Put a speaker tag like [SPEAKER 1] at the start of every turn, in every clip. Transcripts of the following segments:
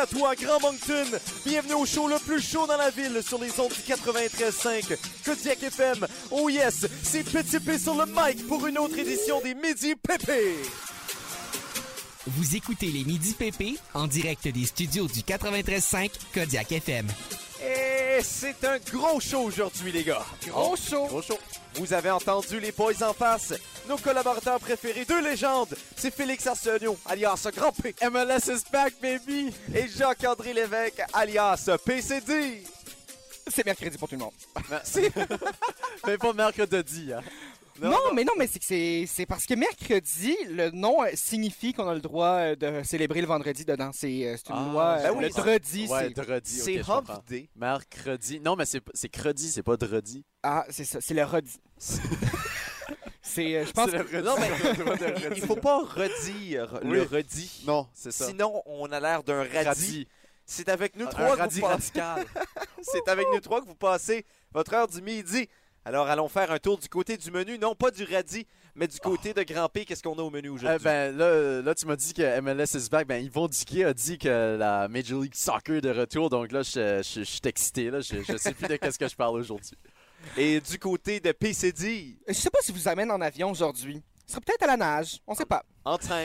[SPEAKER 1] à toi, Grand Moncton. Bienvenue au show le plus chaud dans la ville sur les ondes du 93.5 Kodiak FM. Oh yes, c'est Petit P sur le mic pour une autre édition des Midi Pépé.
[SPEAKER 2] Vous écoutez les Midi PP en direct des studios du 93.5 Kodiak FM.
[SPEAKER 1] Et c'est un gros show aujourd'hui, les gars. Oh,
[SPEAKER 3] Gros show.
[SPEAKER 1] Gros show. Vous avez entendu les boys en face. Nos collaborateurs préférés, deux légendes, c'est Félix Arsenault, alias Grand P,
[SPEAKER 3] MLS is back, baby!
[SPEAKER 1] et Jacques-André Lévesque, alias PCD.
[SPEAKER 3] C'est mercredi pour tout le monde.
[SPEAKER 1] Mais pas mercredi, hein.
[SPEAKER 3] Non, mais non, mais c'est que c'est- c'est parce que mercredi, le nom euh, signifie qu'on a le droit euh, de célébrer le vendredi dedans. C'est euh, c'est une
[SPEAKER 4] Ah,
[SPEAKER 3] loi.
[SPEAKER 4] ben
[SPEAKER 3] euh,
[SPEAKER 1] oui,
[SPEAKER 3] le
[SPEAKER 1] c'est-
[SPEAKER 3] vendredi,
[SPEAKER 4] Ouais,
[SPEAKER 3] c'est.
[SPEAKER 4] dredi. ok,
[SPEAKER 1] C'est
[SPEAKER 4] je
[SPEAKER 1] Hump
[SPEAKER 4] comprends.
[SPEAKER 1] Day.
[SPEAKER 4] Mercredi. Non, mais c'est c'est credi, c'est pas dredi.
[SPEAKER 3] Ah, c'est ça, c'est le redi. c'est. euh, je pense.
[SPEAKER 4] C'est le redi.
[SPEAKER 1] Non, mais
[SPEAKER 4] droit de redi.
[SPEAKER 1] il faut pas redire le
[SPEAKER 4] Oui.
[SPEAKER 1] redit.
[SPEAKER 4] Non, c'est ça.
[SPEAKER 1] Sinon, on a l'air d'un radis.
[SPEAKER 4] Radis.
[SPEAKER 1] C'est avec nous
[SPEAKER 4] Un
[SPEAKER 1] trois que
[SPEAKER 4] radis
[SPEAKER 1] vous passez... C'est avec nous trois que vous passez votre heure du midi. Alors, allons faire un tour du côté du menu, non pas du radis, mais du côté de Grand P. Qu'est-ce qu'on a au menu
[SPEAKER 4] Euh,
[SPEAKER 1] aujourd'hui?
[SPEAKER 4] ben là, là, tu m'as dit que MLS is back. Ben, Yvon Diquet a dit que la Major League Soccer est de retour. Donc là, je, je- je suis excité. Là. Je, je sais plus de qu'est-ce que je parle aujourd'hui.
[SPEAKER 1] Et du côté de PCD,
[SPEAKER 3] Je sais pas si vous amène en avion aujourd'hui. Ce serait peut-être à la nage. On sait pas.
[SPEAKER 1] en train,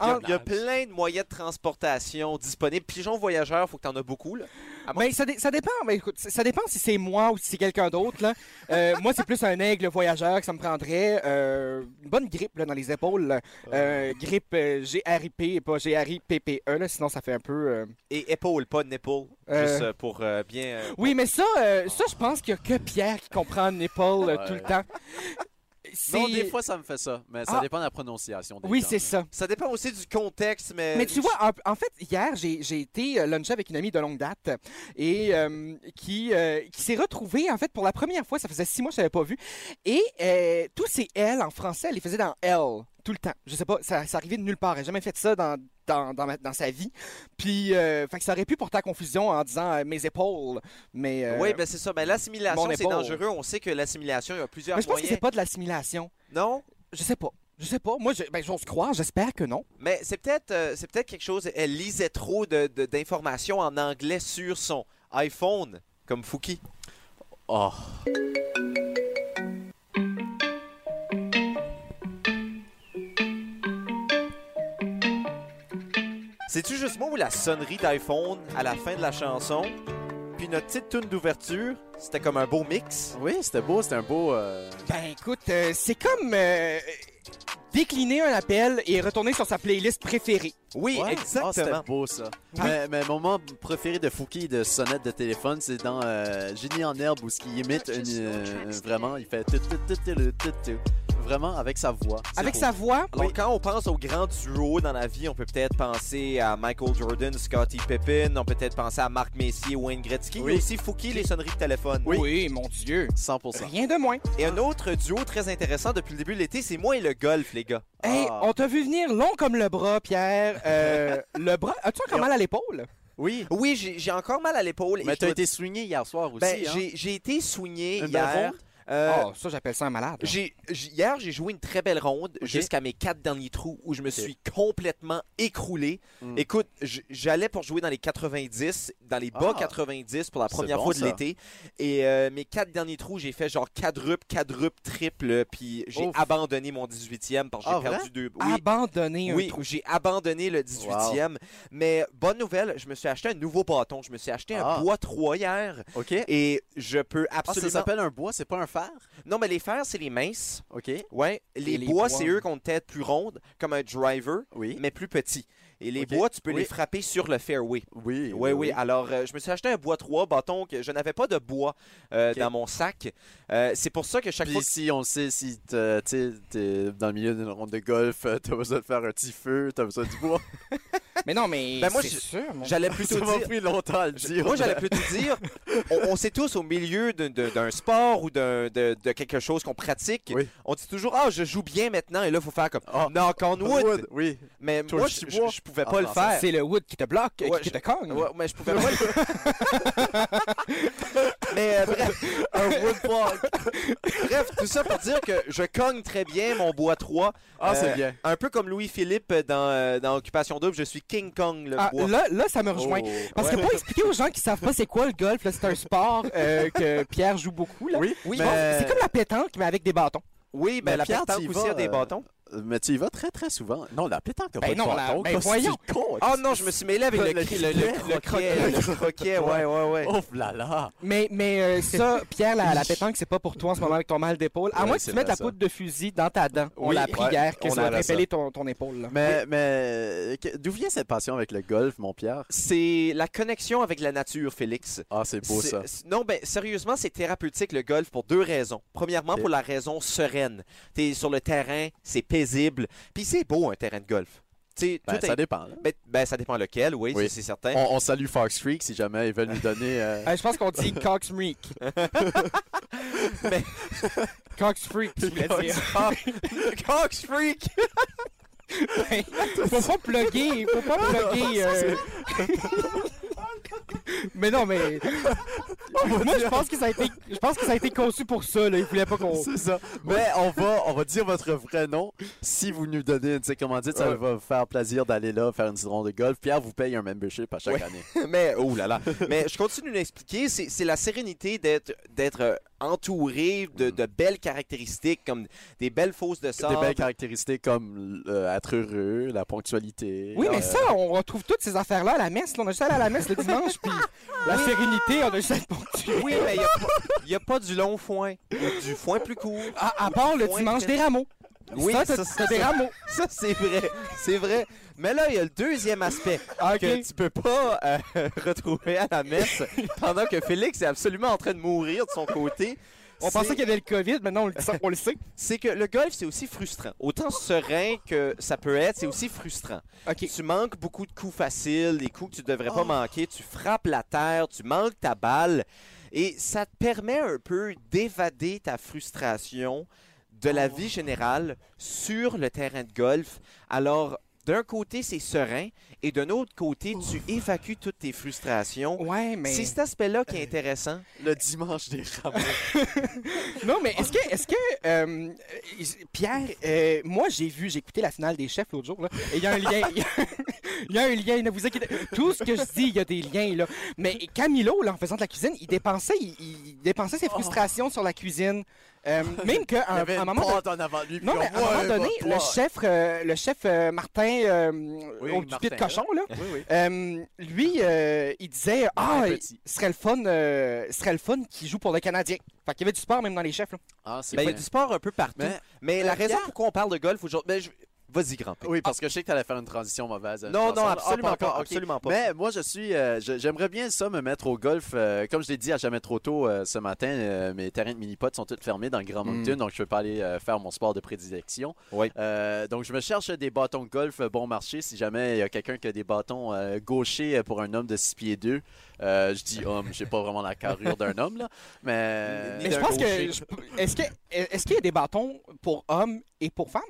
[SPEAKER 1] il y, a,
[SPEAKER 3] En-
[SPEAKER 1] il
[SPEAKER 4] Ah.
[SPEAKER 1] y a plein de moyens de transportation disponibles. Pigeon voyageur, faut que t'en as beaucoup, là.
[SPEAKER 4] Ah
[SPEAKER 3] Mais Ben, ça, dé- ça dépend. Mais écoute, ça ça dépend si c'est moi ou si c'est quelqu'un d'autre. là. Euh, moi, c'est plus un aigle voyageur que ça me prendrait. euh, une bonne grippe là, dans les épaules. là. Euh, grippe euh, GRIP et pas GRIPPE. E, Là, sinon, ça fait un peu. euh,
[SPEAKER 1] Et épaule, pas nipple,
[SPEAKER 3] Euh.
[SPEAKER 1] juste euh, pour euh, bien... euh,
[SPEAKER 3] Oui, mais ça, euh, ça je pense qu'il n'y a que Pierre qui comprend une épaule euh, tout le
[SPEAKER 4] Ouais.
[SPEAKER 3] temps. C'est-
[SPEAKER 4] Non, des fois, ça me fait ça. Mais ça
[SPEAKER 3] Ah.
[SPEAKER 4] dépend de la prononciation. des
[SPEAKER 3] Oui,
[SPEAKER 4] gens,
[SPEAKER 3] c'est
[SPEAKER 4] là.
[SPEAKER 3] ça.
[SPEAKER 1] Ça dépend aussi du contexte, mais...
[SPEAKER 3] Mais tu vois, en, en fait, hier, j'ai j'ai été euh, luncher avec une amie de longue date et euh, qui, euh, qui s'est retrouvée, en fait, pour la première fois. Ça faisait six mois que je l'avais pas vu. Et euh, tous ces L en français, elle les faisait dans L tout le temps. Je sais pas, ça, ça arrivait de nulle part. Elle n'a jamais fait ça dans, dans, dans, ma- dans sa vie. Puis, euh, fait que ça aurait pu porter à confusion en disant euh, mes épaules. Mais, euh,
[SPEAKER 1] Oui, ben c'est ça. Ben, l'assimilation,
[SPEAKER 3] mon
[SPEAKER 1] c'est
[SPEAKER 3] épaule.
[SPEAKER 1] dangereux. On sait que l'assimilation, il y a plusieurs
[SPEAKER 3] mais je pense que
[SPEAKER 1] moyens.
[SPEAKER 3] c'est pas de l'assimilation.
[SPEAKER 1] Non,
[SPEAKER 3] Je sais pas. Je sais pas. Moi, je, ben, j'ose croire. J'espère que non.
[SPEAKER 1] mais c'est peut-être euh, c'est peut-être quelque chose. Elle lisait trop de- de- d'informations en anglais sur son iPhone, comme Fouki.
[SPEAKER 4] Oh.
[SPEAKER 1] C'est-tu juste moi ou la sonnerie d'iPhone à la fin de la chanson? Puis notre petite tune d'ouverture, c'était comme un beau mix.
[SPEAKER 4] Oui, c'était beau. C'était un beau. euh,
[SPEAKER 3] Ben, écoute, euh, c'est comme euh, décliner un appel et retourner sur sa playlist préférée.
[SPEAKER 1] Oui,
[SPEAKER 4] Ouais. Ah, c'était
[SPEAKER 1] exactement.
[SPEAKER 4] beau ça. Mais, mais mon moment préféré de Fouki de sonnette de téléphone, c'est dans euh, Génie en herbe où ce qu'il imite une, euh, vraiment, il fait tout, tout, tout, tout, tout, tout, tout. vraiment avec sa voix. C'est
[SPEAKER 3] Avec
[SPEAKER 4] beau.
[SPEAKER 3] sa voix.
[SPEAKER 1] Alors, quand on pense aux grands duos dans la vie, on peut peut-être penser à Michael Jordan, Scottie Pippen, on peut peut-être penser à Marc Messier, Wayne Gretzky,
[SPEAKER 4] Oui.
[SPEAKER 1] mais aussi Fouki, les sonneries de téléphone.
[SPEAKER 3] mon Dieu.
[SPEAKER 4] 100%.
[SPEAKER 3] Rien de moins.
[SPEAKER 1] Et un autre duo très intéressant depuis le début de l'été, c'est moi et le golf, les gars.
[SPEAKER 3] Hey,
[SPEAKER 4] Ah.
[SPEAKER 3] Eh, on t'a vu venir long comme le bras, Pierre. Euh, le bras. As-tu encore mal à l'épaule?
[SPEAKER 4] Oui.
[SPEAKER 1] Oui, j'ai j'ai encore mal à l'épaule. et
[SPEAKER 4] Mais
[SPEAKER 1] je
[SPEAKER 4] t'as
[SPEAKER 1] dois-
[SPEAKER 4] été soigné hier soir aussi.
[SPEAKER 1] Ben,
[SPEAKER 4] hein?
[SPEAKER 1] j'ai- j'ai été soigné
[SPEAKER 4] Une Ah. belle
[SPEAKER 1] hier.
[SPEAKER 4] ronde?
[SPEAKER 1] Euh,
[SPEAKER 3] oh, ça, j'appelle ça un malade. là.
[SPEAKER 1] j'ai- j- hier, j'ai joué une très belle ronde
[SPEAKER 4] Ok.
[SPEAKER 1] jusqu'à mes quatre derniers trous où je me suis complètement écroulé.
[SPEAKER 4] Mm.
[SPEAKER 1] Écoute, j- j'allais pour jouer dans les 90, dans les bas
[SPEAKER 4] Ah.
[SPEAKER 1] 90 pour la
[SPEAKER 4] C'est
[SPEAKER 1] première
[SPEAKER 4] bon,
[SPEAKER 1] fois de
[SPEAKER 4] ça.
[SPEAKER 1] l'été. Et euh, mes quatre derniers trous, j'ai fait genre quadruple, quadruple, triple. Puis j'ai
[SPEAKER 4] Ouf.
[SPEAKER 1] abandonné mon 18e parce que j'ai
[SPEAKER 4] Ah,
[SPEAKER 1] perdu deux. Oui.
[SPEAKER 3] Abandonner un
[SPEAKER 1] Oui,
[SPEAKER 3] trou.
[SPEAKER 1] j'ai abandonné le 18e. Mais bonne nouvelle, je me suis acheté un nouveau bâton. Je me suis acheté
[SPEAKER 4] Ah.
[SPEAKER 1] un bois 3 hier
[SPEAKER 4] OK.
[SPEAKER 1] et je peux
[SPEAKER 4] Ah, ça
[SPEAKER 1] absolument.
[SPEAKER 4] s'appelle un bois, c'est pas un fer?
[SPEAKER 1] non, mais les fers, c'est les minces.
[SPEAKER 4] OK.
[SPEAKER 1] Ouais, les,
[SPEAKER 3] Et les
[SPEAKER 1] bois,
[SPEAKER 3] bois.
[SPEAKER 1] c'est eux qui ont une tête plus ronde, comme un driver,
[SPEAKER 4] Oui.
[SPEAKER 1] mais plus petit. Et les
[SPEAKER 4] Ok.
[SPEAKER 1] bois, tu peux les
[SPEAKER 4] Oui.
[SPEAKER 1] frapper sur le fairway.
[SPEAKER 4] Oui.
[SPEAKER 1] Oui, oui. Alors, euh, je me suis acheté un bois 3, bâton que je n'avais pas de bois euh,
[SPEAKER 4] Ok.
[SPEAKER 1] dans mon sac. Euh, c'est pour ça que chaque
[SPEAKER 4] Puis
[SPEAKER 1] fois.
[SPEAKER 4] si on sait si t'as- tu sais, t'es dans le milieu d'une ronde de golf, euh, t'as besoin de faire un petit feu, t'as besoin du bois.
[SPEAKER 3] Mais non, mais.
[SPEAKER 1] Ben, moi,
[SPEAKER 3] c'est
[SPEAKER 1] je-
[SPEAKER 3] sûr, mon-
[SPEAKER 1] J'allais
[SPEAKER 4] Ça
[SPEAKER 1] plutôt
[SPEAKER 4] m'a
[SPEAKER 1] dire.
[SPEAKER 4] pris longtemps à le dire.
[SPEAKER 1] Moi, j'allais plutôt dire, on, on sait tous au milieu d'un- d'un d'un sport ou d'un- de, de quelque chose qu'on pratique,
[SPEAKER 4] Oui.
[SPEAKER 1] on dit toujours Ah, je joue bien maintenant, et là, il faut faire comme
[SPEAKER 4] Ah.
[SPEAKER 1] Knock on wood.
[SPEAKER 4] Wood, Oui.
[SPEAKER 1] Mais
[SPEAKER 4] Toi,
[SPEAKER 1] moi,
[SPEAKER 4] le
[SPEAKER 1] je,
[SPEAKER 4] petit bois.
[SPEAKER 1] je- je pouvais
[SPEAKER 4] En
[SPEAKER 1] pas le
[SPEAKER 4] français.
[SPEAKER 1] faire.
[SPEAKER 3] C'est le wood qui te bloque, euh,
[SPEAKER 1] Ouais,
[SPEAKER 3] qui
[SPEAKER 1] je-
[SPEAKER 3] te cogne.
[SPEAKER 1] Ouais, mais je pouvais pas le Mais euh, bref,
[SPEAKER 4] Un wood block.
[SPEAKER 1] bref, tout ça pour dire que je cogne très bien mon bois 3.
[SPEAKER 4] Ah,
[SPEAKER 1] Euh,
[SPEAKER 4] c'est bien.
[SPEAKER 1] Un peu comme Louis-Philippe dans, euh, dans Occupation Double, je suis King Kong le
[SPEAKER 3] Ah,
[SPEAKER 1] bois.
[SPEAKER 3] là, là, ça me rejoint.
[SPEAKER 4] Oh.
[SPEAKER 3] Parce que
[SPEAKER 1] Ouais.
[SPEAKER 3] pour expliquer aux gens qui savent pas c'est quoi le golf, là, c'est un sport euh, que Pierre joue beaucoup. Là. euh,
[SPEAKER 1] Oui, oui,
[SPEAKER 3] Je pense que C'est comme la pétanque, mais avec des bâtons.
[SPEAKER 1] oui, ben,
[SPEAKER 4] Mais
[SPEAKER 1] la
[SPEAKER 4] Pierre,
[SPEAKER 1] pétanque
[SPEAKER 4] t'y
[SPEAKER 1] aussi
[SPEAKER 4] vas,
[SPEAKER 1] a des
[SPEAKER 4] euh,
[SPEAKER 1] bâtons.
[SPEAKER 4] Mais tu y vas très très souvent. Non, la pétanque, t'as
[SPEAKER 3] Ben
[SPEAKER 4] pas de
[SPEAKER 3] non, la-
[SPEAKER 4] bâton,
[SPEAKER 3] ben
[SPEAKER 4] toi,
[SPEAKER 3] voyons.
[SPEAKER 4] c'est con.
[SPEAKER 1] Ah non, je me suis mêlé avec le,
[SPEAKER 4] Le-
[SPEAKER 1] cri- le- le
[SPEAKER 4] le
[SPEAKER 1] croquet. Le croquet, ouais, ouais, ouais.
[SPEAKER 4] Oh là là.
[SPEAKER 3] Mais, mais euh, ça, Pierre, la, la pétanque, c'est pas pour toi en ce moment avec ton mal d'épaule. À
[SPEAKER 4] Ouais,
[SPEAKER 3] moins que
[SPEAKER 4] c'est
[SPEAKER 3] tu mettes
[SPEAKER 4] vrai,
[SPEAKER 3] la
[SPEAKER 4] ça.
[SPEAKER 3] poudre de fusil dans ta dent. On
[SPEAKER 4] Oui,
[SPEAKER 3] l'a appris
[SPEAKER 4] ouais,
[SPEAKER 3] hier que
[SPEAKER 4] on
[SPEAKER 3] ça va
[SPEAKER 4] a ça.
[SPEAKER 3] révéler ton, ton épaule. là.
[SPEAKER 4] Mais, mais que- d'où vient cette passion avec le golf, mon Pierre?
[SPEAKER 1] C'est la connexion avec la nature, Félix.
[SPEAKER 4] Ah, c'est beau
[SPEAKER 1] C'est-
[SPEAKER 4] ça.
[SPEAKER 1] c'est- Non, ben sérieusement, c'est thérapeutique le golf pour deux raisons. Premièrement,
[SPEAKER 4] Ok.
[SPEAKER 1] pour la raison sereine. T'es sur le terrain, c'est paisible. Puis c'est beau un terrain de golf. T'sais,
[SPEAKER 4] Ben,
[SPEAKER 1] tout est-
[SPEAKER 4] ça dépend. là.
[SPEAKER 1] ben, ben, ça dépend lequel, oui,
[SPEAKER 4] Oui.
[SPEAKER 1] c'est- c'est certain.
[SPEAKER 4] On, on salue Fox Creek si jamais ils veulent nous donner. euh,
[SPEAKER 3] Euh, je pense qu'on dit Cox Freak.
[SPEAKER 1] Mais-
[SPEAKER 3] Cox Freak, tu voulais dire.
[SPEAKER 1] Ah, Cox Freak!
[SPEAKER 3] Ouais. faut pas plugger, faut pas plugger. euh. mais non, mais moi je pense que ça a été, je pense que ça a été conçu pour ça. Là. Il voulait pas qu'on.
[SPEAKER 4] C'est ça. Mais on va, on va dire votre vrai nom. Si vous nous donnez une commandite, ça
[SPEAKER 1] Ouais.
[SPEAKER 4] va vous faire plaisir d'aller là faire une petite ronde de golf. Pierre vous paye un membership à chaque
[SPEAKER 1] Ouais.
[SPEAKER 4] année.
[SPEAKER 1] Mais, oh là là. Mais je continue d'expliquer, c'est c'est la sérénité d'être d'être euh, entouré de, de belles caractéristiques, comme des belles fosses de
[SPEAKER 4] Hmm. Des
[SPEAKER 1] sable.
[SPEAKER 4] belles caractéristiques comme euh, être heureux, la ponctualité.
[SPEAKER 3] Oui,
[SPEAKER 4] euh,
[SPEAKER 3] mais ça, on retrouve toutes ces affaires-là à la messe. là. On a juste allé à la messe le dimanche, puis la sérénité, on a juste à être ponctué.
[SPEAKER 1] Oui, mais il n'y a, pas du long foin. Il y a du foin plus court.
[SPEAKER 3] À, à part le
[SPEAKER 1] Point
[SPEAKER 3] dimanche
[SPEAKER 1] très-
[SPEAKER 3] des rameaux.
[SPEAKER 1] Oui,
[SPEAKER 3] ça,
[SPEAKER 1] ça,
[SPEAKER 3] t'as-
[SPEAKER 1] ça,
[SPEAKER 3] t'as des
[SPEAKER 1] ça.
[SPEAKER 3] rameaux.
[SPEAKER 1] Ça, c'est vrai. C'est vrai. Mais là, il y a le deuxième aspect
[SPEAKER 3] Ah, ok.
[SPEAKER 1] que tu peux pas euh, retrouver à la messe pendant que Félix est absolument en train de mourir de son côté.
[SPEAKER 3] On
[SPEAKER 1] C'est-
[SPEAKER 3] pensait qu'il y avait le Covid, maintenant on le, on le sait.
[SPEAKER 1] C'est que le golf, c'est aussi frustrant. Autant serein que ça peut être, c'est aussi frustrant.
[SPEAKER 3] Ok.
[SPEAKER 1] Tu manques beaucoup de coups faciles, des coups que tu devrais pas manquer. Tu frappes la terre, tu manques ta balle. Et ça te permet un peu d'évader ta frustration de la vie générale sur le terrain de golf. Alors, d'un côté, c'est serein et d'un autre côté, tu évacues toutes tes frustrations.
[SPEAKER 3] Ouais, Oh, mais.
[SPEAKER 1] C'est cet aspect-là qui est intéressant.
[SPEAKER 4] Le dimanche des rameaux.
[SPEAKER 3] Non, mais est-ce que, est-ce que euh, euh, Pierre, euh, moi j'ai vu, j'ai écouté la finale des chefs l'autre jour, là, et il y a un lien, il y a- il y a un lien, ne vous inquiétez Tout ce que je dis, il y a des liens, là. Mais Camilo, là, en faisant de la cuisine, il dépensait, il, il dépensait ses frustrations sur la cuisine. Euh, même qu'à
[SPEAKER 4] Oh. Il y
[SPEAKER 3] un,
[SPEAKER 4] avait
[SPEAKER 3] à un
[SPEAKER 4] une
[SPEAKER 3] moment donné,
[SPEAKER 4] pente en avant de lui. puis
[SPEAKER 3] non, mais à
[SPEAKER 4] comme,
[SPEAKER 3] un moment
[SPEAKER 4] ouais,
[SPEAKER 3] donné,
[SPEAKER 4] va
[SPEAKER 3] le
[SPEAKER 4] toi.
[SPEAKER 3] chef, euh, le chef euh, Martin, euh,
[SPEAKER 4] Oui,
[SPEAKER 3] au petit pied de
[SPEAKER 4] Martin,
[SPEAKER 3] cochon, là,
[SPEAKER 4] Oui, oui.
[SPEAKER 3] euh, lui, euh, il disait, ah,
[SPEAKER 4] Petit.
[SPEAKER 3] ce serait le fun, euh, ce serait le fun qu'il joue pour le Canadien. Fait qu'il y avait du sport même dans les chefs, là.
[SPEAKER 4] Ah, c'est
[SPEAKER 1] Ben, il y
[SPEAKER 4] vrai.
[SPEAKER 1] a du sport un peu partout. Mais,
[SPEAKER 4] Mais-
[SPEAKER 1] la
[SPEAKER 4] Euh,
[SPEAKER 1] raison
[SPEAKER 4] Pierre-
[SPEAKER 1] pour pourquoi on parle de golf aujourd'hui. ben, je- Vas-y, grand P.
[SPEAKER 4] Oui, parce que je sais que t'allais faire une transition mauvaise. euh,
[SPEAKER 1] Non,
[SPEAKER 4] dans
[SPEAKER 1] non,
[SPEAKER 4] ça.
[SPEAKER 1] absolument
[SPEAKER 4] Ah,
[SPEAKER 1] pas,
[SPEAKER 4] encore, ok.
[SPEAKER 1] absolument pas.
[SPEAKER 4] Mais moi, je suis, euh, je- j'aimerais bien ça me mettre au golf. euh, comme je l'ai dit à jamais trop tôt euh, ce matin, euh, mes terrains de mini-pot sont tous fermés dans le Grand Moncton, donc je peux pas aller euh, faire mon sport de prédilection.
[SPEAKER 1] Oui.
[SPEAKER 4] Euh, donc je me cherche des bâtons de golf euh, bon marché. Si jamais il y a quelqu'un qui a des bâtons euh, gauchers euh, pour un homme de 6 pieds 2, je dis homme, j'ai pas vraiment la carrure d'un homme là, mais.
[SPEAKER 1] Ni
[SPEAKER 3] Mais
[SPEAKER 1] d'un
[SPEAKER 3] je pense
[SPEAKER 1] gaucher.
[SPEAKER 3] que. je- Est-ce que est-ce qu'il y a des bâtons pour hommes et pour femmes?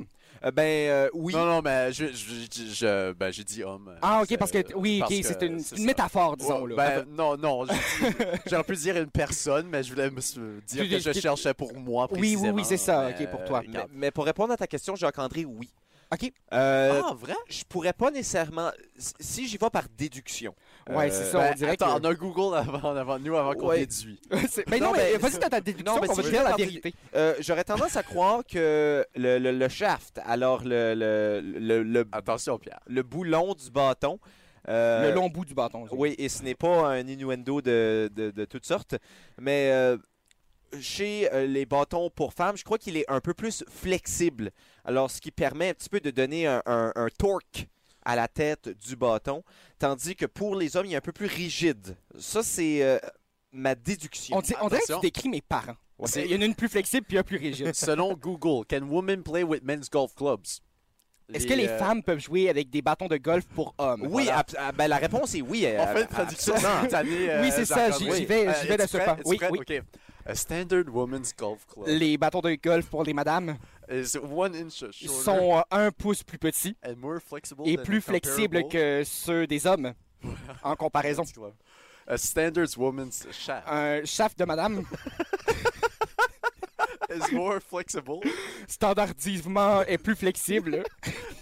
[SPEAKER 1] Euh, ben, euh, oui.
[SPEAKER 4] Non, non, mais je, je, je- je- ben, j'ai dit homme.
[SPEAKER 3] Ah, ok,
[SPEAKER 4] C'est-
[SPEAKER 3] parce que. Oui,
[SPEAKER 4] parce
[SPEAKER 3] ok,
[SPEAKER 4] que
[SPEAKER 3] c'est une,
[SPEAKER 4] c'est
[SPEAKER 3] une
[SPEAKER 4] ça.
[SPEAKER 3] métaphore, disons.
[SPEAKER 4] Ouais,
[SPEAKER 3] là.
[SPEAKER 4] ben, non, non, j'ai dit- j'aurais pu dire une personne, mais je voulais me s- dire
[SPEAKER 3] Tu-
[SPEAKER 4] que je
[SPEAKER 3] tu-
[SPEAKER 4] cherchais pour moi
[SPEAKER 3] Oui, oui, oui,
[SPEAKER 4] précisément,
[SPEAKER 3] c'est ça,
[SPEAKER 4] mais,
[SPEAKER 3] ok, pour toi.
[SPEAKER 4] euh,
[SPEAKER 1] Mais,
[SPEAKER 4] regarde.
[SPEAKER 1] mais pour répondre à ta question, Jacques-André, oui.
[SPEAKER 3] OK.
[SPEAKER 1] Euh,
[SPEAKER 4] ah, vrai?
[SPEAKER 1] Je pourrais pas nécessairement. Si j'y vais par déduction. euh,
[SPEAKER 3] ouais, c'est ça, on
[SPEAKER 4] Ben,
[SPEAKER 3] dirait
[SPEAKER 4] attends,
[SPEAKER 3] que.
[SPEAKER 4] on a Google avant, avant nous avant qu'on
[SPEAKER 1] Ouais.
[SPEAKER 4] déduit.
[SPEAKER 3] C'est- ben non,
[SPEAKER 1] Non,
[SPEAKER 3] mais
[SPEAKER 1] mais-
[SPEAKER 3] vas-y, t'as ta déduction,
[SPEAKER 1] Non, mais
[SPEAKER 3] on va
[SPEAKER 1] c'est
[SPEAKER 3] te dire la
[SPEAKER 1] juste la
[SPEAKER 3] vérité.
[SPEAKER 1] Euh, J'aurais tendance à croire que le, le- le shaft, alors le, le, le, le,
[SPEAKER 4] Attention, Pierre.
[SPEAKER 1] le boulon du bâton. euh,
[SPEAKER 3] Le long bout du bâton. ça.
[SPEAKER 1] Oui, et ce n'est pas un innuendo de, de- de toutes sortes. Mais euh, chez euh, les bâtons pour femmes, je crois qu'il est un peu plus flexible. Alors, ce qui permet un petit peu de donner un, un- un torque à la tête du bâton. Tandis que pour les hommes, il est un peu plus rigide. Ça, c'est euh, ma déduction.
[SPEAKER 3] On, dit- on dirait que
[SPEAKER 4] Attention.
[SPEAKER 3] tu décris mes parents.
[SPEAKER 4] Ouais.
[SPEAKER 3] Il y en a une plus flexible puis un plus rigide.
[SPEAKER 4] Selon Google, can women play with men's golf clubs?
[SPEAKER 3] Est-ce que les
[SPEAKER 4] euh,
[SPEAKER 3] femmes peuvent jouer avec des bâtons de golf pour hommes?
[SPEAKER 1] Oui,
[SPEAKER 3] Voilà.
[SPEAKER 1] ab- ah, ben, la réponse est oui. euh,
[SPEAKER 4] On fait une traduction simultanée. euh,
[SPEAKER 3] Oui, c'est ça,
[SPEAKER 4] Jacques-André.
[SPEAKER 3] j'y- j'y vais-
[SPEAKER 4] Euh,
[SPEAKER 3] j'y vais de
[SPEAKER 4] es-tu
[SPEAKER 3] ce
[SPEAKER 4] prêt?
[SPEAKER 3] pas.
[SPEAKER 4] Es-tu
[SPEAKER 3] Oui,
[SPEAKER 4] prêt?
[SPEAKER 3] oui.
[SPEAKER 4] OK. A standard women's golf club
[SPEAKER 3] Les bâtons de golf pour les madames
[SPEAKER 4] is one inch shorter
[SPEAKER 3] ils sont euh, un pouce plus petits
[SPEAKER 4] and more flexible
[SPEAKER 3] et
[SPEAKER 4] than
[SPEAKER 3] plus
[SPEAKER 4] the comparable
[SPEAKER 3] flexibles que ceux des hommes en comparaison.
[SPEAKER 4] men's club. A standard woman's shaft
[SPEAKER 3] Un shaft de madame
[SPEAKER 4] is more flexible
[SPEAKER 3] standardisement est plus flexible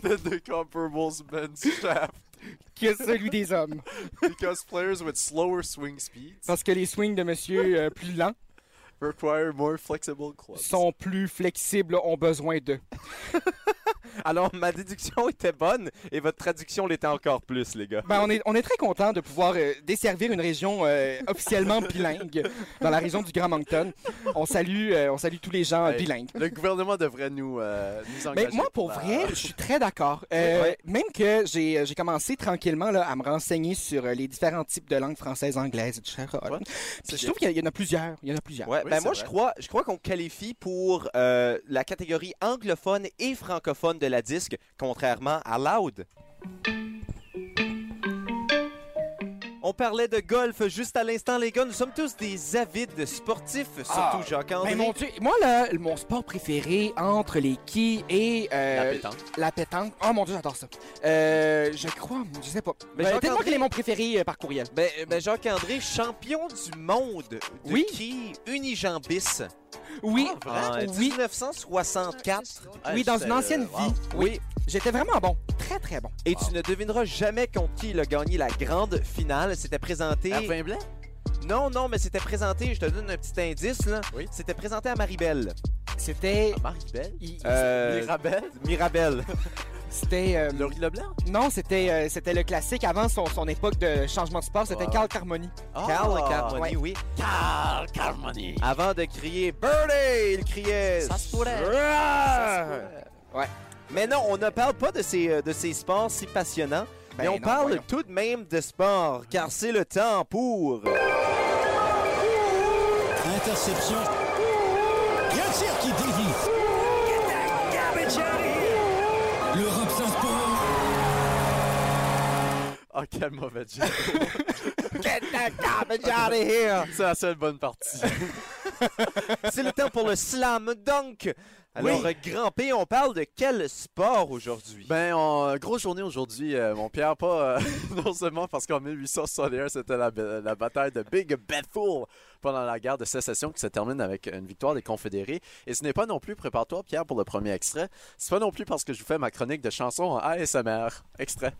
[SPEAKER 4] than the comparable men's shaft.
[SPEAKER 3] que celui des hommes.
[SPEAKER 4] Because players with slower swing speeds
[SPEAKER 3] Parce que les swings de monsieur euh, plus lent
[SPEAKER 4] require more flexible clubs.
[SPEAKER 3] sont plus flexibles, ont besoin d'eux.
[SPEAKER 1] Alors, ma déduction était bonne et votre traduction l'était encore plus, les gars.
[SPEAKER 3] Ben, on, est, on est très content de pouvoir euh, desservir une région euh, officiellement bilingue dans la région du Grand Moncton. On salue, euh, on salue tous les gens euh,
[SPEAKER 4] Hey.
[SPEAKER 3] bilingues.
[SPEAKER 4] Le gouvernement devrait nous, euh, nous engager.
[SPEAKER 3] Mais moi, pour
[SPEAKER 4] la-
[SPEAKER 3] vrai, je suis très d'accord. Euh,
[SPEAKER 1] Ouais.
[SPEAKER 3] Même que j'ai euh, j'ai commencé tranquillement là, à me renseigner sur euh, les différents types de langues françaises, anglaises, etc.
[SPEAKER 4] Ouais.
[SPEAKER 3] Puis je trouve qu'il y, a- il y en a plusieurs. Il y en a plusieurs.
[SPEAKER 1] Ouais,
[SPEAKER 4] Oui,
[SPEAKER 1] ben
[SPEAKER 4] c'est
[SPEAKER 1] moi je
[SPEAKER 4] vrai.
[SPEAKER 1] crois, je crois qu'on qualifie pour euh, la catégorie anglophone et francophone de la disque, contrairement à Loud. On parlait de golf juste à l'instant, les gars. Nous sommes tous des avides sportifs, surtout
[SPEAKER 3] Ah,
[SPEAKER 1] Jacques-André.
[SPEAKER 3] Mais mon Dieu, moi, là, mon sport préféré entre les quilles et euh,
[SPEAKER 4] la pétanque.
[SPEAKER 3] la pétanque. Oh mon Dieu, j'adore ça. Euh, je crois, je sais pas.
[SPEAKER 1] Mais
[SPEAKER 3] Mais euh,
[SPEAKER 1] Jacques
[SPEAKER 3] Dites-moi
[SPEAKER 1] André-
[SPEAKER 3] quel est mon préféré euh, par courriel.
[SPEAKER 1] Ben, ben, Jacques-André, champion du monde de
[SPEAKER 3] Oui.
[SPEAKER 1] qui unijambis
[SPEAKER 3] Oui,
[SPEAKER 1] en
[SPEAKER 3] oui,
[SPEAKER 1] 1964.
[SPEAKER 3] oui, dans une ancienne vie. Oui, j'étais vraiment bon, très très bon.
[SPEAKER 1] Et tu ne devineras jamais contre qui il a gagné la grande finale. C'était présenté...
[SPEAKER 4] À Vin Blanc?
[SPEAKER 1] Non, non, mais c'était présenté, je te donne un petit indice, là.
[SPEAKER 4] Oui.
[SPEAKER 1] C'était présenté à Maribel.
[SPEAKER 3] C'était,
[SPEAKER 4] À Marie-Belle?
[SPEAKER 3] il-
[SPEAKER 1] Euh,
[SPEAKER 4] Mirabelle?
[SPEAKER 1] Mirabel.
[SPEAKER 3] c'était, euh,
[SPEAKER 4] Laurie Leblanc?
[SPEAKER 3] non, c'était, euh, c'était le classique avant son, son époque de changement de sport. C'était
[SPEAKER 4] Ouais.
[SPEAKER 3] Carl Carmoni.
[SPEAKER 1] Carl Carmoni, oui.
[SPEAKER 4] Carl Carmoni!
[SPEAKER 1] Avant de crier Birdie, il criait.
[SPEAKER 4] Ça se pourrait.
[SPEAKER 1] Sra!
[SPEAKER 4] Ça se pourrait.
[SPEAKER 1] Mais non, on ne parle pas de ces, euh, de ces sports si passionnants, mais
[SPEAKER 3] Ben
[SPEAKER 1] on
[SPEAKER 3] non,
[SPEAKER 1] parle
[SPEAKER 3] voyons.
[SPEAKER 1] tout de même de sport, car c'est le temps pour.
[SPEAKER 5] Interception. Bien sûr qui dévie. L'Europe s'inspire.
[SPEAKER 4] Ah, quel mauvais jeu.
[SPEAKER 1] Get the
[SPEAKER 4] Ah,
[SPEAKER 1] garbage out of here!
[SPEAKER 4] C'est la seule bonne partie.
[SPEAKER 1] C'est le temps pour le slam dunk. Alors, euh,
[SPEAKER 4] Oui.
[SPEAKER 1] Grand P, on parle de quel sport aujourd'hui?
[SPEAKER 4] Ben, on- grosse journée aujourd'hui, euh, mon Pierre. Pas, euh, non seulement parce qu'en 1861, c'était la, ba- la bataille de Big Bethel pendant la guerre de sécession qui se termine avec une victoire des Confédérés. Et ce n'est pas non plus, prépare-toi, Pierre, pour le premier extrait. C'est pas non plus parce que je vous fais ma chronique de chansons en ASMR. Extrait.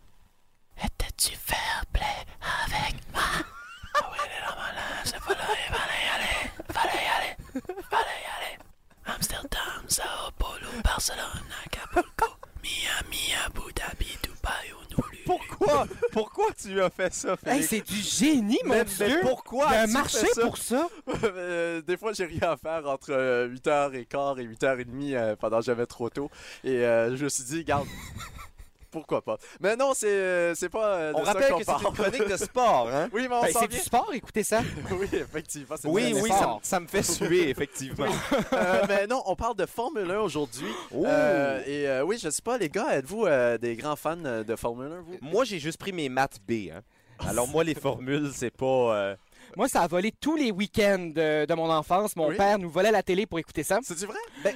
[SPEAKER 1] Pourquoi? Pourquoi tu as fait ça,
[SPEAKER 3] Hey, c'est du génie, mon
[SPEAKER 1] Mais, mais
[SPEAKER 3] Dieu.
[SPEAKER 1] pourquoi
[SPEAKER 3] Il y a un
[SPEAKER 1] as-tu
[SPEAKER 3] marché
[SPEAKER 1] fait ça?
[SPEAKER 3] pour ça.
[SPEAKER 4] Euh, des fois, j'ai rien à faire entre 8h15 et 8h30 euh, pendant jamais trop tôt. Et euh, je me suis dit, garde. Pourquoi pas? Mais non, c'est euh, c'est pas euh, de
[SPEAKER 1] On
[SPEAKER 4] ça
[SPEAKER 1] rappelle
[SPEAKER 4] qu'on
[SPEAKER 1] que c'est une
[SPEAKER 4] parle.
[SPEAKER 1] chronique de sport, hein?
[SPEAKER 4] Oui, mais on
[SPEAKER 3] Ben,
[SPEAKER 4] s'en
[SPEAKER 3] c'est du
[SPEAKER 4] vient.
[SPEAKER 3] sport, écoutez ça.
[SPEAKER 4] Oui, effectivement. c'est
[SPEAKER 1] Oui,
[SPEAKER 4] très
[SPEAKER 1] oui, ça,
[SPEAKER 4] fort.
[SPEAKER 1] ça me fait suer, effectivement.
[SPEAKER 4] Euh, mais non, on parle de Formule 1 aujourd'hui.
[SPEAKER 1] Oh.
[SPEAKER 4] Euh, et euh, oui, je sais pas, les gars, êtes-vous euh, des grands fans euh, de Formule 1, vous?
[SPEAKER 1] moi, j'ai juste pris mes maths B. hein. Alors, moi, les formules, c'est pas. euh,
[SPEAKER 3] Moi, ça a volé tous les week-ends euh, de, mon enfance. Mon
[SPEAKER 4] Oui.
[SPEAKER 3] père nous volait la télé pour écouter ça.
[SPEAKER 4] C'est-tu vrai?
[SPEAKER 3] Ouais.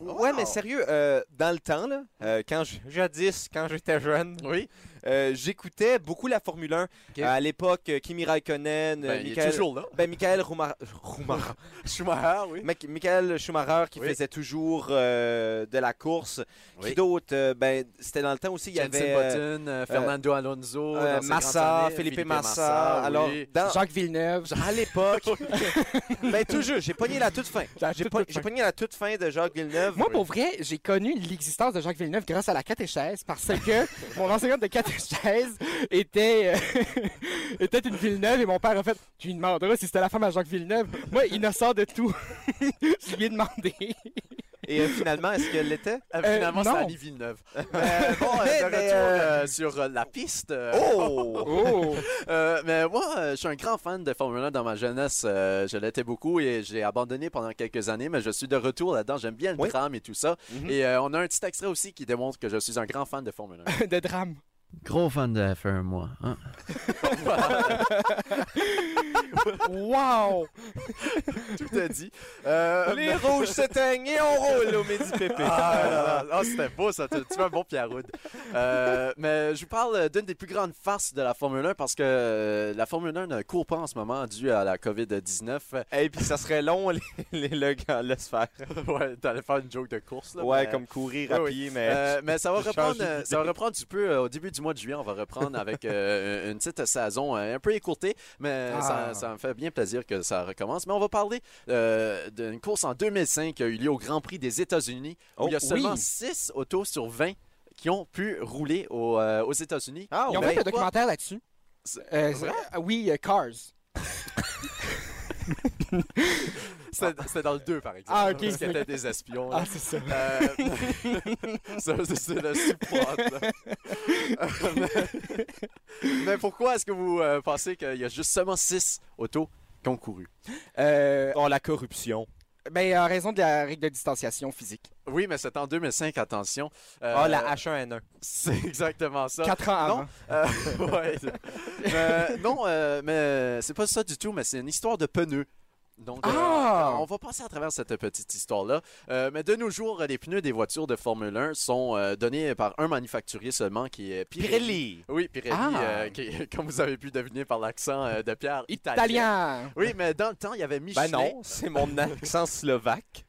[SPEAKER 1] Ouais, mais sérieux, euh, dans le temps, là, euh, quand je- jadis, quand j'étais jeune,
[SPEAKER 4] Oui.
[SPEAKER 1] euh, j'écoutais beaucoup la Formule 1.
[SPEAKER 3] Ok.
[SPEAKER 1] à l'époque, euh, Kimi Raikkonen, euh,
[SPEAKER 4] Ben, il est
[SPEAKER 1] Michael.
[SPEAKER 4] toujours là.
[SPEAKER 1] Ben, Michael Rouma- Rouma-
[SPEAKER 4] Schumacher, oui.
[SPEAKER 1] Mec- Michael Schumacher qui
[SPEAKER 4] Oui.
[SPEAKER 1] faisait toujours euh, de la course. Qui
[SPEAKER 4] Oui.
[SPEAKER 1] d'autre? Euh, ben, c'était dans le temps aussi, il y
[SPEAKER 4] Jenson
[SPEAKER 1] avait. euh,
[SPEAKER 4] Button, euh, Fernando Alonso,
[SPEAKER 1] Euh,
[SPEAKER 4] dans ses grandes
[SPEAKER 1] Massa,
[SPEAKER 4] années,
[SPEAKER 1] Felipe
[SPEAKER 4] Felipe euh,
[SPEAKER 1] Massa.
[SPEAKER 4] oui.
[SPEAKER 1] Alors, dans-
[SPEAKER 3] Ah. Jacques Villeneuve.
[SPEAKER 1] à l'époque, ben toujours, j'ai pogné la toute fin.
[SPEAKER 3] La
[SPEAKER 1] J'ai
[SPEAKER 3] toute,
[SPEAKER 1] po-
[SPEAKER 3] toute
[SPEAKER 1] j'ai
[SPEAKER 3] fin.
[SPEAKER 1] pogné la toute fin de Jacques Villeneuve.
[SPEAKER 3] Moi, pour vrai, j'ai connu l'existence de Jacques Villeneuve grâce à la catéchèse parce que mon enseignante de catéchèse était, euh, était une Villeneuve et mon père a fait Tu lui demanderas si c'était la femme à Jacques Villeneuve. Moi, innocent de tout, je lui ai demandé.
[SPEAKER 1] Et euh, finalement, est-ce qu'elle l'était?
[SPEAKER 4] Euh, finalement,
[SPEAKER 3] euh,
[SPEAKER 4] c'est
[SPEAKER 3] non.
[SPEAKER 4] Annie Villeneuve. Euh, bon, euh,
[SPEAKER 1] Mais- mais,
[SPEAKER 4] de retour
[SPEAKER 1] euh,
[SPEAKER 4] euh, sur euh, la piste. euh,
[SPEAKER 1] Oh!
[SPEAKER 3] Oh
[SPEAKER 4] Euh, mais moi, euh, je suis un grand fan de Formule 1 dans ma jeunesse. Euh, je l'étais beaucoup et j'ai abandonné pendant quelques années, mais je suis de retour là-dedans. J'aime bien le
[SPEAKER 1] Oui.
[SPEAKER 4] drame et tout ça.
[SPEAKER 1] Mhm.
[SPEAKER 4] Et euh, on a un petit extrait aussi qui démontre que je suis un grand fan de Formule 1.
[SPEAKER 3] De drame.
[SPEAKER 6] Gros fan de F1, moi. hein.
[SPEAKER 3] Wow
[SPEAKER 4] tout est dit. Euh,
[SPEAKER 1] Les
[SPEAKER 4] mais-
[SPEAKER 1] rouges s'éteignent et on roule au Midi Pépé.
[SPEAKER 4] Ah, là, là, là. Ah, c'était beau, ça. Tu, tu fais un bon Pierroud. Euh, mais je vous parle d'une des plus grandes farces de la Formule 1 parce que euh, la Formule 1 ne court pas en ce moment dû à la COVID-19.
[SPEAKER 1] Et puis ça serait long, les, les, le gars, laisse faire.
[SPEAKER 4] ouais, t'allais faire une joke de course. Là,
[SPEAKER 1] Ouais,
[SPEAKER 4] mais-
[SPEAKER 1] comme courir
[SPEAKER 4] Ouais,
[SPEAKER 1] à
[SPEAKER 4] oui.
[SPEAKER 1] pied, mais.
[SPEAKER 4] Euh, mais ça va
[SPEAKER 1] J'ai
[SPEAKER 4] reprendre,
[SPEAKER 1] changé
[SPEAKER 4] euh, ça va reprendre du peu euh, au début du du mois de juillet, on va reprendre avec euh, une petite saison euh, un peu écourtée, mais
[SPEAKER 3] Ah.
[SPEAKER 4] ça, ça me fait bien plaisir que ça recommence. Mais on va parler euh, d'une course en 2005 qui a eu lieu au Grand Prix des États-Unis, où
[SPEAKER 1] Oh,
[SPEAKER 4] il y a seulement
[SPEAKER 3] oui.
[SPEAKER 4] 6 autos sur 20 qui ont pu rouler au, euh, aux États-Unis.
[SPEAKER 1] Ah,
[SPEAKER 3] Ils ont
[SPEAKER 1] ben,
[SPEAKER 3] fait un documentaire là-dessus.
[SPEAKER 4] C'est-
[SPEAKER 3] Oh, Euh,
[SPEAKER 4] vrai?
[SPEAKER 3] euh, oui, euh, Cars.
[SPEAKER 4] C'était c'était dans le 2, par exemple.
[SPEAKER 3] Ah, ok.
[SPEAKER 4] Parce qu'il y avait des espions. là.
[SPEAKER 3] Ah, c'est ça.
[SPEAKER 4] Euh, ça, c'est c'est le support. là. Euh, mais, mais pourquoi est-ce que vous euh, pensez qu'il y a juste seulement 6 autos qui ont couru?
[SPEAKER 3] Euh,
[SPEAKER 1] Oh, la corruption.
[SPEAKER 3] ben, en raison de la règle de distanciation physique.
[SPEAKER 4] Oui, mais c'est en 2005, attention. Euh,
[SPEAKER 1] Ah, la H1N1.
[SPEAKER 4] C'est exactement ça.
[SPEAKER 3] Quatre ans hein. avant.
[SPEAKER 4] Non, Euh, ouais. Euh, non, euh, mais c'est pas ça du tout, mais c'est une histoire de pneus. Donc, euh,
[SPEAKER 3] Ah!
[SPEAKER 4] on va passer à travers cette petite histoire-là. Euh, mais de nos jours, les pneus des voitures de Formule 1 sont euh, donnés par un manufacturier seulement qui est Oui, Pirelli,
[SPEAKER 3] Ah.
[SPEAKER 4] euh, qui- comme vous avez pu deviner par l'accent euh, de Pierre, italien.
[SPEAKER 3] Italien.
[SPEAKER 4] Oui, mais dans le temps, il y avait Michelin.
[SPEAKER 1] Ben non, c'est mon accent slovaque.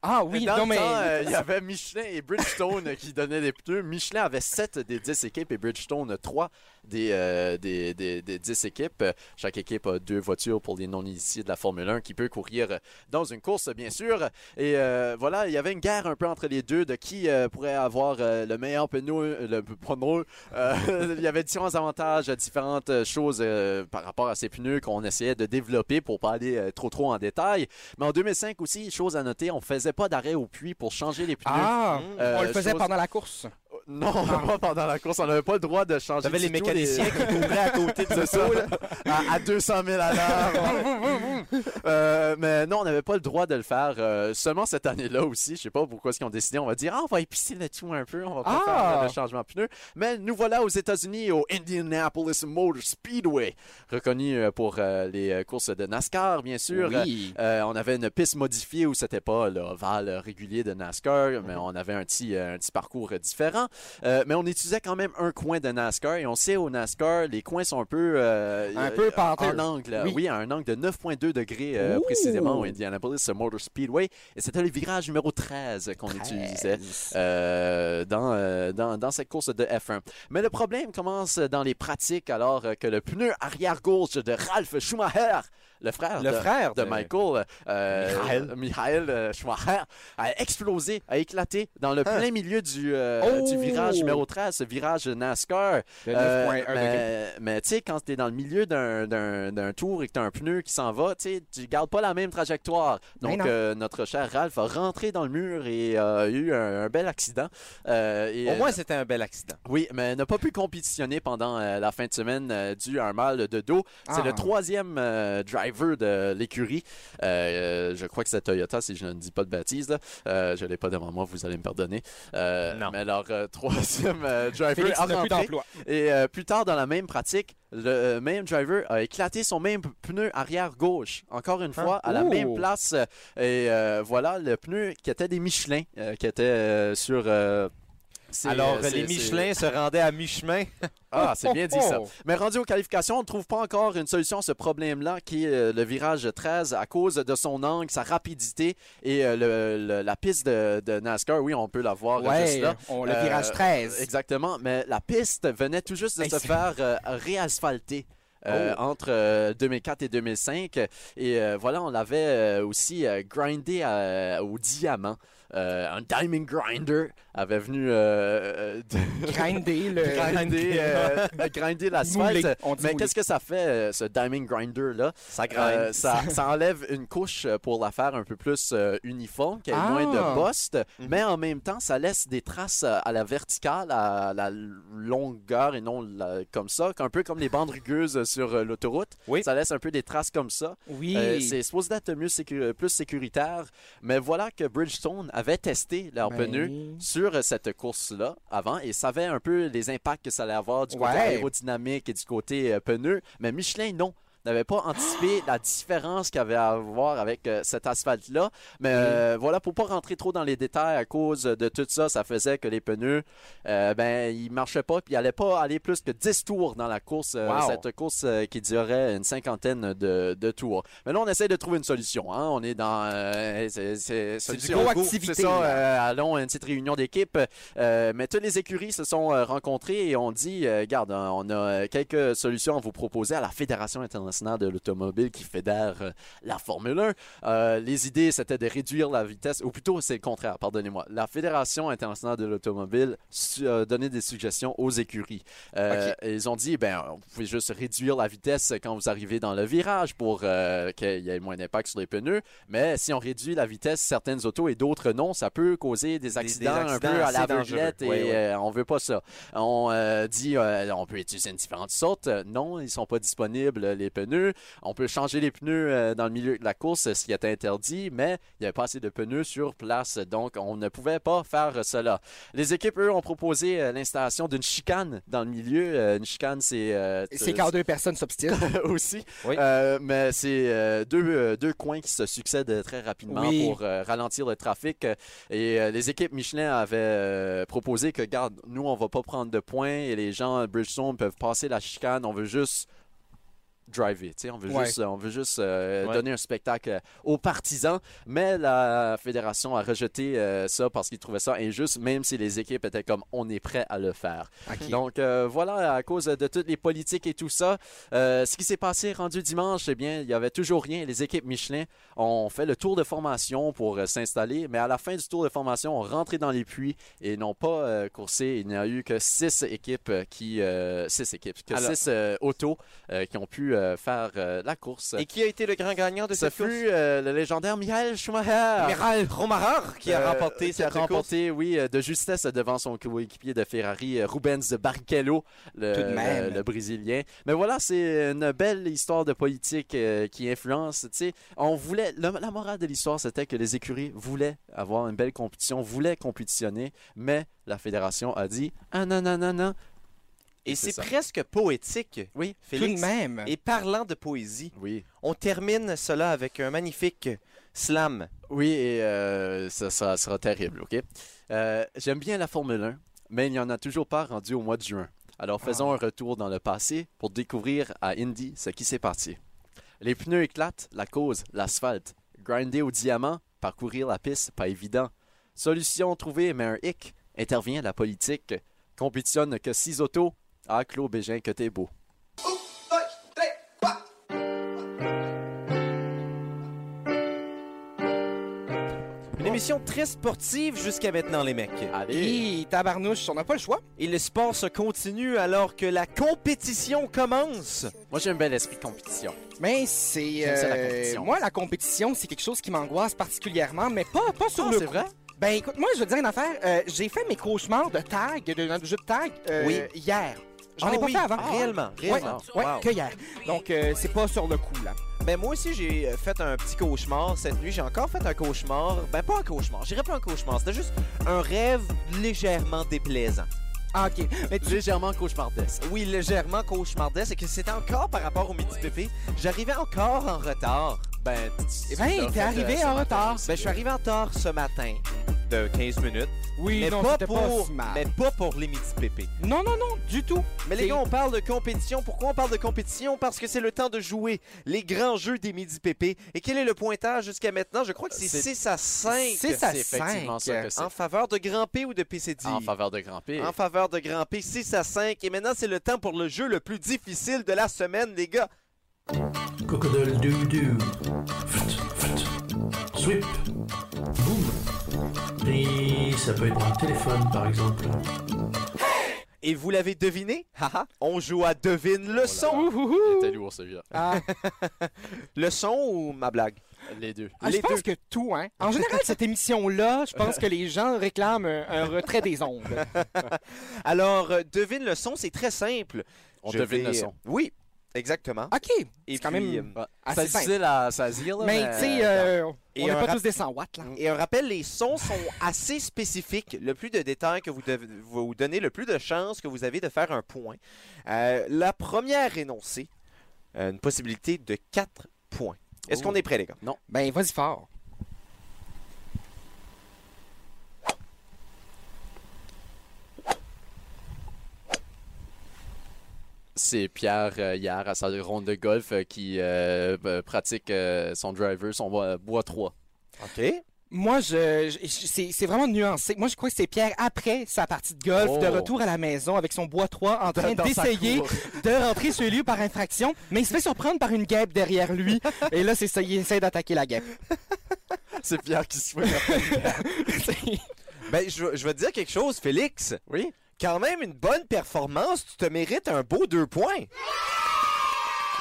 [SPEAKER 3] Ah
[SPEAKER 4] Mais
[SPEAKER 3] oui,
[SPEAKER 4] dans
[SPEAKER 3] non,
[SPEAKER 4] le
[SPEAKER 3] mais.
[SPEAKER 4] temps, euh, il y avait Michelin et Bridgestone qui donnaient des pneus. Michelin avait 7 des 10 équipes et Bridgestone 3 des, euh, des, des, des 10 équipes. Euh, Chaque équipe a deux voitures pour les non-initiés de la Formule 1 qui peut courir dans une course, bien sûr. Et euh, voilà, il y avait une guerre un peu entre les deux de qui euh, pourrait avoir euh, le meilleur pneu, le pneu. Euh, il y avait différents avantages, différentes choses euh, par rapport à ces pneus qu'on essayait de développer pour pas aller euh, trop trop en détail. Mais en 2005 aussi, chose à noter, on faisait pas d'arrêt au puits pour changer les pneus.
[SPEAKER 3] Ah,
[SPEAKER 1] Mmh.
[SPEAKER 4] Euh,
[SPEAKER 3] on le faisait
[SPEAKER 4] chose-
[SPEAKER 3] pendant la course.
[SPEAKER 4] Non, pas pendant la course, on n'avait pas le droit de changer.
[SPEAKER 1] T'avais
[SPEAKER 4] du
[SPEAKER 1] les
[SPEAKER 4] tout les-
[SPEAKER 1] mécaniciens qui couraient à côté de
[SPEAKER 4] C'est ça,
[SPEAKER 1] l'auto, là.
[SPEAKER 4] à, à 200 000 à l'heure. Euh, mais non, on n'avait pas le droit de le faire. euh, seulement cette année-là aussi, je sais pas pourquoi est-ce qu'ils ont décidé. On va dire, ah, on va épicer le tout un peu, on va pas
[SPEAKER 3] Ah!
[SPEAKER 4] faire euh, le changement de pneu. Mais nous voilà aux États-Unis, au Indianapolis Motor Speedway, reconnu euh, pour euh, les euh, courses de NASCAR, bien sûr.
[SPEAKER 3] Oui.
[SPEAKER 4] Euh, on avait une piste modifiée où c'était pas l'ovale régulier de NASCAR,
[SPEAKER 3] Mhm.
[SPEAKER 4] mais on avait un petit, euh, un petit parcours euh, différent. Euh, mais on utilisait quand même un coin de NASCAR et on sait au NASCAR, les coins sont un peu. euh,
[SPEAKER 3] Un
[SPEAKER 4] euh,
[SPEAKER 3] peu penteux.
[SPEAKER 4] En angle, oui.
[SPEAKER 3] Oui.
[SPEAKER 4] à un angle de 9,2 degrés euh,
[SPEAKER 3] Ouh.
[SPEAKER 4] précisément au Indianapolis Motor Speedway. Et c'était le virage numéro 13 qu'on utilisait euh, dans, euh, dans, dans cette course de F1. Mais le problème commence dans les pratiques alors euh, que le pneu arrière gauche de Ralph Schumacher, le frère
[SPEAKER 1] Le
[SPEAKER 4] de
[SPEAKER 1] frère
[SPEAKER 4] de Michael, euh,
[SPEAKER 1] Michael.
[SPEAKER 4] Michael, euh, Schumacher, a explosé, a éclaté dans le plein milieu du, euh,
[SPEAKER 3] Hein? Oh!
[SPEAKER 4] du virage numéro 13, ce virage NASCAR.
[SPEAKER 3] De
[SPEAKER 4] Euh,
[SPEAKER 3] 9.1 degré.
[SPEAKER 4] mais mais tu sais, quand tu es dans le milieu d'un- d'un d'un tour et que tu as un pneu qui s'en va, tu sais, tu gardes pas la même trajectoire.
[SPEAKER 3] Ben
[SPEAKER 4] Donc,
[SPEAKER 3] non.
[SPEAKER 4] euh, notre cher Ralph a rentré dans le mur et euh, a eu un, un bel accident. Euh, et,
[SPEAKER 1] Au moins, c'était un bel accident.
[SPEAKER 4] oui, mais n'a pas pu compétitionner pendant euh, la fin de semaine euh, dû à un mal de dos. C'est
[SPEAKER 3] Ah.
[SPEAKER 4] le troisième euh, driver de l'écurie. Euh, euh, je crois que c'est Toyota, si je ne dis pas de bêtises. là. Euh, je ne l'ai pas devant moi, vous allez me pardonner. Euh,
[SPEAKER 1] Non.
[SPEAKER 4] Mais leur euh, troisième euh, driver
[SPEAKER 3] Félix
[SPEAKER 4] a
[SPEAKER 3] n'a plus
[SPEAKER 4] rentré.
[SPEAKER 3] d'emploi.
[SPEAKER 4] Et euh, plus tard dans la même pratique, le euh, même driver a éclaté son même pneu arrière gauche, encore une fois, à la
[SPEAKER 3] Hein? Ouh.
[SPEAKER 4] même place. Euh, Et euh, voilà, le pneu qui était des Michelin, euh, qui était euh, sur... euh, c'est- euh,
[SPEAKER 1] Alors,
[SPEAKER 4] c'est-
[SPEAKER 1] les
[SPEAKER 4] c'est-
[SPEAKER 1] Michelin se rendaient à mi-chemin.
[SPEAKER 4] Ah, c'est bien dit ça.
[SPEAKER 3] Oh, oh,
[SPEAKER 4] Mais rendu aux qualifications, on ne trouve pas encore une solution à ce problème-là qui est euh, le virage 13 à cause de son angle, sa rapidité et euh, le- le- la piste de, de NASCAR. Oui, on peut la voir
[SPEAKER 3] oh.
[SPEAKER 4] euh, juste
[SPEAKER 3] Ouais,
[SPEAKER 4] là.
[SPEAKER 3] on, le
[SPEAKER 4] Euh,
[SPEAKER 3] virage 13.
[SPEAKER 4] Exactement, mais la piste venait tout juste de
[SPEAKER 3] Hey,
[SPEAKER 4] se
[SPEAKER 3] c'est- Oh.
[SPEAKER 4] faire euh, réasphalter. euh, entre euh, 2004 et 2005. Et euh, voilà, on l'avait euh, aussi euh, grindé à- au diamant. Euh, un diamond grinder avait venu euh, euh, de-
[SPEAKER 3] Grindé, le.
[SPEAKER 4] grinder, euh, grinder
[SPEAKER 3] Moulé,
[SPEAKER 4] l'asphalte.
[SPEAKER 3] on dit
[SPEAKER 4] Mais
[SPEAKER 3] moulé.
[SPEAKER 4] qu'est-ce que ça fait, euh, ce diamond grinder là
[SPEAKER 1] Ça
[SPEAKER 4] Euh, ça, ça enlève une couche euh, pour la faire un peu plus euh, uniforme, qu'elle ait
[SPEAKER 3] Ah.
[SPEAKER 4] moins de postes,
[SPEAKER 1] Mhm.
[SPEAKER 4] mais en même temps, ça laisse des traces euh, à la verticale, à la longueur et non la- comme ça, un peu comme les bandes rugueuses sur euh, l'autoroute.
[SPEAKER 1] Oui.
[SPEAKER 4] Ça laisse un peu des traces comme ça.
[SPEAKER 3] Oui.
[SPEAKER 4] Euh, c'est supposé être mieux sécu- plus sécuritaire, mais voilà que Bridgestone avait testé leur
[SPEAKER 3] Ben,
[SPEAKER 4] pneu sur euh, cette course-là avant et savait un peu les impacts que ça allait avoir du côté
[SPEAKER 3] Ouais.
[SPEAKER 4] aérodynamique et du côté euh, pneu. Mais Michelin, non. n'avait pas anticipé la différence qu'il y avait à voir avec euh, cet asphalte-là. Mais euh, voilà, pour pas rentrer trop dans les détails, à cause de tout ça, ça faisait que les pneus, euh, ben, ils marchaient pas, puis ils allaient pas aller plus que 10 tours dans la course, euh,
[SPEAKER 1] Wow.
[SPEAKER 4] cette course euh, qui durait une cinquantaine de, de tours. Mais là, on essaie de trouver une solution. Hein? On est dans... euh, c'est- c'est solution.
[SPEAKER 3] proactivité,
[SPEAKER 4] C'est ça, euh, allons à une petite réunion d'équipe. Euh, mais toutes les écuries se sont euh, rencontrées et ont dit, euh, garde, hein, on a euh, quelques solutions à vous proposer à la Fédération internationale de l'automobile qui fédère euh, la Formule 1. Euh, les idées, c'était de réduire la vitesse, ou plutôt c'est le contraire, pardonnez-moi. La Fédération internationale de l'automobile su- a donné des suggestions aux écuries. Euh, et Ils ont dit, ben, vous pouvez juste réduire la vitesse quand vous arrivez dans le virage pour euh, qu'il y ait moins d'impact sur les pneus. Mais si on réduit la vitesse certaines autos et d'autres non, ça peut causer des accidents,
[SPEAKER 1] accidents
[SPEAKER 4] un peu à
[SPEAKER 1] assez
[SPEAKER 4] l'aveuglette et
[SPEAKER 1] dangereux. Oui, oui.
[SPEAKER 4] euh, on veut pas ça. On euh, dit, euh, on peut utiliser une différente sorte. Euh, Non, ils sont pas disponibles, euh, les pneus. On peut changer les pneus euh, dans le milieu de la course, euh, ce qui est interdit, mais il n'y avait pas assez de pneus sur place, donc on ne pouvait pas faire euh, cela. Les équipes, eux, ont proposé euh, l'installation d'une chicane dans le milieu. Euh, une chicane, c'est... euh,
[SPEAKER 3] C'est quand deux personnes s'obstinent.
[SPEAKER 4] aussi.
[SPEAKER 1] Oui.
[SPEAKER 4] Euh, mais c'est euh, deux, euh, deux coins qui se succèdent euh, très rapidement
[SPEAKER 3] Oui.
[SPEAKER 4] pour euh, ralentir le trafic. Euh, Et euh, les équipes Michelin avaient euh, proposé que, garde, nous, on va pas prendre de points et les gens à Bridgestone peuvent passer la chicane. On veut juste driver, tu sais, on veut
[SPEAKER 3] Ouais.
[SPEAKER 4] juste, on veut juste euh,
[SPEAKER 1] Ouais.
[SPEAKER 4] donner un spectacle aux partisans. Mais la fédération a rejeté euh, ça parce qu'ils trouvaient ça injuste, même si les équipes étaient comme on est prêt à le faire. Donc euh, voilà, à cause de toutes les politiques et tout ça, euh, ce qui s'est passé rendu dimanche, eh bien, il y avait toujours rien. Les équipes Michelin ont fait le tour de formation pour euh, s'installer, mais à la fin du tour de formation, ont rentré dans les puits et n'ont pas euh, coursé. Il n'y a eu que six équipes euh, qui, euh, six équipes, que
[SPEAKER 1] Alors-
[SPEAKER 4] six euh, autos euh, qui ont pu euh, faire euh, la course.
[SPEAKER 1] Et qui a été le grand gagnant de
[SPEAKER 4] ce
[SPEAKER 1] cette course?
[SPEAKER 4] fut euh, le légendaire Michael Schumacher.
[SPEAKER 1] Miral Romarar qui a
[SPEAKER 4] Euh,
[SPEAKER 1] remporté
[SPEAKER 4] qui a
[SPEAKER 1] cette course.
[SPEAKER 4] remporté, oui, euh, de justesse devant son coéquipier de Ferrari, euh, Rubens Barrichello, le,
[SPEAKER 3] Tout de même.
[SPEAKER 4] le- le Brésilien. Mais voilà, c'est une belle histoire de politique euh, qui influence. tu sais. On voulait, le- la morale de l'histoire, c'était que les écuries voulaient avoir une belle compétition, voulaient compétitionner, mais la fédération a dit ah non non non non.
[SPEAKER 1] Et
[SPEAKER 4] C'est
[SPEAKER 1] c'est
[SPEAKER 4] ça.
[SPEAKER 1] presque poétique,
[SPEAKER 4] Oui.
[SPEAKER 3] Tout de
[SPEAKER 1] Félix.
[SPEAKER 3] même.
[SPEAKER 1] Et parlant de poésie,
[SPEAKER 4] Oui.
[SPEAKER 1] on termine cela avec un magnifique slam.
[SPEAKER 4] Oui, et euh, ça, ça sera terrible, OK? Euh, J'aime bien la Formule 1, mais il n'y en a toujours pas rendu au mois de juin. Alors faisons un retour dans le passé pour découvrir à Indy ce qui s'est passé. Les pneus éclatent, la cause, l'asphalte. Grinder au diamant, parcourir la piste, pas évident. Solution trouvée, mais un hic. Intervient la politique. Compétitionne que six autos. Ah, Claude Bégin, que t'es beau.
[SPEAKER 1] Une émission très sportive jusqu'à maintenant, les mecs.
[SPEAKER 4] Allez!
[SPEAKER 3] Hi, tabarnouche, on n'a pas le choix.
[SPEAKER 1] Et le sport se continue alors que la compétition commence.
[SPEAKER 4] Moi, j'ai un bel esprit de compétition.
[SPEAKER 3] Mais c'est.
[SPEAKER 4] J'aime ça, la
[SPEAKER 3] euh,
[SPEAKER 4] compétition.
[SPEAKER 3] moi, la compétition, c'est quelque chose qui m'angoisse particulièrement, mais pas, pas sur
[SPEAKER 4] Ah,
[SPEAKER 3] le
[SPEAKER 4] c'est
[SPEAKER 3] coup.
[SPEAKER 4] vrai?
[SPEAKER 3] Ben écoute, moi, je veux te dire une affaire. euh, J'ai fait mes cauchemars de tag, de, de jeu de tag, euh,
[SPEAKER 1] Oui.
[SPEAKER 3] hier. J'en
[SPEAKER 1] Ah
[SPEAKER 3] ai pas
[SPEAKER 1] oui,
[SPEAKER 3] fait avant. Ah,
[SPEAKER 1] Réellement, réellement.
[SPEAKER 3] Ouais,
[SPEAKER 1] Wow.
[SPEAKER 3] que hier. Donc, euh, c'est pas sur le coup, là.
[SPEAKER 1] Ben moi aussi j'ai euh, fait un petit cauchemar cette nuit. J'ai encore fait un cauchemar. Ben pas un cauchemar. J'irais pas un cauchemar. C'était juste un rêve légèrement déplaisant.
[SPEAKER 3] Ah, OK. Mais tu-
[SPEAKER 4] Légèrement cauchemardesque.
[SPEAKER 1] Oui, légèrement cauchemardesque. Et que c'était encore par rapport au midi pépé. J'arrivais encore en retard.
[SPEAKER 4] Ben, tu-
[SPEAKER 3] Ben,
[SPEAKER 4] tu
[SPEAKER 3] t'es
[SPEAKER 4] l'as
[SPEAKER 3] arrivé
[SPEAKER 4] fait, euh,
[SPEAKER 3] en
[SPEAKER 4] ce matin
[SPEAKER 3] retard.
[SPEAKER 4] aussi.
[SPEAKER 1] Ben je suis arrivé en retard ce matin de 15 minutes.
[SPEAKER 3] Oui,
[SPEAKER 1] mais
[SPEAKER 3] non,
[SPEAKER 1] pas
[SPEAKER 3] c'était
[SPEAKER 1] pour,
[SPEAKER 3] si mal.
[SPEAKER 1] mais pas pour les midi pépé.
[SPEAKER 3] Non, non, non, du tout.
[SPEAKER 1] Mais les
[SPEAKER 3] C'est-
[SPEAKER 1] gars, on parle de compétition. Pourquoi on parle de compétition? Parce que c'est le temps de jouer les grands jeux des midi pépé. Et quel est le pointage jusqu'à maintenant? Je crois que c'est
[SPEAKER 4] C'est-
[SPEAKER 1] 6 à 5
[SPEAKER 3] 6 à
[SPEAKER 4] C'est effectivement
[SPEAKER 3] 5.
[SPEAKER 4] ça que c'est.
[SPEAKER 1] en faveur de Grand P ou de PCD.
[SPEAKER 4] En faveur de Grand P.
[SPEAKER 1] En faveur de Grand P, 6 à 5. Et maintenant, c'est le temps pour le jeu le plus difficile de la semaine, les gars.
[SPEAKER 5] Crocodile doo doo. Fut, fut. Sweep. Boom. Et ça peut être un téléphone, par exemple.
[SPEAKER 1] Et vous l'avez deviné? Haha. on joue à
[SPEAKER 4] Oh
[SPEAKER 1] devine le son.
[SPEAKER 4] Il était lourd celui-là.
[SPEAKER 3] Ah,
[SPEAKER 1] Le son ou ma blague?
[SPEAKER 4] Les deux.
[SPEAKER 3] ah, je
[SPEAKER 1] Les
[SPEAKER 3] pense que tout, hein. En général, cette émission-là, je pense que les gens réclament un, un retrait des ondes.
[SPEAKER 1] Alors, euh, devine le son, c'est très simple.
[SPEAKER 4] On
[SPEAKER 1] Je
[SPEAKER 4] devine
[SPEAKER 1] vais-
[SPEAKER 4] le son.
[SPEAKER 1] Oui, exactement.
[SPEAKER 3] OK.
[SPEAKER 1] Et
[SPEAKER 3] C'est quand
[SPEAKER 1] puis,
[SPEAKER 3] même
[SPEAKER 1] euh,
[SPEAKER 3] assez
[SPEAKER 4] ça
[SPEAKER 3] simple.
[SPEAKER 4] disait la ça se dit, là,
[SPEAKER 3] Mais, tu sais, euh,
[SPEAKER 1] Et
[SPEAKER 3] on n'est
[SPEAKER 1] un Mm.
[SPEAKER 3] pas
[SPEAKER 1] rap-
[SPEAKER 3] tous des 100 watts, là.
[SPEAKER 1] Et un rappel, les sons sont assez spécifiques. Le plus de détails que vous devez vous donnez, le plus de chances que vous avez de faire un point. Euh, la première énoncée euh, une possibilité de 4 points. Est-ce qu'on
[SPEAKER 4] Oh.
[SPEAKER 1] est prêt, les gars?
[SPEAKER 3] Ben, vas-y fort.
[SPEAKER 4] C'est Pierre euh, hier à sa ronde de golf euh, qui euh, euh, pratique euh, son driver, son bois, euh, bois 3.
[SPEAKER 1] OK.
[SPEAKER 3] Moi, je, je- je- c'est c'est vraiment nuancé. Moi, je crois que c'est Pierre, après sa partie de golf,
[SPEAKER 4] Oh.
[SPEAKER 3] de retour à la maison avec son bois 3, en train
[SPEAKER 4] Dans sa
[SPEAKER 3] d'essayer
[SPEAKER 4] cour.
[SPEAKER 3] de rentrer chez lui par infraction, mais il se fait surprendre par une guêpe derrière lui. Et là, c'est ça, il essaie d'attaquer la guêpe.
[SPEAKER 4] C'est Pierre qui se fait.
[SPEAKER 1] Ben, je, vais- je vais te dire quelque chose, Félix.
[SPEAKER 4] Oui.
[SPEAKER 1] Quand même une bonne performance, tu te mérites un beau deux points.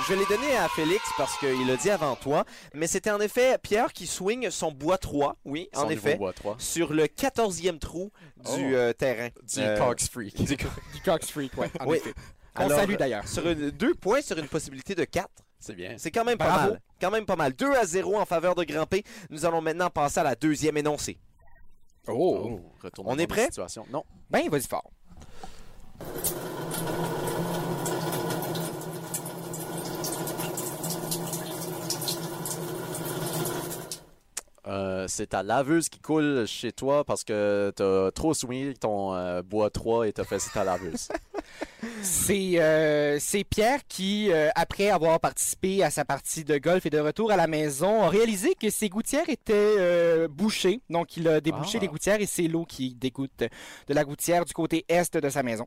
[SPEAKER 1] Je l'ai donné à Félix parce qu'il l'a dit avant toi, mais c'était en effet Pierre qui swing son bois 3, oui,
[SPEAKER 4] Son
[SPEAKER 1] en
[SPEAKER 4] nouveau
[SPEAKER 1] effet,
[SPEAKER 4] bois 3.
[SPEAKER 1] sur le 14e trou du
[SPEAKER 4] Oh.
[SPEAKER 1] euh, terrain.
[SPEAKER 4] Du
[SPEAKER 1] Euh,
[SPEAKER 4] Cox Freak.
[SPEAKER 3] Du Cox Freak, ouais, en
[SPEAKER 1] Oui.
[SPEAKER 3] effet. On
[SPEAKER 1] Alors,
[SPEAKER 3] salue d'ailleurs.
[SPEAKER 1] Sur une- deux points sur une possibilité de 4.
[SPEAKER 4] C'est bien.
[SPEAKER 1] C'est quand même pas
[SPEAKER 3] Bravo.
[SPEAKER 1] mal. Quand même pas mal. 2 à 0 en faveur de Grand P. Nous allons maintenant passer à la deuxième énoncée.
[SPEAKER 3] Oh!
[SPEAKER 4] retournement
[SPEAKER 1] On est
[SPEAKER 4] de
[SPEAKER 1] prêt?
[SPEAKER 4] situation. Non.
[SPEAKER 3] Ben, vas-y fort.
[SPEAKER 4] Euh, c'est ta laveuse qui coule chez toi parce que t'as trop soumis ton euh, bois 3 et t'as fait c'est ta laveuse.
[SPEAKER 3] C'est euh, c'est Pierre qui, euh, après avoir participé à sa partie de golf et de retour à la maison, a réalisé que ses gouttières étaient euh, bouchées. Donc, il a débouché
[SPEAKER 4] Ah.
[SPEAKER 3] les gouttières et c'est l'eau qui dégoutte de la gouttière du côté est de sa maison.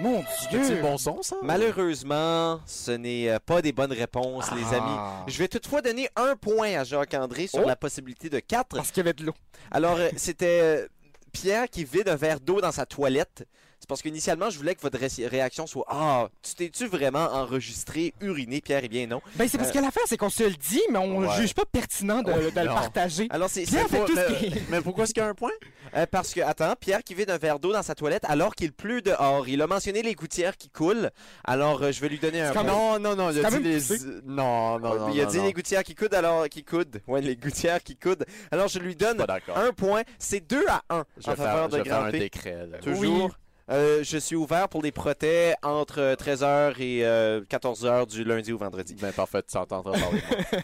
[SPEAKER 3] Mon
[SPEAKER 4] C'est
[SPEAKER 3] Dieu!
[SPEAKER 4] bon son, ça?
[SPEAKER 1] Malheureusement, ce n'est euh, pas des bonnes réponses, les amis.
[SPEAKER 3] Ah.
[SPEAKER 1] Je vais toutefois donner un point à Jacques-André sur
[SPEAKER 3] Oh.
[SPEAKER 1] la possibilité de 4.
[SPEAKER 3] Parce qu'il y avait de l'eau.
[SPEAKER 1] Alors, euh, c'était euh, Pierre qui vide un verre d'eau dans sa toilette. C'est parce qu'initialement, je voulais que votre ré- réaction soit Ah, tu t'es-tu vraiment enregistré, uriné Pierre, eh bien non.
[SPEAKER 3] Ben, c'est parce que l'affaire, c'est qu'on se le dit, mais on
[SPEAKER 4] Euh. Ouais.
[SPEAKER 3] juge pas pertinent de, de le
[SPEAKER 4] non.
[SPEAKER 3] partager.
[SPEAKER 1] Alors, c'est c'est-
[SPEAKER 3] Pierre fait
[SPEAKER 4] pas-
[SPEAKER 3] tout ce qui...
[SPEAKER 4] Mais pourquoi est-ce qu'il y a un point?
[SPEAKER 1] euh, parce que, attends, Pierre qui vide un verre d'eau dans sa toilette alors qu'il pleut dehors. Il a mentionné les gouttières qui coulent. Alors, euh, je vais lui donner un
[SPEAKER 3] quand
[SPEAKER 1] point.
[SPEAKER 3] même-
[SPEAKER 4] Non, non, non, il
[SPEAKER 3] C'est
[SPEAKER 4] a
[SPEAKER 3] quand
[SPEAKER 4] dit
[SPEAKER 3] même
[SPEAKER 4] les...
[SPEAKER 3] poussé.
[SPEAKER 4] Non, non, non,
[SPEAKER 1] il a
[SPEAKER 4] non,
[SPEAKER 1] dit
[SPEAKER 4] non.
[SPEAKER 1] les gouttières qui coudent alors qui coudent. Ouais, les gouttières qui coudent. Alors, je lui
[SPEAKER 4] Pas
[SPEAKER 1] donne
[SPEAKER 4] d'accord.
[SPEAKER 1] un point. C'est 2 à 1
[SPEAKER 4] Je
[SPEAKER 1] en
[SPEAKER 4] vais faire,
[SPEAKER 1] faveur
[SPEAKER 4] je
[SPEAKER 1] de
[SPEAKER 4] vais faire
[SPEAKER 1] Grand
[SPEAKER 4] un
[SPEAKER 1] P.
[SPEAKER 4] décret. là.
[SPEAKER 1] Toujours. Euh, je suis ouvert pour les protets entre 13h et 14h du lundi au vendredi.
[SPEAKER 4] Ben parfait, tu t'entendras parler. de moi.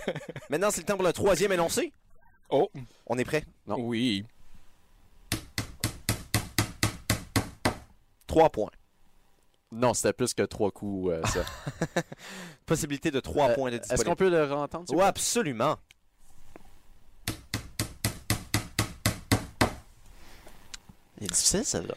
[SPEAKER 1] Maintenant, c'est le temps pour le troisième énoncé.
[SPEAKER 3] Oh.
[SPEAKER 1] On est prêt.
[SPEAKER 4] Non.
[SPEAKER 3] Oui.
[SPEAKER 1] Trois points.
[SPEAKER 4] non, c'était plus que trois coups, euh, ça.
[SPEAKER 1] Possibilité de trois points de
[SPEAKER 4] Euh, Est-ce qu'on
[SPEAKER 1] disponible.
[SPEAKER 4] peut le réentendre? s'il vous
[SPEAKER 1] Oui, absolument.
[SPEAKER 4] plaît? Il est difficile, celle-là.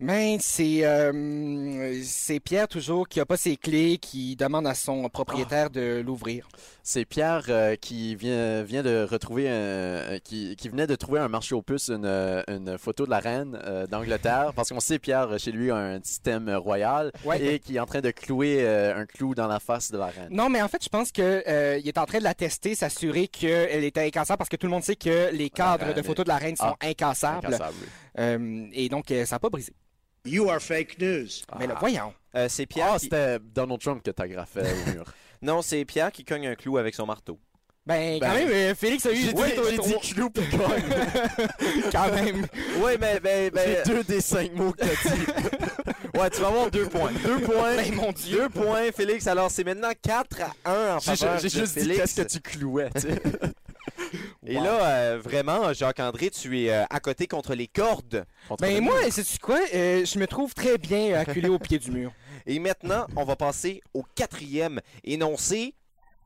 [SPEAKER 3] Mais Ben, c'est euh, c'est Pierre toujours qui a pas ses clés, qui demande à son propriétaire de l'ouvrir.
[SPEAKER 4] C'est Pierre euh, qui vient, vient de retrouver un- euh, qui, qui venait de trouver un marché aux puces, une, euh, une photo de la reine euh, d'Angleterre, parce qu'on sait Pierre euh, chez lui a un système royal
[SPEAKER 3] Ouais.
[SPEAKER 4] et qui est en train de clouer euh, un clou dans la face de la reine.
[SPEAKER 3] Non, mais en fait, je pense que euh, il est en train de la tester, s'assurer qu'elle était incassable, parce que tout le monde sait que les cadres
[SPEAKER 4] reine
[SPEAKER 3] de
[SPEAKER 4] est-
[SPEAKER 3] photos de la reine sont euh, ah, incassables.
[SPEAKER 4] Incassable, oui.
[SPEAKER 3] Euh, et donc, euh, ça n'a pas brisé. Ah.
[SPEAKER 7] You are fake news.
[SPEAKER 3] Mais là, voyons.
[SPEAKER 1] Euh, c'est Pierre.
[SPEAKER 4] Ah,
[SPEAKER 1] qui-
[SPEAKER 4] c'était Donald Trump que t'agrafais au mur.
[SPEAKER 1] Non, c'est Pierre qui cogne un clou avec son marteau.
[SPEAKER 3] Ben,
[SPEAKER 4] Ben,
[SPEAKER 3] quand même, euh, Félix a eu...
[SPEAKER 4] J'ai dit,
[SPEAKER 3] Ouais,
[SPEAKER 4] j'ai dit clou puis cogne.
[SPEAKER 3] quand même.
[SPEAKER 1] Oui, mais, mais, mais-
[SPEAKER 4] J'ai deux des cinq mots que t'as dit.
[SPEAKER 1] ouais, tu vas avoir deux points. Deux points.
[SPEAKER 3] Ben, mon Dieu.
[SPEAKER 1] Deux points, Félix. Alors, c'est maintenant 4 à 1 en
[SPEAKER 4] J'ai
[SPEAKER 1] faveur
[SPEAKER 4] j'ai
[SPEAKER 1] de
[SPEAKER 4] juste dit
[SPEAKER 1] Félix.
[SPEAKER 4] qu'est-ce que tu clouais, tu sais.
[SPEAKER 1] Et là, euh, vraiment, Jacques-André, tu es euh, à côté contre les cordes.
[SPEAKER 4] Contre le
[SPEAKER 3] Ben, moi,
[SPEAKER 4] mur.
[SPEAKER 3] sais-tu quoi? Euh, je me trouve très bien acculé au pied du mur.
[SPEAKER 1] Et maintenant, on va passer au quatrième énoncé.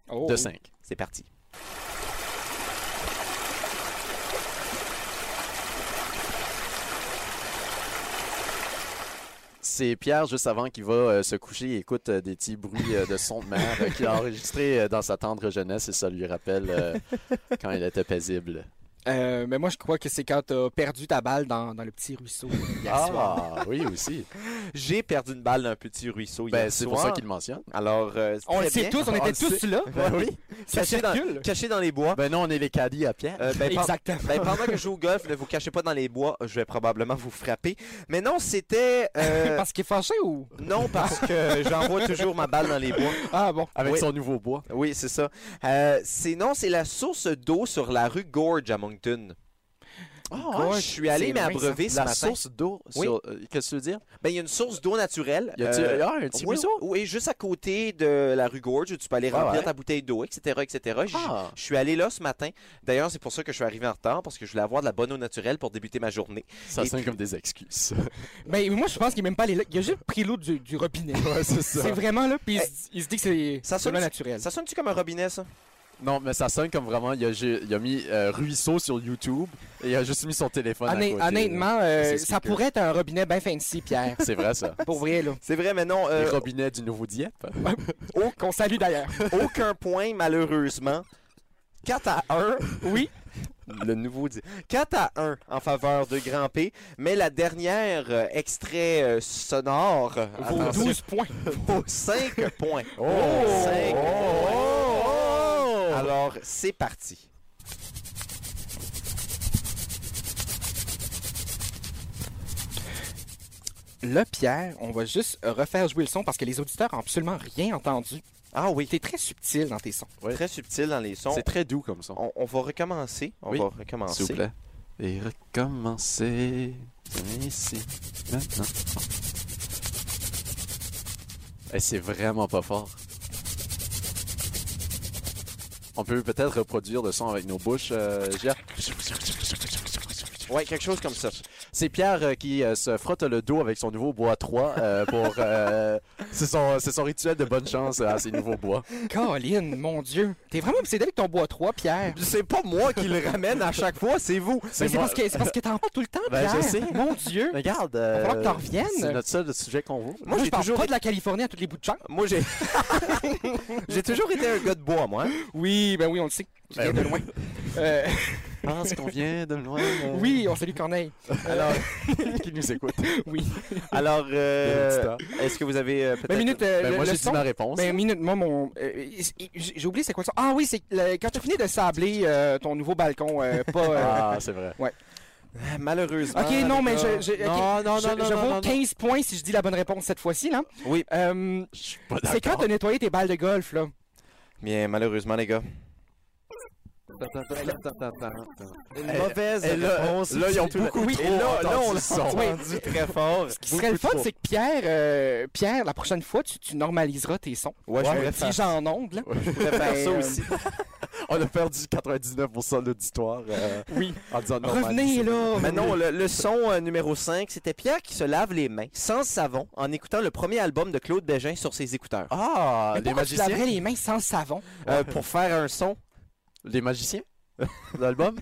[SPEAKER 3] Oh.
[SPEAKER 4] de cinq.
[SPEAKER 1] C'est parti.
[SPEAKER 4] C'est Pierre, juste avant qu'il va euh, se coucher, il écoute euh, des petits bruits euh, de son de mer euh, qu'il a enregistré euh, dans sa tendre jeunesse et ça lui rappelle euh, quand il était paisible.
[SPEAKER 3] Euh, mais moi, je crois que c'est quand t'as perdu ta balle dans, dans le petit ruisseau hier soir.
[SPEAKER 4] Ah, oui, aussi.
[SPEAKER 1] J'ai perdu une balle dans un petit ruisseau
[SPEAKER 4] Ben,
[SPEAKER 1] hier
[SPEAKER 4] c'est
[SPEAKER 1] soir.
[SPEAKER 4] pour ça qu'il le mentionne.
[SPEAKER 1] Alors, euh,
[SPEAKER 3] On le
[SPEAKER 1] très
[SPEAKER 3] sait
[SPEAKER 1] bien.
[SPEAKER 3] tous, on
[SPEAKER 1] le
[SPEAKER 3] était
[SPEAKER 1] sait.
[SPEAKER 3] tous là.
[SPEAKER 4] Ben oui.
[SPEAKER 3] Ça
[SPEAKER 1] Caché dans,
[SPEAKER 3] circule.
[SPEAKER 1] caché dans les bois.
[SPEAKER 4] Ben non, on est les caddies à Pierre.
[SPEAKER 1] Euh, ben, pen-
[SPEAKER 3] Exactement.
[SPEAKER 1] ben, pendant que je joue au golf, ne vous cachez pas dans les bois, je vais probablement vous frapper. Mais non, c'était... euh,
[SPEAKER 3] Parce qu'il est fâché ou...
[SPEAKER 1] non, parce que j'envoie toujours ma balle dans les bois.
[SPEAKER 3] Ah bon.
[SPEAKER 4] Avec
[SPEAKER 1] oui.
[SPEAKER 4] son nouveau bois.
[SPEAKER 1] Oui, c'est ça. Euh, c'est- non, c'est la source d'eau sur la rue Gorge à Moncton.
[SPEAKER 4] Ah, ouais.
[SPEAKER 1] Je suis allé
[SPEAKER 3] C'est loin,
[SPEAKER 1] m'abreuver ce
[SPEAKER 4] La
[SPEAKER 1] matin.
[SPEAKER 4] source d'eau, sur-
[SPEAKER 1] Oui.
[SPEAKER 4] euh, qu'est-ce que tu veux dire?
[SPEAKER 1] Ben, il y a une source d'eau naturelle.
[SPEAKER 4] Y a-tu
[SPEAKER 1] euh,
[SPEAKER 4] ah, un petit
[SPEAKER 1] oui,
[SPEAKER 4] ruisseau?
[SPEAKER 1] Oui, juste à côté de la rue Gorge où tu peux aller
[SPEAKER 4] Ah,
[SPEAKER 1] remplir
[SPEAKER 4] ouais.
[SPEAKER 1] ta bouteille d'eau, etc., etc. J-
[SPEAKER 4] Ah.
[SPEAKER 1] Je suis allé là ce matin. D'ailleurs, c'est pour ça que je suis arrivé en retard, parce que je voulais avoir de la bonne eau naturelle pour débuter ma journée.
[SPEAKER 4] Ça
[SPEAKER 1] Et
[SPEAKER 4] sonne comme des excuses.
[SPEAKER 3] Mais Ben, moi, je pense qu'il est même pas allé là. Il a juste pris l'eau du, du robinet.
[SPEAKER 4] ouais, c'est ça.
[SPEAKER 3] C'est vraiment là, puis il, se dit- il se dit que c'est
[SPEAKER 1] Ça
[SPEAKER 3] c'est
[SPEAKER 1] sonne-
[SPEAKER 3] là naturel.
[SPEAKER 1] Ça sonne-tu comme un robinet, ça?
[SPEAKER 4] Non, mais ça sonne comme vraiment. Il a, ju- il a mis euh, ruisseau sur YouTube et il a juste mis son téléphone à
[SPEAKER 3] Honnêt-
[SPEAKER 4] côté.
[SPEAKER 3] honnêtement, euh,
[SPEAKER 4] C'est
[SPEAKER 3] ça
[SPEAKER 4] speaker.
[SPEAKER 3] pourrait être un robinet bien fancy, Pierre.
[SPEAKER 4] C'est vrai, ça.
[SPEAKER 3] Pour vrai, là.
[SPEAKER 1] C'est vrai, mais non.
[SPEAKER 4] Les
[SPEAKER 1] euh,
[SPEAKER 4] robinets du nouveau Dieppe.
[SPEAKER 3] Oh, qu'on salue d'ailleurs.
[SPEAKER 1] aucun point, malheureusement. 4 à 1.
[SPEAKER 3] Oui.
[SPEAKER 1] Le nouveau dit. 4 à 1 en faveur de Grand P. Mais la dernière euh, extrait euh, sonore
[SPEAKER 3] Vos
[SPEAKER 1] attention,
[SPEAKER 3] 12 points.
[SPEAKER 1] vaut 5 points.
[SPEAKER 4] Oh!
[SPEAKER 1] Cinq
[SPEAKER 4] Oh!
[SPEAKER 1] points. Alors, c'est parti.
[SPEAKER 3] Là, Pierre, on va juste refaire jouer le son parce que les auditeurs n'ont absolument rien entendu.
[SPEAKER 1] Ah oui,
[SPEAKER 3] T'es très subtil dans tes sons.
[SPEAKER 4] Oui.
[SPEAKER 1] très subtil dans les sons.
[SPEAKER 4] C'est très doux comme son.
[SPEAKER 1] On, on va recommencer. On
[SPEAKER 4] Oui.
[SPEAKER 1] va recommencer.
[SPEAKER 4] S'il vous plaît. Et recommencer. Ici. Maintenant. Et c'est vraiment pas fort. On peut peut-être reproduire le son avec nos bouches, euh, Gia.
[SPEAKER 1] Ouais, quelque chose comme ça.
[SPEAKER 4] C'est Pierre euh, qui euh, se frotte le dos avec son nouveau bois 3 euh, pour. euh, c'est son, c'est son rituel de bonne chance euh, à ces nouveaux bois.
[SPEAKER 3] Colin, mon Dieu. T'es vraiment obsédé avec ton bois 3, Pierre.
[SPEAKER 1] C'est pas moi qui le ramène à chaque fois, c'est vous.
[SPEAKER 3] Mais
[SPEAKER 4] C'est
[SPEAKER 3] C'est
[SPEAKER 4] moi-
[SPEAKER 3] parce que c'est parce que t'en parles tout le temps,
[SPEAKER 4] Ben,
[SPEAKER 3] Pierre.
[SPEAKER 4] je sais.
[SPEAKER 3] Mon Dieu.
[SPEAKER 4] Mais Regarde.
[SPEAKER 3] va falloir
[SPEAKER 4] euh,
[SPEAKER 3] que t'en reviennes.
[SPEAKER 4] C'est notre seul sujet qu'on vaut.
[SPEAKER 3] Moi,
[SPEAKER 1] j'ai
[SPEAKER 3] je parle
[SPEAKER 1] toujours-
[SPEAKER 3] pas de la Californie à tous les bouts de champ.
[SPEAKER 1] Moi, j'ai. j'ai toujours été un gars de bois, moi.
[SPEAKER 3] Oui, ben oui, on le sait. Tu viens
[SPEAKER 4] Ben
[SPEAKER 3] de loin. Euh,
[SPEAKER 4] Je pense qu'on vient de loin. euh,
[SPEAKER 3] oui, on salue Corneille. Euh,
[SPEAKER 4] Alors, qui nous écoute?
[SPEAKER 3] Oui.
[SPEAKER 1] Alors, euh,
[SPEAKER 4] Bien,
[SPEAKER 1] est-ce que vous avez euh, peut-être.
[SPEAKER 3] Ben, minute, euh,
[SPEAKER 4] Ben,
[SPEAKER 3] le,
[SPEAKER 4] moi,
[SPEAKER 3] le
[SPEAKER 4] j'ai
[SPEAKER 3] son.
[SPEAKER 4] dit ma réponse.
[SPEAKER 3] Ben, minute, moi, mon. euh, j- j'ai oublié c'est quoi ça. Ah oui, c'est le- quand t'as fini de sabler euh, ton nouveau balcon, euh, pas. euh,
[SPEAKER 4] Ah, c'est vrai.
[SPEAKER 1] Malheureusement.
[SPEAKER 3] Ok, non,
[SPEAKER 1] les
[SPEAKER 3] mais
[SPEAKER 1] gars.
[SPEAKER 3] je, je, ok,
[SPEAKER 4] Non, non,
[SPEAKER 3] je,
[SPEAKER 4] non,
[SPEAKER 3] je
[SPEAKER 4] non,
[SPEAKER 3] vaux
[SPEAKER 4] non, non.
[SPEAKER 3] 15 points si je dis la bonne réponse cette fois-ci, là.
[SPEAKER 1] Oui.
[SPEAKER 3] Euh,
[SPEAKER 4] Je suis pas
[SPEAKER 3] c'est quand
[SPEAKER 4] d'accord.
[SPEAKER 3] t'as nettoyé tes balles de golf, là.
[SPEAKER 1] Bien, malheureusement, les gars. Une mauvaise
[SPEAKER 4] et là,
[SPEAKER 1] réponse.
[SPEAKER 4] là, ils ont
[SPEAKER 1] Tout le-
[SPEAKER 4] beaucoup
[SPEAKER 1] Oui,
[SPEAKER 4] trop
[SPEAKER 1] Et là, là, on
[SPEAKER 4] entendu
[SPEAKER 1] l'a
[SPEAKER 4] le son.
[SPEAKER 1] entendu très fort.
[SPEAKER 3] Ce qui serait le fun, c'est que Pierre, euh, Pierre, la prochaine fois, tu, tu normaliseras tes sons.
[SPEAKER 1] Ouais, je voulais
[SPEAKER 3] Si
[SPEAKER 1] faire,
[SPEAKER 3] j'en onde, là.
[SPEAKER 1] je voulais faire
[SPEAKER 3] Ben,
[SPEAKER 1] ça
[SPEAKER 3] euh,
[SPEAKER 1] aussi.
[SPEAKER 4] On a perdu 99% de l'auditoire euh,
[SPEAKER 3] Oui.
[SPEAKER 4] en disant non.
[SPEAKER 3] Revenez, là.
[SPEAKER 1] Mais non, le, le son euh, numéro 5, c'était Pierre qui se lave les mains sans savon en écoutant le premier album de Claude Bégin sur ses écouteurs.
[SPEAKER 4] Ah,
[SPEAKER 3] Mais
[SPEAKER 4] les
[SPEAKER 3] pourquoi tu
[SPEAKER 4] magiciens.
[SPEAKER 3] laverais les mains sans savon?
[SPEAKER 1] Euh, pour faire un son.
[SPEAKER 4] Les magiciens L'album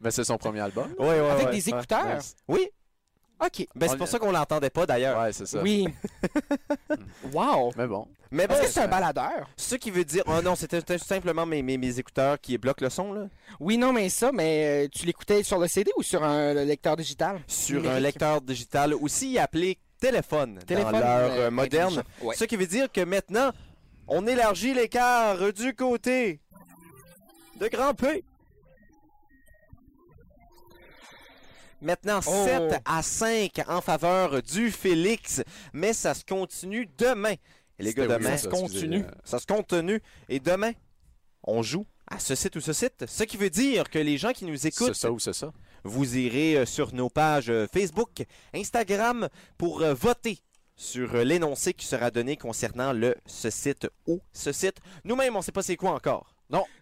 [SPEAKER 4] Mais c'est son premier album.
[SPEAKER 1] Ouais, ouais,
[SPEAKER 3] Avec
[SPEAKER 1] ouais.
[SPEAKER 3] des écouteurs?
[SPEAKER 1] Oui,
[SPEAKER 3] OK.
[SPEAKER 1] ben,
[SPEAKER 4] On-
[SPEAKER 1] c'est pour ça qu'on l'entendait pas d'ailleurs.
[SPEAKER 4] Ouais, c'est ça.
[SPEAKER 3] Oui. wow.
[SPEAKER 4] Mais bon.
[SPEAKER 1] Mais bon,
[SPEAKER 3] Est-ce que c'est un baladeur?
[SPEAKER 1] ce qui veut dire. Oh non, c'était c'était simplement mes, mes, mes écouteurs qui bloquent le son, là.
[SPEAKER 3] Oui, non, mais ça, mais euh, tu l'écoutais sur le CD ou sur un le lecteur digital?
[SPEAKER 1] sur un
[SPEAKER 3] Numérique.
[SPEAKER 1] lecteur digital, aussi appelé téléphone, dans l'heure euh,
[SPEAKER 3] euh,
[SPEAKER 1] moderne.
[SPEAKER 3] intelligent. Ouais.
[SPEAKER 1] Ce qui veut dire que maintenant, on élargit l'écart du côté de Grand P. Maintenant,
[SPEAKER 3] Oh.
[SPEAKER 1] 7 à 5 en faveur du Félix, mais ça se continue demain. Et les gars,
[SPEAKER 4] C'était
[SPEAKER 1] demain,
[SPEAKER 4] weird,
[SPEAKER 1] ça,
[SPEAKER 4] ça,
[SPEAKER 3] continue.
[SPEAKER 4] excusez, euh,
[SPEAKER 1] ça se continue. Et demain, on joue à ce site ou ce site. Ce qui veut dire que les gens qui nous écoutent
[SPEAKER 4] C'est ça ou c'est ça
[SPEAKER 1] vous irez euh, sur nos pages euh, Facebook, Instagram pour euh, voter sur euh, l'énoncé qui sera donné concernant le ce site ou ce site. Nous-mêmes, on sait pas c'est quoi encore.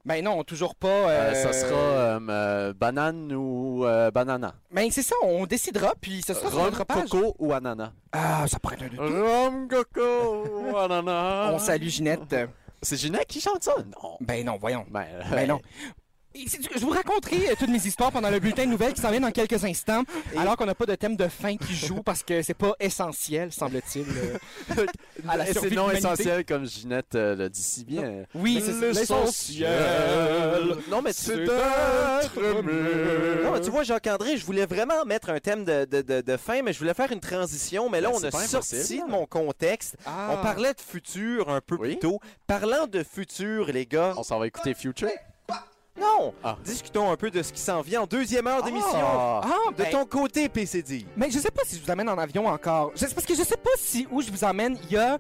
[SPEAKER 3] Ben non, toujours pas.
[SPEAKER 4] Euh,
[SPEAKER 3] euh,
[SPEAKER 4] Ça sera euh, euh, banane ou euh, banana
[SPEAKER 3] Ben c'est ça, on décidera, puis ce sera sur
[SPEAKER 4] Rhum,
[SPEAKER 3] notre page.
[SPEAKER 4] coco ou ananas
[SPEAKER 3] Ah, ça pourrait être un de-
[SPEAKER 4] Rhum, coco ou ananas
[SPEAKER 1] Ah,
[SPEAKER 3] On salue Ginette. Euh,
[SPEAKER 4] C'est Ginette qui chante ça Non.
[SPEAKER 3] Ben non, voyons.
[SPEAKER 4] Ben, euh,
[SPEAKER 3] Ben non. Et c'est- Je vous raconterai euh, toutes mes histoires pendant le bulletin de nouvelles qui s'en vient dans quelques instants, alors qu'on n'a pas de thème de fin qui joue parce que c'est pas essentiel, semble-t-il. euh, à la
[SPEAKER 4] Et c'est
[SPEAKER 3] survie de
[SPEAKER 4] non
[SPEAKER 3] l'humanité.
[SPEAKER 4] essentiel comme Ginette euh, le dit si bien.
[SPEAKER 3] Oui, c'est ça.
[SPEAKER 4] L'essentiel,
[SPEAKER 1] euh, Non, mais tu,
[SPEAKER 4] d'être mieux.
[SPEAKER 1] Non, mais tu vois, Jacques-André, je voulais vraiment mettre un thème de, de- de- de fin, mais je voulais faire une transition. Mais là,
[SPEAKER 4] Ben,
[SPEAKER 1] on
[SPEAKER 4] c'est
[SPEAKER 1] a
[SPEAKER 4] pas
[SPEAKER 1] sorti
[SPEAKER 4] impossible.
[SPEAKER 1] de mon contexte.
[SPEAKER 3] Ah.
[SPEAKER 1] On parlait de futur un peu
[SPEAKER 4] Oui.
[SPEAKER 1] plus tôt. Parlant de futur, les gars.
[SPEAKER 4] On s'en va écouter Future.
[SPEAKER 1] Non!
[SPEAKER 4] Ah.
[SPEAKER 1] Discutons un peu de ce qui s'en vient en deuxième heure d'émission.
[SPEAKER 4] Ah.
[SPEAKER 3] Ah,
[SPEAKER 1] De
[SPEAKER 3] ben,
[SPEAKER 1] ton côté, PCD.
[SPEAKER 3] Mais je sais pas si je vous amène en avion encore. Je- parce que je sais pas si où je vous amène, il y a.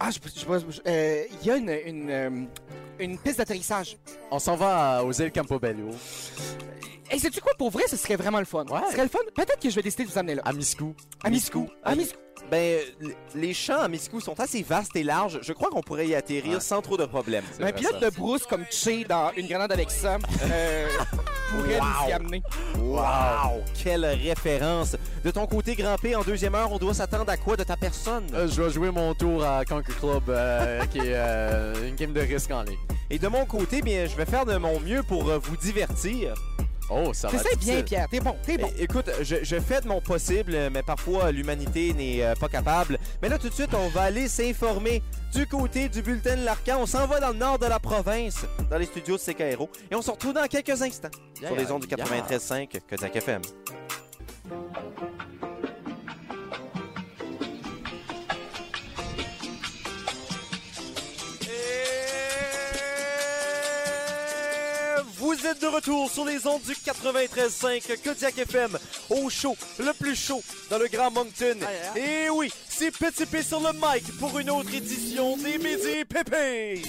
[SPEAKER 3] Ah, je. je- je- euh, Il y a une. Une, euh, une piste d'atterrissage.
[SPEAKER 4] On s'en va à- aux îles Campobello.
[SPEAKER 3] Et sais-tu quoi, pour vrai, ce serait vraiment le fun.
[SPEAKER 4] Ouais.
[SPEAKER 3] Ce serait le fun. Peut-être que je vais décider de vous amener là.
[SPEAKER 4] À Miscou.
[SPEAKER 3] À Miscou. À Miscou.
[SPEAKER 1] Ben, l- les champs à Miscou sont assez vastes et larges. Je crois qu'on pourrait y atterrir
[SPEAKER 4] Ouais.
[SPEAKER 1] sans trop de problèmes.
[SPEAKER 3] Un pilote de brousse comme Che dans Une grenade avec ça euh, pourrait nous y amener.
[SPEAKER 1] Wow! Quelle référence! De ton côté, Grand P, en deuxième heure, on doit s'attendre à quoi de ta personne?
[SPEAKER 4] Euh, je vais jouer mon tour à Conquer Club, euh, qui est euh, une game de risque en ligne.
[SPEAKER 1] Et de mon côté, bien, je vais faire de mon mieux pour euh, vous divertir.
[SPEAKER 4] Oh, ça va
[SPEAKER 3] C'est ça,
[SPEAKER 4] être
[SPEAKER 3] bien,
[SPEAKER 4] difficile.
[SPEAKER 3] Pierre. T'es bon, t'es bon.
[SPEAKER 1] É- Écoute, je, je fais de mon possible, euh, mais parfois l'humanité n'est euh, pas capable. Mais là, tout de suite, on va aller s'informer du côté du bulletin de l'Arcan. On s'en va dans le nord de la province, dans les studios de CKRO. Et on se retrouve dans quelques instants sur les ondes du 93.5 Kodak FM. Et Vous êtes de retour sur les ondes du 93.5 Kodiak FM, au chaud, le plus chaud dans le Grand Moncton. Et oui, c'est Petit P sur le mic pour une autre édition des Midi Pépé.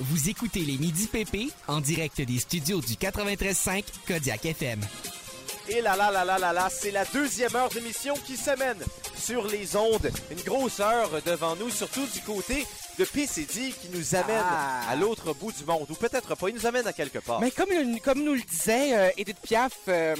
[SPEAKER 2] Vous écoutez les Midi PP en direct des studios du 93.5 Kodiak FM.
[SPEAKER 1] Et là là là là là là, c'est la deuxième heure d'émission qui s'amène sur les ondes. Une grosse heure devant nous, surtout du côté de PCD qui nous amène
[SPEAKER 3] Ah.
[SPEAKER 1] à l'autre bout du monde, ou peut-être pas, il nous amène à quelque
[SPEAKER 4] Eh.
[SPEAKER 1] part.
[SPEAKER 3] Mais comme, le- comme nous le disait euh, Edith Piaf, euh,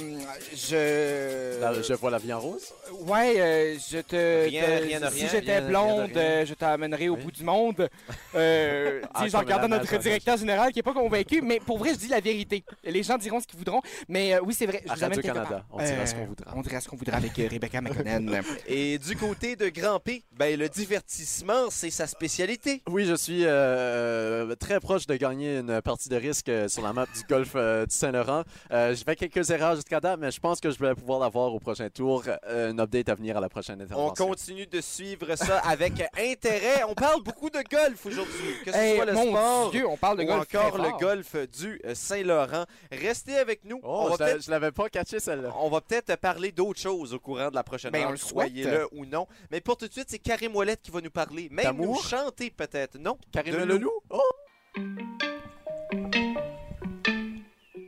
[SPEAKER 3] je...
[SPEAKER 4] Là, Euh, je vois la vie en rose.
[SPEAKER 3] Ouais, euh, je te...
[SPEAKER 1] Rien,
[SPEAKER 3] te-
[SPEAKER 1] rien de
[SPEAKER 3] si
[SPEAKER 1] rien,
[SPEAKER 3] j'étais
[SPEAKER 4] rien de- rien
[SPEAKER 3] blonde,
[SPEAKER 4] de rien.
[SPEAKER 3] euh, je t'amènerais au
[SPEAKER 4] Oui.
[SPEAKER 3] bout du monde. Euh,
[SPEAKER 4] Ah,
[SPEAKER 3] dis,
[SPEAKER 4] ça
[SPEAKER 3] en
[SPEAKER 4] me
[SPEAKER 3] regardant
[SPEAKER 4] la
[SPEAKER 3] notre
[SPEAKER 4] marche,
[SPEAKER 3] directeur général qui est pas convaincu, mais pour vrai, je dis la vérité. Les gens diront ce qu'ils voudront, mais euh, oui, c'est vrai, je
[SPEAKER 4] À
[SPEAKER 3] vous amène quelque
[SPEAKER 4] Radio-Canada,
[SPEAKER 3] part.
[SPEAKER 4] on dira
[SPEAKER 3] Euh,
[SPEAKER 4] ce qu'on voudra.
[SPEAKER 3] On dira ce qu'on voudra avec euh, Rebecca McConnell.
[SPEAKER 1] Et du côté de Grand P, ben, le divertissement, c'est sa spécialité.
[SPEAKER 4] Oui, je suis euh, euh, très proche de gagner une partie de risque euh, sur la map du golfe euh, du Saint-Laurent. Euh, J'ai fait quelques erreurs jusqu'à date, mais je pense que je vais pouvoir l'avoir au prochain tour. Euh, une update à venir à la prochaine
[SPEAKER 1] On
[SPEAKER 4] intervention.
[SPEAKER 1] continue de suivre ça avec intérêt. On parle beaucoup de golf aujourd'hui, que ce
[SPEAKER 3] Eh,
[SPEAKER 1] soit le
[SPEAKER 3] mon
[SPEAKER 1] sport
[SPEAKER 3] Dieu, on parle de
[SPEAKER 1] ou
[SPEAKER 3] golf
[SPEAKER 1] encore
[SPEAKER 3] très
[SPEAKER 1] le
[SPEAKER 3] fort.
[SPEAKER 1] golf du euh, Saint-Laurent. Restez avec nous.
[SPEAKER 4] Oh,
[SPEAKER 1] on va
[SPEAKER 4] je l'a-
[SPEAKER 1] peut-être
[SPEAKER 4] je l'avais pas catché celle-là.
[SPEAKER 1] On va peut-être parler d'autres choses au courant de la prochaine
[SPEAKER 3] Ben, on
[SPEAKER 1] heure,
[SPEAKER 3] le souhaite.
[SPEAKER 1] soyez-le ou non. Mais pour tout de suite, c'est Karim Ouellet qui va nous parler, même
[SPEAKER 4] D'amour?
[SPEAKER 1] nous chanter peut-être, non?
[SPEAKER 4] Karim
[SPEAKER 1] De
[SPEAKER 4] Le
[SPEAKER 1] loup.
[SPEAKER 4] Loup? Oh!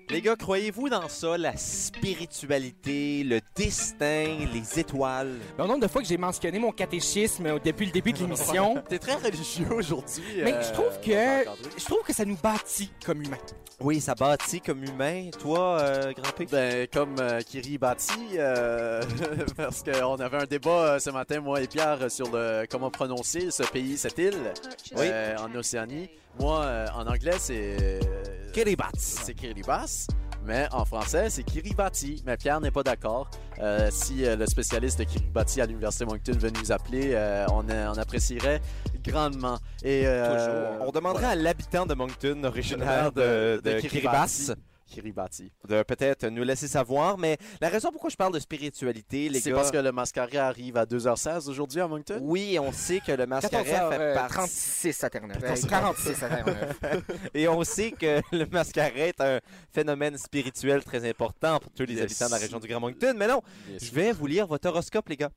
[SPEAKER 1] Les gars, croyez-vous dans ça, la spiritualité, le destin, les étoiles?
[SPEAKER 3] Le nombre de fois que j'ai mentionné mon catéchisme euh, depuis le début de l'émission,
[SPEAKER 4] T'es très religieux aujourd'hui. euh,
[SPEAKER 3] Mais je trouve que-
[SPEAKER 4] Jean-André.
[SPEAKER 3] je trouve que ça nous bâtit comme humains.
[SPEAKER 1] Oui, ça bâtit comme humain. Toi, euh, Grand P?
[SPEAKER 4] Ben, comme euh, Kiri Bati, euh, parce qu'on avait un débat euh, ce matin, moi et Pierre, euh, sur le, comment prononcer ce pays, cette île,
[SPEAKER 1] Oui.
[SPEAKER 4] euh, en Océanie. Moi, euh, en anglais, c'est... euh,
[SPEAKER 1] Kiribati.
[SPEAKER 4] c'est Kiribati, mais en français, c'est Kiribati. Mais Pierre n'est pas d'accord. Euh, si euh, le spécialiste de Kiribati à l'Université Moncton venait nous appeler, euh, on, euh, on apprécierait grandement. Et, euh,
[SPEAKER 1] Toujours. On demanderait à l'habitant de Moncton, originaire
[SPEAKER 4] originaire
[SPEAKER 1] de, de, Kiribati,
[SPEAKER 4] Kiribati.
[SPEAKER 1] de peut-être nous laisser savoir. Mais la raison pourquoi je parle de spiritualité, les
[SPEAKER 4] C'est
[SPEAKER 1] gars...
[SPEAKER 4] parce que le mascara arrive à 2h16 aujourd'hui à Moncton?
[SPEAKER 1] Oui, on sait que le mascaret
[SPEAKER 3] 14
[SPEAKER 1] fait
[SPEAKER 3] h
[SPEAKER 1] partie
[SPEAKER 3] 36 à Terre-Neuve. Euh, 46 à Terre-Neuve.
[SPEAKER 1] Et on sait que le mascaret est un phénomène spirituel très important pour tous les
[SPEAKER 4] Yes.
[SPEAKER 1] habitants de la région du Grand Moncton. Mais non, je vais vous lire votre horoscope, les gars.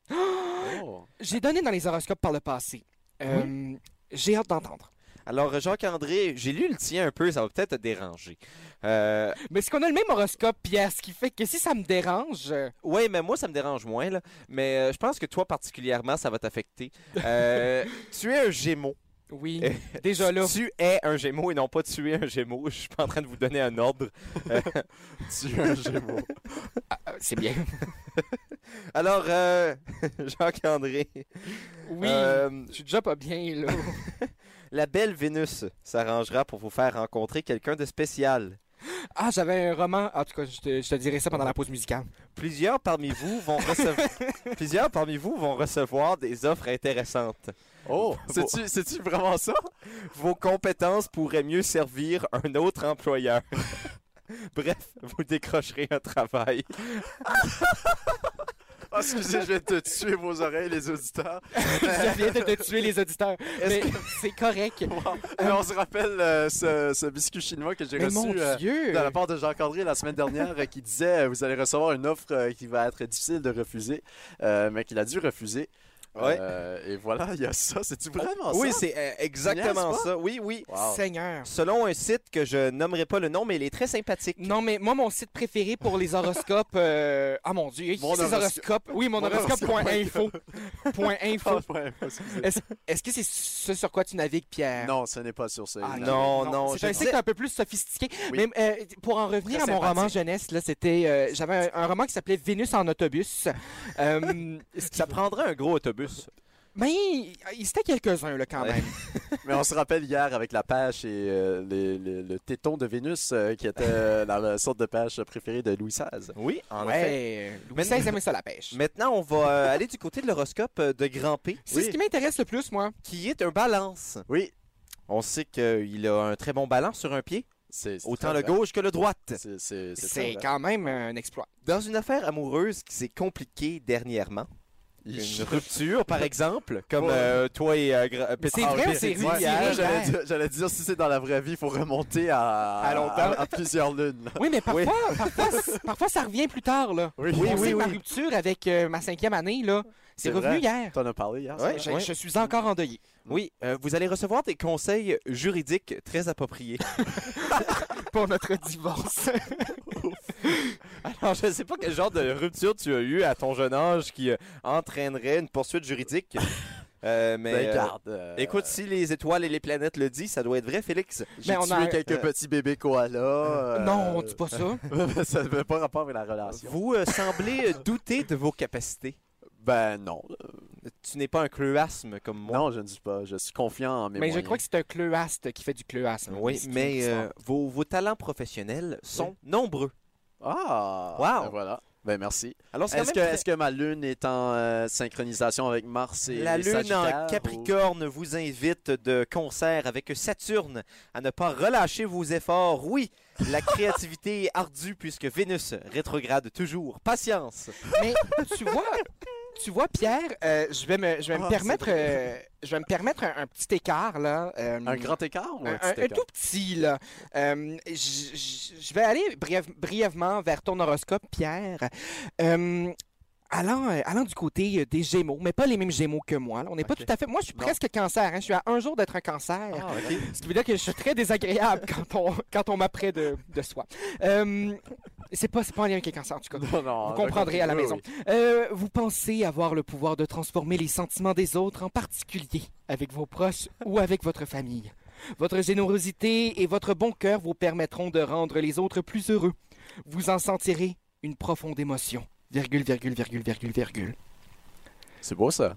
[SPEAKER 4] Oh.
[SPEAKER 3] J'ai donné dans les horoscopes par le passé. Euh, J'ai hâte d'entendre.
[SPEAKER 1] Alors, Jacques-André, j'ai lu le tien un peu, ça va peut-être te déranger. Euh,
[SPEAKER 3] Mais c'est qu'on a le même horoscope, Pierre, ce qui fait que si ça me dérange, euh,
[SPEAKER 1] ouais, mais moi, ça me dérange moins, là. Mais euh, je pense que toi, particulièrement, ça va t'affecter. Euh, tu es un gémeau.
[SPEAKER 3] oui,
[SPEAKER 1] Euh,
[SPEAKER 3] déjà là.
[SPEAKER 1] Tu es un gémeau et non pas tu es un gémeau. Je suis pas en train de vous donner un ordre.
[SPEAKER 4] Tu es un gémeau.
[SPEAKER 3] Euh, C'est bien.
[SPEAKER 1] Alors, euh, Jacques-André,
[SPEAKER 3] Oui,
[SPEAKER 1] euh,
[SPEAKER 3] je suis déjà pas bien, là.
[SPEAKER 1] La belle Vénus s'arrangera pour vous faire rencontrer quelqu'un de spécial.
[SPEAKER 3] Ah, j'avais un roman. En tout cas, je te, je te dirai ça pendant la pause musicale.
[SPEAKER 1] Plusieurs parmi vous vont recevoir plusieurs parmi vous vont recevoir des offres intéressantes.
[SPEAKER 4] Oh, c'est-tu, c'est-tu vraiment ça?
[SPEAKER 1] Vos compétences pourraient mieux servir un autre employeur. Bref, vous décrocherez un travail.
[SPEAKER 4] Ah, excusez, je vais te tuer vos oreilles, les auditeurs.
[SPEAKER 3] je viens de te tuer, les auditeurs. Mais c'est correct.
[SPEAKER 4] Mais eh, on se rappelle euh, ce, ce biscuit chinois que j'ai
[SPEAKER 3] Mais
[SPEAKER 4] reçu
[SPEAKER 3] mon
[SPEAKER 4] euh,
[SPEAKER 3] Dieu!
[SPEAKER 4] de la part de Jacques-André la semaine dernière euh, qui disait euh, Vous allez recevoir une offre euh, qui va être difficile de refuser, euh, mais qu'il a dû refuser.
[SPEAKER 1] Ouais.
[SPEAKER 4] Euh, et voilà, il y a ça. C'est-tu vraiment ça?
[SPEAKER 1] Oui, c'est euh, exactement
[SPEAKER 4] Niaise pas?
[SPEAKER 1] ça. Oui, oui.
[SPEAKER 4] Wow.
[SPEAKER 3] Seigneur.
[SPEAKER 1] Selon un site que je nommerai pas le nom, mais il est très sympathique.
[SPEAKER 3] Non, mais moi, mon site préféré pour les horoscopes. euh, Ah mon Dieu,
[SPEAKER 4] Mon
[SPEAKER 3] ces
[SPEAKER 4] horoscope.
[SPEAKER 3] horoscopes. Oui, mon,
[SPEAKER 4] Mon
[SPEAKER 3] horoscope.info. Point info.
[SPEAKER 4] Ah, ouais, excusez.
[SPEAKER 3] Est-ce est-ce que c'est ce sur quoi tu navigues, Pierre?
[SPEAKER 4] Non, ce n'est pas sur ce.
[SPEAKER 3] Ah,
[SPEAKER 1] Non, non,
[SPEAKER 3] C'est un
[SPEAKER 1] je
[SPEAKER 3] site
[SPEAKER 1] sais.
[SPEAKER 3] un peu plus sophistiqué.
[SPEAKER 4] Oui.
[SPEAKER 3] Mais euh, pour en revenir à
[SPEAKER 4] Très
[SPEAKER 3] mon
[SPEAKER 4] sympathique.
[SPEAKER 3] roman jeunesse, là, c'était, euh, j'avais un, un roman qui s'appelait Vénus en autobus. Euh, ce qui-
[SPEAKER 1] Ça prendrait un gros autobus.
[SPEAKER 3] Mais il il- c'était quelques-uns là, quand
[SPEAKER 1] Ouais.
[SPEAKER 3] même.
[SPEAKER 4] Mais on se rappelle hier avec la pêche et euh, les- les- le téton de Vénus euh, qui était euh, la, la sorte de pêche préférée de Louis XVI.
[SPEAKER 1] Oui, en effet.
[SPEAKER 3] Ouais. Louis
[SPEAKER 1] Mais-
[SPEAKER 3] XVI aimait ça la pêche.
[SPEAKER 1] Maintenant, on va euh, aller du côté de l'horoscope euh, de Grand P,
[SPEAKER 3] C'est ce qui m'intéresse le plus, moi.
[SPEAKER 1] qui est un balance.
[SPEAKER 4] Oui,
[SPEAKER 1] On sait qu'il a un très bon balance sur un pied,
[SPEAKER 4] c'est c'est
[SPEAKER 1] autant le
[SPEAKER 4] très vrai.
[SPEAKER 1] gauche que le droite.
[SPEAKER 4] C'est- C'est c'est très
[SPEAKER 3] C'est
[SPEAKER 4] vrai.
[SPEAKER 3] quand même un exploit.
[SPEAKER 1] Dans une affaire amoureuse qui s'est compliquée dernièrement, une rupture par exemple, comme
[SPEAKER 4] Ouais.
[SPEAKER 1] euh, toi et euh, Gra- Petit
[SPEAKER 3] c'est
[SPEAKER 1] Henri,
[SPEAKER 3] vrai,
[SPEAKER 1] on
[SPEAKER 3] c'est
[SPEAKER 1] s'est dit
[SPEAKER 3] vrai,
[SPEAKER 1] hier.
[SPEAKER 3] c'est vrai.
[SPEAKER 4] hein, J'allais dire- J'allais dire, si c'est dans la vraie vie, il faut remonter à,
[SPEAKER 1] À longtemps.
[SPEAKER 4] à- à plusieurs lunes. là.
[SPEAKER 3] Oui, mais parfois, parfois, c- parfois, ça revient plus tard. Là.
[SPEAKER 4] Oui,
[SPEAKER 3] On
[SPEAKER 4] oui,
[SPEAKER 3] sait
[SPEAKER 4] oui,
[SPEAKER 3] que ma
[SPEAKER 4] oui.
[SPEAKER 3] rupture avec euh, ma cinquième année, là, c'est
[SPEAKER 4] C'est
[SPEAKER 3] revenu
[SPEAKER 4] vrai.
[SPEAKER 3] hier.
[SPEAKER 4] T'en as parlé hier.
[SPEAKER 1] Ouais,
[SPEAKER 4] ça?
[SPEAKER 3] Je, je suis encore endeuillé.
[SPEAKER 1] Oui, euh, vous allez recevoir des conseils juridiques très appropriés.
[SPEAKER 3] Pour notre divorce.
[SPEAKER 1] Alors, je ne sais pas quel genre de rupture tu as eu à ton jeune âge qui euh, entraînerait une poursuite juridique. Euh, mais
[SPEAKER 4] Ben,
[SPEAKER 1] euh,
[SPEAKER 4] garde, euh,
[SPEAKER 1] écoute, si les étoiles et les planètes le disent, ça doit être vrai, Félix.
[SPEAKER 4] j'ai
[SPEAKER 3] Mais on
[SPEAKER 4] tué
[SPEAKER 3] a-
[SPEAKER 4] quelques
[SPEAKER 1] euh,
[SPEAKER 4] petits bébés koalas. euh,
[SPEAKER 3] Non, on dit pas ça.
[SPEAKER 4] ça ne pas rapport avec la relation.
[SPEAKER 1] Vous euh, semblez euh, douter de vos capacités.
[SPEAKER 4] Ben non.
[SPEAKER 1] Tu n'es pas un cruasme comme moi.
[SPEAKER 4] Non, je ne suis pas. Je suis confiant en mes
[SPEAKER 3] Mais je
[SPEAKER 4] moyens.
[SPEAKER 3] crois que c'est un cleuaste qui fait du cleuasme.
[SPEAKER 1] Oui,
[SPEAKER 3] C'est une
[SPEAKER 1] mais
[SPEAKER 3] histoire.
[SPEAKER 1] euh, vos, vos talents professionnels sont nombreux.
[SPEAKER 4] Ah!
[SPEAKER 1] Wow.
[SPEAKER 4] ben voilà. Ben merci.
[SPEAKER 1] Alors, c'est quand
[SPEAKER 4] Est-ce que,
[SPEAKER 1] même
[SPEAKER 4] est-ce que ma lune est en euh, synchronisation avec Mars
[SPEAKER 1] très-
[SPEAKER 4] et
[SPEAKER 1] la
[SPEAKER 4] les
[SPEAKER 1] Lune
[SPEAKER 4] Sagittaires,
[SPEAKER 1] en
[SPEAKER 4] ou-
[SPEAKER 1] Capricorne vous invite de concert avec Saturne à ne pas relâcher vos efforts. Oui, la créativité est ardue puisque Vénus rétrograde toujours. Patience.
[SPEAKER 3] Mais tu vois, tu vois Pierre, euh, je vais me, je vais
[SPEAKER 4] Ah,
[SPEAKER 3] me
[SPEAKER 4] c'est
[SPEAKER 3] permettre,
[SPEAKER 4] vrai.
[SPEAKER 3] euh, je vais me permettre un, un petit écart là. euh,
[SPEAKER 4] Un grand écart ou un,
[SPEAKER 3] un-
[SPEAKER 4] petit
[SPEAKER 3] un- un
[SPEAKER 4] écart?
[SPEAKER 3] tout petit là. Euh, j- j- je vais aller briève- brièvement vers ton horoscope, Pierre. Euh, Allant, euh, allant du côté euh, des Gémeaux, mais pas les mêmes Gémeaux que moi. là. On n'est pas
[SPEAKER 4] Ok.
[SPEAKER 3] tout à fait. Moi, je suis
[SPEAKER 4] Non.
[SPEAKER 3] presque cancer. hein. Je suis à un jour d'être un cancer.
[SPEAKER 4] Ah, ok.
[SPEAKER 3] Ce qui veut dire que je suis très désagréable quand on, quand on m'apprête de, de soi. Euh, c'est pas, c'est pas en lien avec les cancers, en tout cas.
[SPEAKER 4] Non, non,
[SPEAKER 3] Vous
[SPEAKER 4] on a
[SPEAKER 3] comprendrez à la
[SPEAKER 4] compris.
[SPEAKER 3] maison. Euh, vous pensez avoir le pouvoir de transformer les sentiments des autres, en particulier avec vos proches ou avec votre famille. Votre générosité et votre bon cœur vous permettront de rendre les autres plus heureux. Vous en sentirez une profonde émotion. Virgule, virgule, virgule, virgule, virgule.
[SPEAKER 4] C'est beau ça.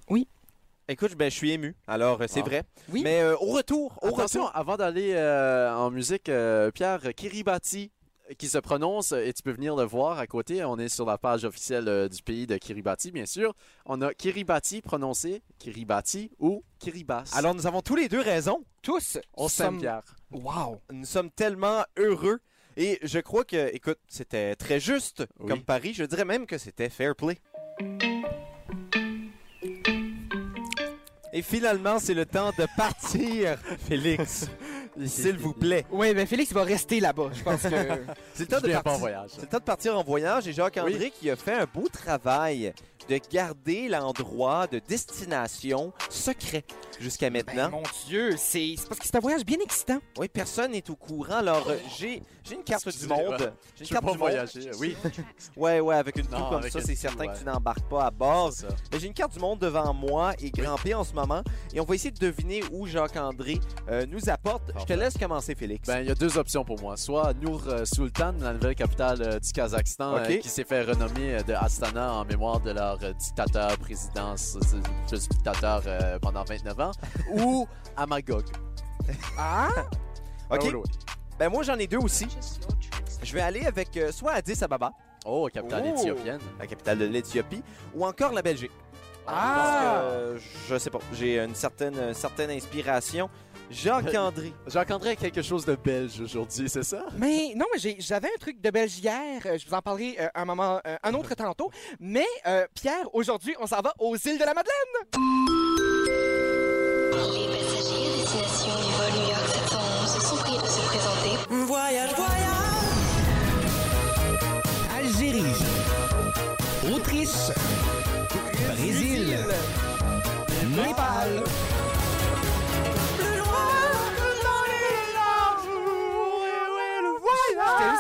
[SPEAKER 1] Écoute, ben, je suis ému. Alors, euh, c'est
[SPEAKER 4] Wow.
[SPEAKER 1] vrai.
[SPEAKER 3] Oui.
[SPEAKER 1] Mais euh, au retour, au
[SPEAKER 4] Attention,
[SPEAKER 1] retour.
[SPEAKER 4] avant d'aller euh, en musique, euh, Pierre Kiribati euh, qui se prononce et tu peux venir le voir à côté. On est sur la page officielle euh, du pays de Kiribati, bien sûr. On a Kiribati prononcé Kiribati ou Kiribati.
[SPEAKER 1] Alors, nous avons tous les deux raison.
[SPEAKER 3] Tous,
[SPEAKER 4] on s'aime,
[SPEAKER 3] sommes...
[SPEAKER 4] Pierre.
[SPEAKER 3] Wow.
[SPEAKER 1] Nous sommes tellement heureux. Et je crois que, écoute, c'était très juste
[SPEAKER 4] Oui.
[SPEAKER 1] comme pari. Je dirais même que c'était fair play. Et finalement, c'est le temps de partir, Félix. S'il vous plaît.
[SPEAKER 3] Oui, mais ben, Félix va rester là-bas. Je pense que.
[SPEAKER 1] C'est le
[SPEAKER 4] Je
[SPEAKER 1] temps de
[SPEAKER 4] viens pas en
[SPEAKER 1] partir.
[SPEAKER 4] voyage.
[SPEAKER 1] C'est le temps de partir en voyage et Jacques-André qui a fait un beau travail de garder l'endroit de destination secret jusqu'à maintenant.
[SPEAKER 3] Ben, mon Dieu, c'est c'est parce que c'est un voyage bien excitant.
[SPEAKER 1] Oui, personne n'est au courant. Alors, euh, j'ai j'ai une carte du
[SPEAKER 4] Excusez-moi.
[SPEAKER 1] monde. J'ai une
[SPEAKER 4] Je peux
[SPEAKER 1] carte
[SPEAKER 4] pas
[SPEAKER 1] du monde.
[SPEAKER 4] voyager. Oui,
[SPEAKER 1] Ouais, ouais, avec une toux
[SPEAKER 4] Non,
[SPEAKER 1] comme
[SPEAKER 4] avec
[SPEAKER 1] ça,
[SPEAKER 4] une
[SPEAKER 1] c'est
[SPEAKER 4] toux,
[SPEAKER 1] certain
[SPEAKER 4] ouais.
[SPEAKER 1] que tu n'embarques pas à bord.
[SPEAKER 4] c'est ça.
[SPEAKER 1] Mais j'ai une carte du monde devant moi et grimpée en ce moment. Et on va essayer de deviner où Jacques-André euh, nous apporte. Je te
[SPEAKER 4] Parfait.
[SPEAKER 1] laisse commencer, Félix.
[SPEAKER 4] Ben, il y a deux options pour moi. Soit Nour euh, Sultan, la nouvelle capitale euh, du Kazakhstan,
[SPEAKER 1] Ok.
[SPEAKER 4] euh, qui s'est fait renommer euh, de Astana en mémoire de leur euh, dictateur, président, s- s- plus dictateur euh, pendant 29 ans, ou Amagog.
[SPEAKER 3] Ah!
[SPEAKER 1] OK. Ben, moi, j'en ai deux aussi. Je vais aller avec euh, soit Addis Ababa,
[SPEAKER 4] Oh, capitale
[SPEAKER 1] Oh.
[SPEAKER 4] éthiopienne.
[SPEAKER 1] la capitale de l'Éthiopie, ou encore la Belgique.
[SPEAKER 3] Ah!
[SPEAKER 1] Parce que, euh, je sais pas, j'ai une certaine, une certaine inspiration. Jacques-André.
[SPEAKER 4] Jacques-André a quelque chose de belge aujourd'hui, c'est ça?
[SPEAKER 3] Mais non, mais j'ai- j'avais un truc de belge hier. euh, Je vous en parlerai euh, un moment, euh, un autre tantôt. Mais euh, Pierre, aujourd'hui, on s'en va aux îles de la Madeleine.
[SPEAKER 8] Les passagers à destination du vol New York 711 sont priés de se présenter
[SPEAKER 2] Algérie, Autriche, Brésil,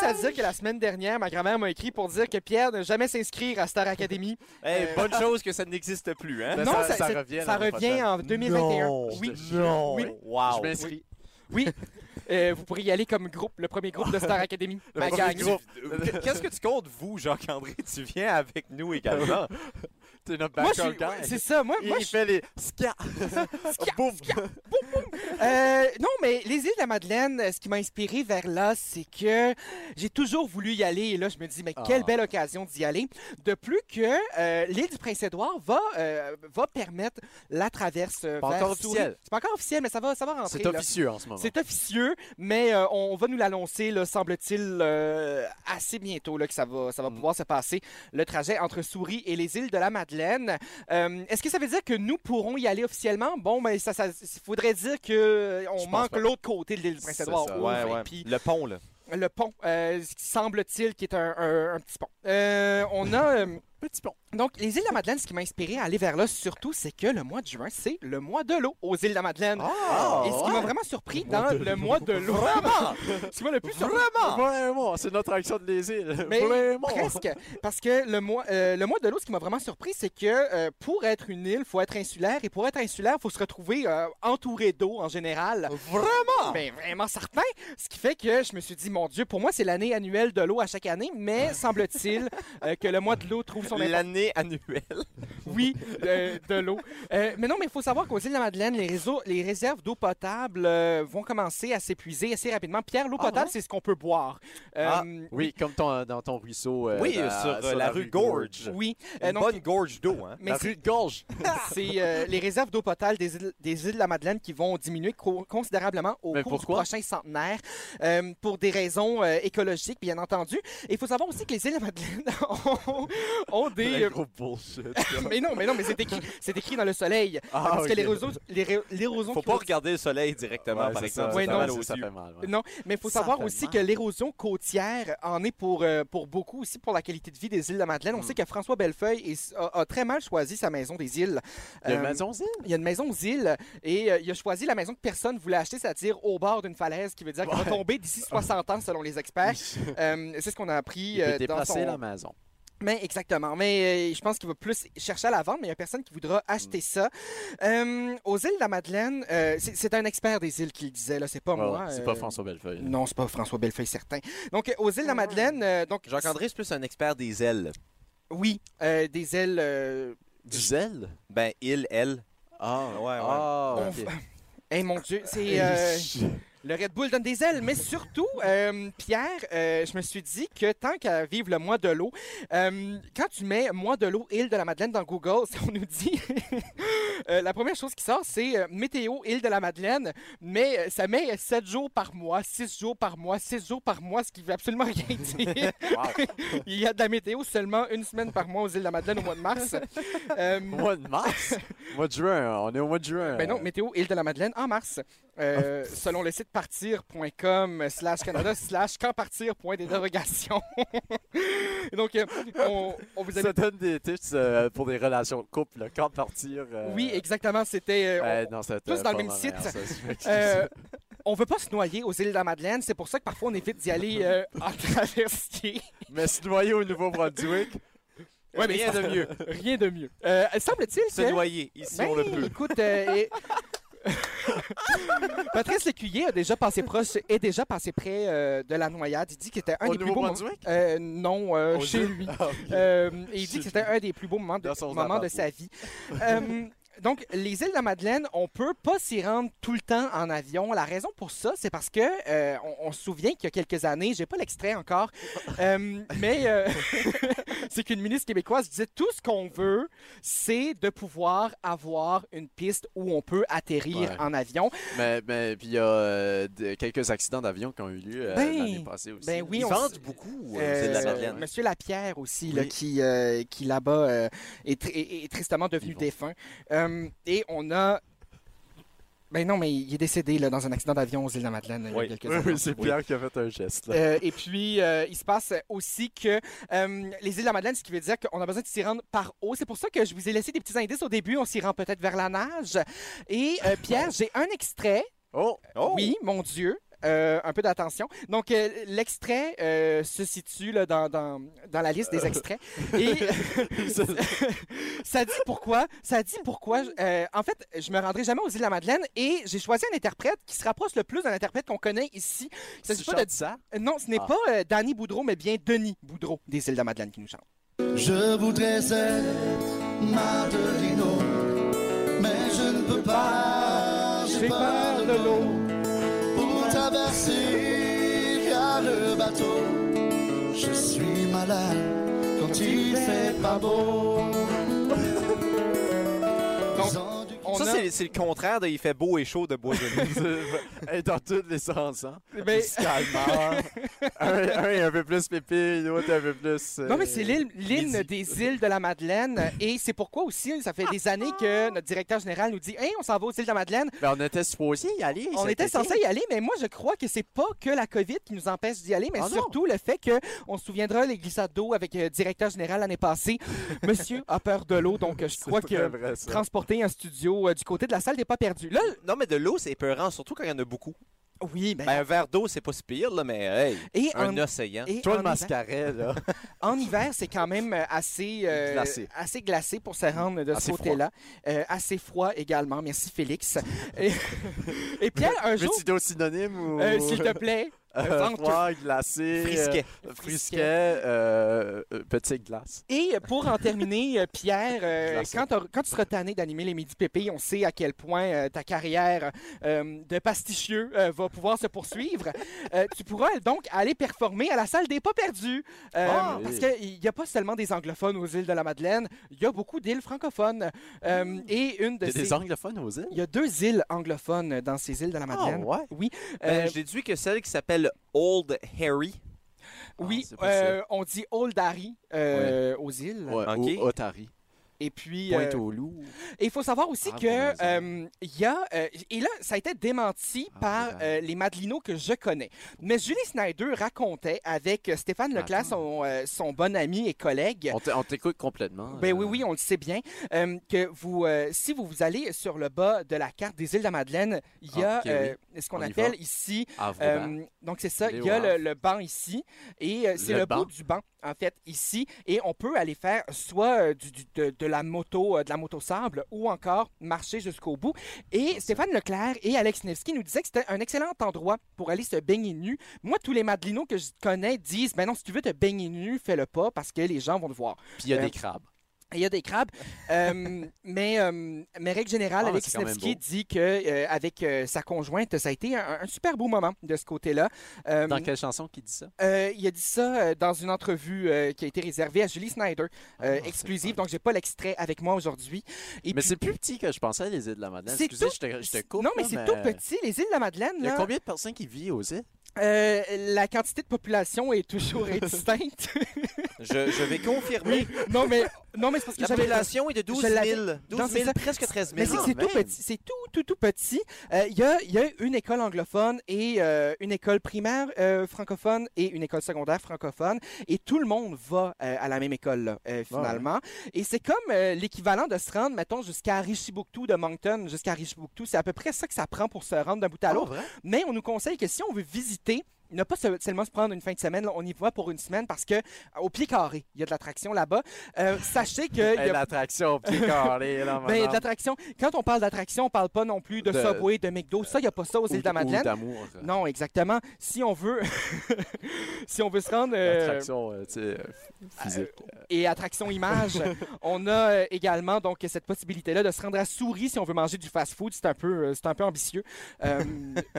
[SPEAKER 3] à dire que la semaine dernière, ma grand-mère m'a écrit pour dire que Pierre ne jamais s'inscrire à Star Academy.
[SPEAKER 1] Hey, bonne chose que ça n'existe plus, hein?
[SPEAKER 4] Ben,
[SPEAKER 3] non,
[SPEAKER 4] ça-
[SPEAKER 3] ça,
[SPEAKER 4] ça
[SPEAKER 3] c'est-
[SPEAKER 4] revient
[SPEAKER 3] ça
[SPEAKER 4] l'année
[SPEAKER 3] revient
[SPEAKER 4] prochaine.
[SPEAKER 3] en 2021.
[SPEAKER 1] Non,
[SPEAKER 3] oui,
[SPEAKER 1] non.
[SPEAKER 3] oui.
[SPEAKER 1] Wow.
[SPEAKER 4] Je m'inscris.
[SPEAKER 3] oui. Euh, vous pourriez y aller comme groupe, le premier groupe de Star Academy.
[SPEAKER 4] Le
[SPEAKER 3] ma
[SPEAKER 4] premier
[SPEAKER 3] gang.
[SPEAKER 4] groupe.
[SPEAKER 1] Ben, Qu'est-ce que tu comptes, vous, Jacques-André? Tu viens avec nous également.
[SPEAKER 4] T'es notre
[SPEAKER 3] Moi,
[SPEAKER 4] backup
[SPEAKER 3] je- ouais,
[SPEAKER 4] guy.
[SPEAKER 3] c'est ça. Moi,
[SPEAKER 4] Il
[SPEAKER 3] moi,
[SPEAKER 4] il
[SPEAKER 3] je-
[SPEAKER 4] fait les ska.
[SPEAKER 3] Ska,
[SPEAKER 4] Boum.
[SPEAKER 3] Euh, non, mais les îles de la Madeleine, euh, ce qui m'a inspiré vers là, c'est que j'ai toujours voulu y aller. Et là, je me dis, mais quelle
[SPEAKER 4] Ah.
[SPEAKER 3] belle occasion d'y aller. De plus que euh, l'île du Prince-Édouard va, euh, va permettre la traverse euh,
[SPEAKER 4] Pas
[SPEAKER 3] vers
[SPEAKER 4] encore
[SPEAKER 3] Souris.
[SPEAKER 4] officiel.
[SPEAKER 3] C'est pas encore officiel, mais ça va, ça va rentrer.
[SPEAKER 4] C'est
[SPEAKER 3] là.
[SPEAKER 4] officieux en ce moment.
[SPEAKER 3] C'est officieux, mais euh, on va nous l'annoncer, là, semble-t-il, euh, assez bientôt là, que ça va,
[SPEAKER 4] Mm.
[SPEAKER 3] ça va pouvoir se passer, le trajet entre Souris et les îles de la Madeleine. Euh, Est-ce que ça veut dire que nous pourrons y aller officiellement? Bon, mais ça, ça il faudrait dire que euh,
[SPEAKER 4] Je
[SPEAKER 3] on
[SPEAKER 4] pense
[SPEAKER 3] manque
[SPEAKER 4] pas.
[SPEAKER 3] l'autre côté de l'île du Prince-Édouard.
[SPEAKER 4] C'est ça.
[SPEAKER 3] ouvre,
[SPEAKER 1] Ouais,
[SPEAKER 3] et
[SPEAKER 1] ouais.
[SPEAKER 3] puis
[SPEAKER 1] Le pont, là.
[SPEAKER 3] le pont, euh, ce qui semble-t-il, qui est un, un- un petit pont. Euh, on a... euh,
[SPEAKER 4] petit pont.
[SPEAKER 3] donc, les îles de la Madeleine, ce qui m'a inspiré à aller vers là, surtout, c'est que le mois de juin, c'est le mois de l'eau aux îles de la Madeleine.
[SPEAKER 1] Ah!
[SPEAKER 3] Et ce qui m'a vraiment surpris dans Ah le mois de l'eau. Vraiment! ce qui m'a le plus surpris.
[SPEAKER 4] Vraiment, c'est notre action de les îles.
[SPEAKER 3] Mais
[SPEAKER 4] Vraiment.
[SPEAKER 3] Presque. Parce que le mois, euh, le mois de l'eau, ce qui m'a vraiment surpris, c'est que euh, pour être une île, faut être insulaire. Et pour être insulaire, faut se retrouver euh, entouré d'eau en général. Vraiment? Ben, vraiment certain. Ce qui fait que je me suis dit, mon Dieu, pour moi, c'est l'année annuelle de l'eau à chaque année. Mais semble-t-il euh, que le mois de l'eau trouve son
[SPEAKER 1] L'année annuelle.
[SPEAKER 3] Oui, de, de l'eau. Euh, mais non, mais il faut savoir qu'aux îles de la Madeleine, les, réseaux, les réserves d'eau potable euh, vont commencer à s'épuiser assez rapidement. Pierre, l'eau
[SPEAKER 4] Ah,
[SPEAKER 3] potable, c'est ce qu'on peut boire. Euh,
[SPEAKER 1] Ah,
[SPEAKER 4] Oui, comme ton, euh, dans ton ruisseau. euh,
[SPEAKER 1] Oui,
[SPEAKER 4] dans-
[SPEAKER 1] sur, euh, la rue Gorge.
[SPEAKER 3] Oui. Euh,
[SPEAKER 1] Une
[SPEAKER 3] donc,
[SPEAKER 1] bonne gorge d'eau, hein?
[SPEAKER 3] mais
[SPEAKER 4] la
[SPEAKER 3] c'est-
[SPEAKER 4] rue de Gorge.
[SPEAKER 3] c'est euh, les réserves d'eau potable des îles, des îles de la Madeleine qui vont diminuer co- considérablement au
[SPEAKER 4] Mais
[SPEAKER 3] cours
[SPEAKER 4] pourquoi?
[SPEAKER 3] du prochain centenaire euh, pour des raisons euh, écologiques, bien entendu. Et il faut savoir aussi que les îles de la Madeleine ont, ont des... euh,
[SPEAKER 4] Le gros bullshit.
[SPEAKER 3] Mais non, mais non, mais c'est écrit, c'est écrit dans le soleil.
[SPEAKER 4] Ah,
[SPEAKER 3] parce
[SPEAKER 4] ok.
[SPEAKER 3] que les réseaux, les, ré- l'érosion
[SPEAKER 1] Faut
[SPEAKER 3] qui
[SPEAKER 1] pas
[SPEAKER 3] va-
[SPEAKER 1] regarder le soleil directement,
[SPEAKER 4] Ouais,
[SPEAKER 1] par
[SPEAKER 4] c'est
[SPEAKER 1] exemple.
[SPEAKER 4] ça,
[SPEAKER 3] Ouais,
[SPEAKER 1] c'est
[SPEAKER 4] ça
[SPEAKER 3] non,
[SPEAKER 1] mal
[SPEAKER 4] fait-
[SPEAKER 1] aux
[SPEAKER 4] ça
[SPEAKER 1] yeux.
[SPEAKER 4] fait mal. ouais.
[SPEAKER 3] Non, mais il faut
[SPEAKER 4] Ça
[SPEAKER 3] savoir
[SPEAKER 4] fait
[SPEAKER 3] aussi
[SPEAKER 4] mal.
[SPEAKER 3] que l'érosion côtière en est pour, euh, pour beaucoup aussi pour la qualité de vie des îles de la Madeleine.
[SPEAKER 4] Mm.
[SPEAKER 3] On sait que François Bellefeuille est- a, a très mal choisi sa maison des îles.
[SPEAKER 4] Il y a une
[SPEAKER 3] Euh,
[SPEAKER 4] maison zine.
[SPEAKER 3] il y a une maison aux îles et euh, il a choisi la maison que personne voulait acheter, c'est-à-dire au bord d'une falaise, qui veut dire qu'elle va
[SPEAKER 4] Ouais.
[SPEAKER 3] tomber d'ici 60 ans selon les experts. Euh, c'est ce qu'on a appris
[SPEAKER 4] Il
[SPEAKER 3] euh,
[SPEAKER 4] peut
[SPEAKER 3] dans
[SPEAKER 4] déplacer
[SPEAKER 3] son...
[SPEAKER 4] la maison.
[SPEAKER 3] Mais exactement. Mais euh, je pense qu'il va plus chercher à la vendre, mais il n'y a personne qui voudra
[SPEAKER 4] Mm.
[SPEAKER 3] acheter ça. Euh, aux îles de la Madeleine, euh, c'est c'est un expert des îles qui le disait, là, c'est pas
[SPEAKER 4] Ah Ouais,
[SPEAKER 3] moi.
[SPEAKER 4] ouais, C'est
[SPEAKER 3] euh,
[SPEAKER 4] pas François Bellefeuille.
[SPEAKER 3] Non, c'est pas François Bellefeuille, certain. Donc, euh, aux îles de la Madeleine, euh, donc.
[SPEAKER 1] Jacques-André, c'est plus un expert des ailes.
[SPEAKER 3] Oui, euh, des îles. euh,
[SPEAKER 4] Du zèle?
[SPEAKER 1] Ben, il, elle.
[SPEAKER 4] Ah,
[SPEAKER 1] ouais, ouais.
[SPEAKER 4] Ah,
[SPEAKER 3] On
[SPEAKER 4] ok.
[SPEAKER 3] Eh mon Dieu, c'est. euh, Le Red Bull donne des ailes, mais surtout, euh, Pierre, euh, je me suis dit que tant qu'à vivre le mois de l'eau, euh, quand tu mets mois de l'eau, île de la Madeleine dans Google, on nous dit. euh, la première chose qui sort, c'est euh, météo, île de la Madeleine, mais euh, ça met 7 jours par mois, 6 jours par mois, 6 jours par mois, ce qui veut absolument rien dire. Il y a de la météo seulement une semaine par mois aux îles de la Madeleine au mois de mars. Euh,
[SPEAKER 4] Mois de mars? mois de juin, on est au mois de juin.
[SPEAKER 3] ben non, météo île de la Madeleine en mars. Euh, selon le site partir.com slash Canada slash quand partir point des dérogations. Donc, euh, on, on vous a
[SPEAKER 4] Ça donne des tips euh, pour des relations de couple, là, quand partir. euh,
[SPEAKER 3] Oui, exactement, c'était... euh,
[SPEAKER 4] euh,
[SPEAKER 3] on-
[SPEAKER 4] non, ça
[SPEAKER 3] tous
[SPEAKER 4] te-
[SPEAKER 3] dans le
[SPEAKER 4] pas
[SPEAKER 3] même
[SPEAKER 4] ma
[SPEAKER 3] site.
[SPEAKER 4] mère, ça, je m'excuse.
[SPEAKER 3] euh, on veut pas se noyer aux îles de la Madeleine, c'est pour ça que parfois on évite d'y aller euh, en traversier.
[SPEAKER 4] Mais se noyer au Nouveau-Brunswick,
[SPEAKER 3] Ouais, mais
[SPEAKER 1] Rien de mieux.
[SPEAKER 3] Rien de mieux. Euh, semble-t-il
[SPEAKER 1] Se
[SPEAKER 3] que...
[SPEAKER 1] noyer, ici,
[SPEAKER 3] Ben,
[SPEAKER 1] on le peut.
[SPEAKER 3] Écoute, euh, et- Patrice Lécuyer a déjà passé proche est déjà passé près euh, de la noyade. Il dit qu'il était un
[SPEAKER 4] Au
[SPEAKER 3] des plus beaux moments.
[SPEAKER 4] Nouveau-Brunswick?
[SPEAKER 3] Euh, non, euh,
[SPEAKER 4] Aux
[SPEAKER 3] chez
[SPEAKER 4] îles?
[SPEAKER 3] lui.
[SPEAKER 4] Ah, ok.
[SPEAKER 3] Euh, et il dit
[SPEAKER 4] Chez
[SPEAKER 3] que c'était un des plus beaux moments de,
[SPEAKER 4] Dans son
[SPEAKER 3] moments de sa vie. Euh, donc, les îles de la Madeleine, on peut pas s'y rendre tout le temps en avion. La raison pour ça, c'est parce que euh, on, on se souvient qu'il y a quelques années, j'ai pas l'extrait encore, euh, mais euh, c'est qu'une ministre québécoise disait tout ce qu'on veut, c'est de pouvoir avoir une piste où on peut atterrir
[SPEAKER 4] Ouais.
[SPEAKER 3] en avion.
[SPEAKER 4] mais, mais puis il y a euh, de- quelques accidents d'avion qui ont eu lieu euh,
[SPEAKER 3] Ben,
[SPEAKER 4] l'année passée aussi.
[SPEAKER 3] ben oui,
[SPEAKER 1] Ils
[SPEAKER 3] on
[SPEAKER 1] vendent
[SPEAKER 3] s-
[SPEAKER 1] beaucoup, euh, c'est de
[SPEAKER 3] Euh,
[SPEAKER 1] la Madeleine.
[SPEAKER 3] Monsieur Lapierre aussi, là,
[SPEAKER 4] Oui.
[SPEAKER 3] qui, euh, qui là-bas euh, est, tr- est- est tristement devenu
[SPEAKER 4] Ils vont.
[SPEAKER 3] défunt. Euh, et on a. Ben non, mais il est décédé là, dans un accident d'avion aux îles de la Madeleine
[SPEAKER 1] Oui.
[SPEAKER 3] il y a quelques
[SPEAKER 4] Oui,
[SPEAKER 3] années.
[SPEAKER 4] oui, c'est Pierre qui a fait un geste. Là.
[SPEAKER 3] Euh, et puis, euh, il se passe aussi que euh, les îles de la Madeleine, ce qui veut dire qu'on a besoin de s'y rendre par eau. C'est pour ça que je vous ai laissé des petits indices au début. On s'y rend peut-être vers la nage. Et euh, Pierre, j'ai un extrait.
[SPEAKER 4] Oh!
[SPEAKER 1] Oh!
[SPEAKER 3] Oui, mon Dieu. euh, un peu d'attention. Donc, euh, l'extrait euh, se situe là, dans, dans, dans la liste des extraits. Et ça dit pourquoi. Ça dit pourquoi. euh, en fait, je me rendrai jamais aux îles de la Madeleine et j'ai choisi un interprète qui se rapproche le plus d'un interprète qu'on connaît ici. Il s'agit pas de-
[SPEAKER 4] ça?
[SPEAKER 3] Non, ce n'est
[SPEAKER 4] Ah.
[SPEAKER 3] pas euh, Danny Boudreau, mais bien Denis Boudreau des îles de la Madeleine qui nous chante.
[SPEAKER 9] Je voudrais être Madelino, mais je ne peux pas. J'ai peur de l'eau pour traverser via le bateau. Je suis malade quand il fait pas beau.
[SPEAKER 3] Donc,
[SPEAKER 9] Dans du-
[SPEAKER 3] On
[SPEAKER 1] ça,
[SPEAKER 3] a-
[SPEAKER 1] c'est- c'est le contraire de Il fait beau et chaud de Bois de Nuit.
[SPEAKER 4] Et dans tous les sens, hein?
[SPEAKER 3] Ben-
[SPEAKER 4] Ils se calmeur. un, un est un peu plus pépé, l'autre est un peu plus. euh,
[SPEAKER 3] Non, mais c'est l'île l'île
[SPEAKER 4] midi.
[SPEAKER 3] des îles de la Madeleine. Et c'est pourquoi aussi, ça fait des années que notre directeur général nous dit Hey, on s'en va aux îles de la Madeleine.
[SPEAKER 4] Ben, on était supposé y aller.
[SPEAKER 3] On
[SPEAKER 4] cet
[SPEAKER 3] était
[SPEAKER 4] été.
[SPEAKER 3] censé y aller, mais moi, je crois que c'est pas que la COVID qui nous empêche d'y aller, mais
[SPEAKER 4] Ah non.
[SPEAKER 3] surtout le fait que on se souviendra les glissades d'eau avec le directeur général l'année passée. Monsieur a peur de l'eau, donc euh, je crois
[SPEAKER 4] C'est
[SPEAKER 3] que
[SPEAKER 4] vrai, ça.
[SPEAKER 3] transporter un studio euh, du côté de la salle n'est pas perdu. Là,
[SPEAKER 1] non, mais de l'eau, c'est épeurant, surtout quand il y en a beaucoup.
[SPEAKER 3] Euh. oui, mais.
[SPEAKER 1] Ben, un verre d'eau, c'est pas si pire, là, mais hey,
[SPEAKER 3] et
[SPEAKER 1] un
[SPEAKER 3] en,
[SPEAKER 1] océan.
[SPEAKER 3] et
[SPEAKER 4] Toi,
[SPEAKER 3] en
[SPEAKER 4] le
[SPEAKER 3] hiver-
[SPEAKER 4] mascaret, là.
[SPEAKER 3] En hiver, c'est quand même euh, assez, euh,
[SPEAKER 4] Glacé.
[SPEAKER 3] assez glacé pour se rendre de
[SPEAKER 4] Assez
[SPEAKER 3] ce côté-là. Euh, assez froid également. Merci, Félix. Et, et Pierre, un jour,
[SPEAKER 4] Veux-tu d'autres synonymes ou.
[SPEAKER 3] euh, s'il te plaît,
[SPEAKER 4] Euh,
[SPEAKER 3] venteux.
[SPEAKER 4] froid, glacé.
[SPEAKER 1] Frisquet.
[SPEAKER 4] euh, frisquet, euh, euh, petite glace.
[SPEAKER 3] Et pour en terminer, euh, Pierre, euh,
[SPEAKER 4] Glacé.
[SPEAKER 3] quand, t'auras- quand tu seras tanné d'animer les Midi Pépé, on sait à quel point euh, ta carrière euh, de pastichieux euh, va pouvoir se poursuivre. Euh, tu pourras donc aller performer à la salle des pas perdus. Euh,
[SPEAKER 4] Ah,
[SPEAKER 3] parce
[SPEAKER 4] oui.
[SPEAKER 3] qu'il n'y a pas seulement des anglophones aux îles de la Madeleine, il y a beaucoup d'îles francophones. Euh, et une de
[SPEAKER 4] Mmh. Il y a
[SPEAKER 3] ces...
[SPEAKER 4] des anglophones aux îles?
[SPEAKER 3] Il y a deux îles anglophones dans ces îles de la Madeleine.
[SPEAKER 4] Ah, ouais?
[SPEAKER 3] Oui,
[SPEAKER 1] Ben,
[SPEAKER 3] euh,
[SPEAKER 1] je déduis que celle qui s'appelle Old Harry,
[SPEAKER 3] oui
[SPEAKER 4] ah, c'est possible.
[SPEAKER 3] euh, on dit Old Harry euh, aux îles.
[SPEAKER 4] Ouais,
[SPEAKER 1] Ok.
[SPEAKER 4] au- Otari.
[SPEAKER 3] Et puis, euh,
[SPEAKER 4] Pointe-au-Loup.
[SPEAKER 3] et il faut savoir aussi
[SPEAKER 4] Ah,
[SPEAKER 3] que
[SPEAKER 4] bon, vas-y.
[SPEAKER 3] euh, il y a, euh, et là, ça a été démenti
[SPEAKER 4] Ah,
[SPEAKER 3] par
[SPEAKER 4] vas-y.
[SPEAKER 3] euh, les Madelinos que je connais. Mais Julie Snyder racontait avec euh, Stéphane
[SPEAKER 4] Ah,
[SPEAKER 3] Leclerc, son, euh, son bon ami et collègue,
[SPEAKER 4] On t- On t'écoute complètement.
[SPEAKER 3] Ben
[SPEAKER 4] Oh, euh,
[SPEAKER 3] oui, oui, on le sait bien. euh, que vous, euh, si vous vous allez sur le bas de la carte des îles de la Madeleine, il y a
[SPEAKER 4] Ah, Ok, oui.
[SPEAKER 3] euh, ce qu'on
[SPEAKER 4] On y
[SPEAKER 3] appelle
[SPEAKER 4] va.
[SPEAKER 3] ici
[SPEAKER 4] à vos
[SPEAKER 3] Euh,
[SPEAKER 4] bancs.
[SPEAKER 3] donc c'est ça,
[SPEAKER 4] Aller
[SPEAKER 3] il y a
[SPEAKER 4] au
[SPEAKER 3] le,
[SPEAKER 4] Havre.
[SPEAKER 3] le banc ici et euh, c'est
[SPEAKER 4] Le
[SPEAKER 3] le, bout
[SPEAKER 4] banc.
[SPEAKER 3] du banc en fait ici et on peut aller faire soit euh, du- du- de, de la moto euh, de la moto sable ou encore marcher jusqu'au bout et Stéphane Leclerc et Alex Nevsky nous disaient que c'était un excellent endroit pour aller se baigner nu. Moi tous les madelinos que je connais disent ben non si tu veux te baigner nu, fais le pas parce que les gens vont te voir.
[SPEAKER 4] Puis il y a
[SPEAKER 3] euh,
[SPEAKER 4] des crabes.
[SPEAKER 3] Et Il y a des crabes, Euh, mais, euh, mais règle générale,
[SPEAKER 4] Ah,
[SPEAKER 3] Alex
[SPEAKER 4] c'est quand même
[SPEAKER 3] Nevsky
[SPEAKER 4] beau.
[SPEAKER 3] dit que euh, avec euh, sa conjointe, ça a été un, un super beau moment de ce côté-là. Euh,
[SPEAKER 4] Dans quelle chanson qui dit ça?
[SPEAKER 3] euh, il a dit ça euh, dans une entrevue euh, qui a été réservée à Julie Snyder, euh,
[SPEAKER 4] Ah,
[SPEAKER 3] exclusive,
[SPEAKER 4] c'est
[SPEAKER 3] donc j'ai pas l'extrait avec moi aujourd'hui. Et
[SPEAKER 4] Mais
[SPEAKER 3] puis-
[SPEAKER 4] c'est plus petit que je pensais, les îles de la Madeleine.
[SPEAKER 3] C'est
[SPEAKER 4] Excusez,
[SPEAKER 3] tout-
[SPEAKER 4] je te, je te coupe.
[SPEAKER 3] Non, mais
[SPEAKER 4] là,
[SPEAKER 3] c'est tout petit, les îles de la Madeleine.
[SPEAKER 4] Il y a
[SPEAKER 3] là.
[SPEAKER 4] combien de personnes qui vivent aux îles?
[SPEAKER 3] Euh, la quantité de population est toujours indistincte.
[SPEAKER 1] je, je vais confirmer.
[SPEAKER 3] non, mais, non, mais c'est parce que
[SPEAKER 1] La
[SPEAKER 3] j'avais
[SPEAKER 1] population est de 12
[SPEAKER 3] l'avais-
[SPEAKER 1] 000, 12
[SPEAKER 3] c'est
[SPEAKER 1] 000,
[SPEAKER 3] ça.
[SPEAKER 1] presque Ah, 13 000.
[SPEAKER 3] Mais c'est que c'est
[SPEAKER 4] quand
[SPEAKER 3] tout
[SPEAKER 4] même.
[SPEAKER 3] petit, c'est tout, tout, tout petit. Euh, Il y, a, il y a une école anglophone et euh, une école primaire euh, francophone et une école secondaire francophone. Et tout le monde va euh, à la même école, là, euh, finalement. Et c'est comme euh, l'équivalent de se rendre, mettons, jusqu'à Richibouctou de Moncton, jusqu'à Richibouctou. C'est à peu près ça que ça prend pour se rendre d'un bout à l'autre.
[SPEAKER 4] vrai?
[SPEAKER 3] Mais on nous conseille que si on veut visiter, ne pas se- seulement se prendre une fin de semaine, là, on y va pour une semaine parce que euh, au pied carré, il y a de l'attraction là-bas. Euh, sachez que il y a-
[SPEAKER 4] Hey, L'attraction au pied carré, là,
[SPEAKER 3] ben, de
[SPEAKER 4] madame.
[SPEAKER 3] l'attraction. Quand on parle d'attraction, on parle pas non plus de,
[SPEAKER 4] De-
[SPEAKER 3] Subway, de McDo. Ça, il n'y a pas ça aux îles de la
[SPEAKER 4] Ou- ou
[SPEAKER 3] Madeleine.
[SPEAKER 4] d'amour. euh,
[SPEAKER 3] Non, exactement. Si on veut, si on veut se rendre euh,
[SPEAKER 4] L'attraction, euh, tu sais, euh, physique.
[SPEAKER 3] et attraction image, on a euh, également donc cette possibilité-là de se rendre à Souris si on veut manger du fast-food. C'est un peu, euh, c'est un peu ambitieux, Euh,